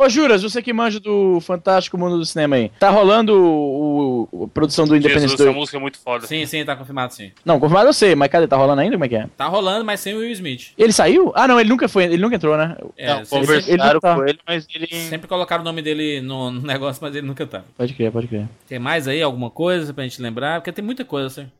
S2: Ô, Juras, você que manja do fantástico mundo do cinema aí. Tá rolando o, o- a produção do Independence
S3: Jesus, essa
S2: 2?
S3: música é um- muito foda.
S1: Sim, sim, tá confirmado, sim.
S2: Não, confirmado eu sei, mas cadê? Tá rolando ainda? Como é que é?
S1: Tá rolando, mas sem o Will Smith.
S2: Ele saiu? Ah, não, ele nunca foi, ele nunca entrou, né?
S1: É,
S4: não,
S1: se-
S2: conversa-
S1: se-
S2: ele não
S4: Então, conversaram
S2: tá.
S4: com ele, mas ele.
S1: sempre colocaram o nome dele no, no negócio, mas ele nunca tá.
S2: Pode crer, pode crer.
S1: Tem mais aí, alguma coisa assim. pra gente lembrar? Porque tem muita coisa, sabe?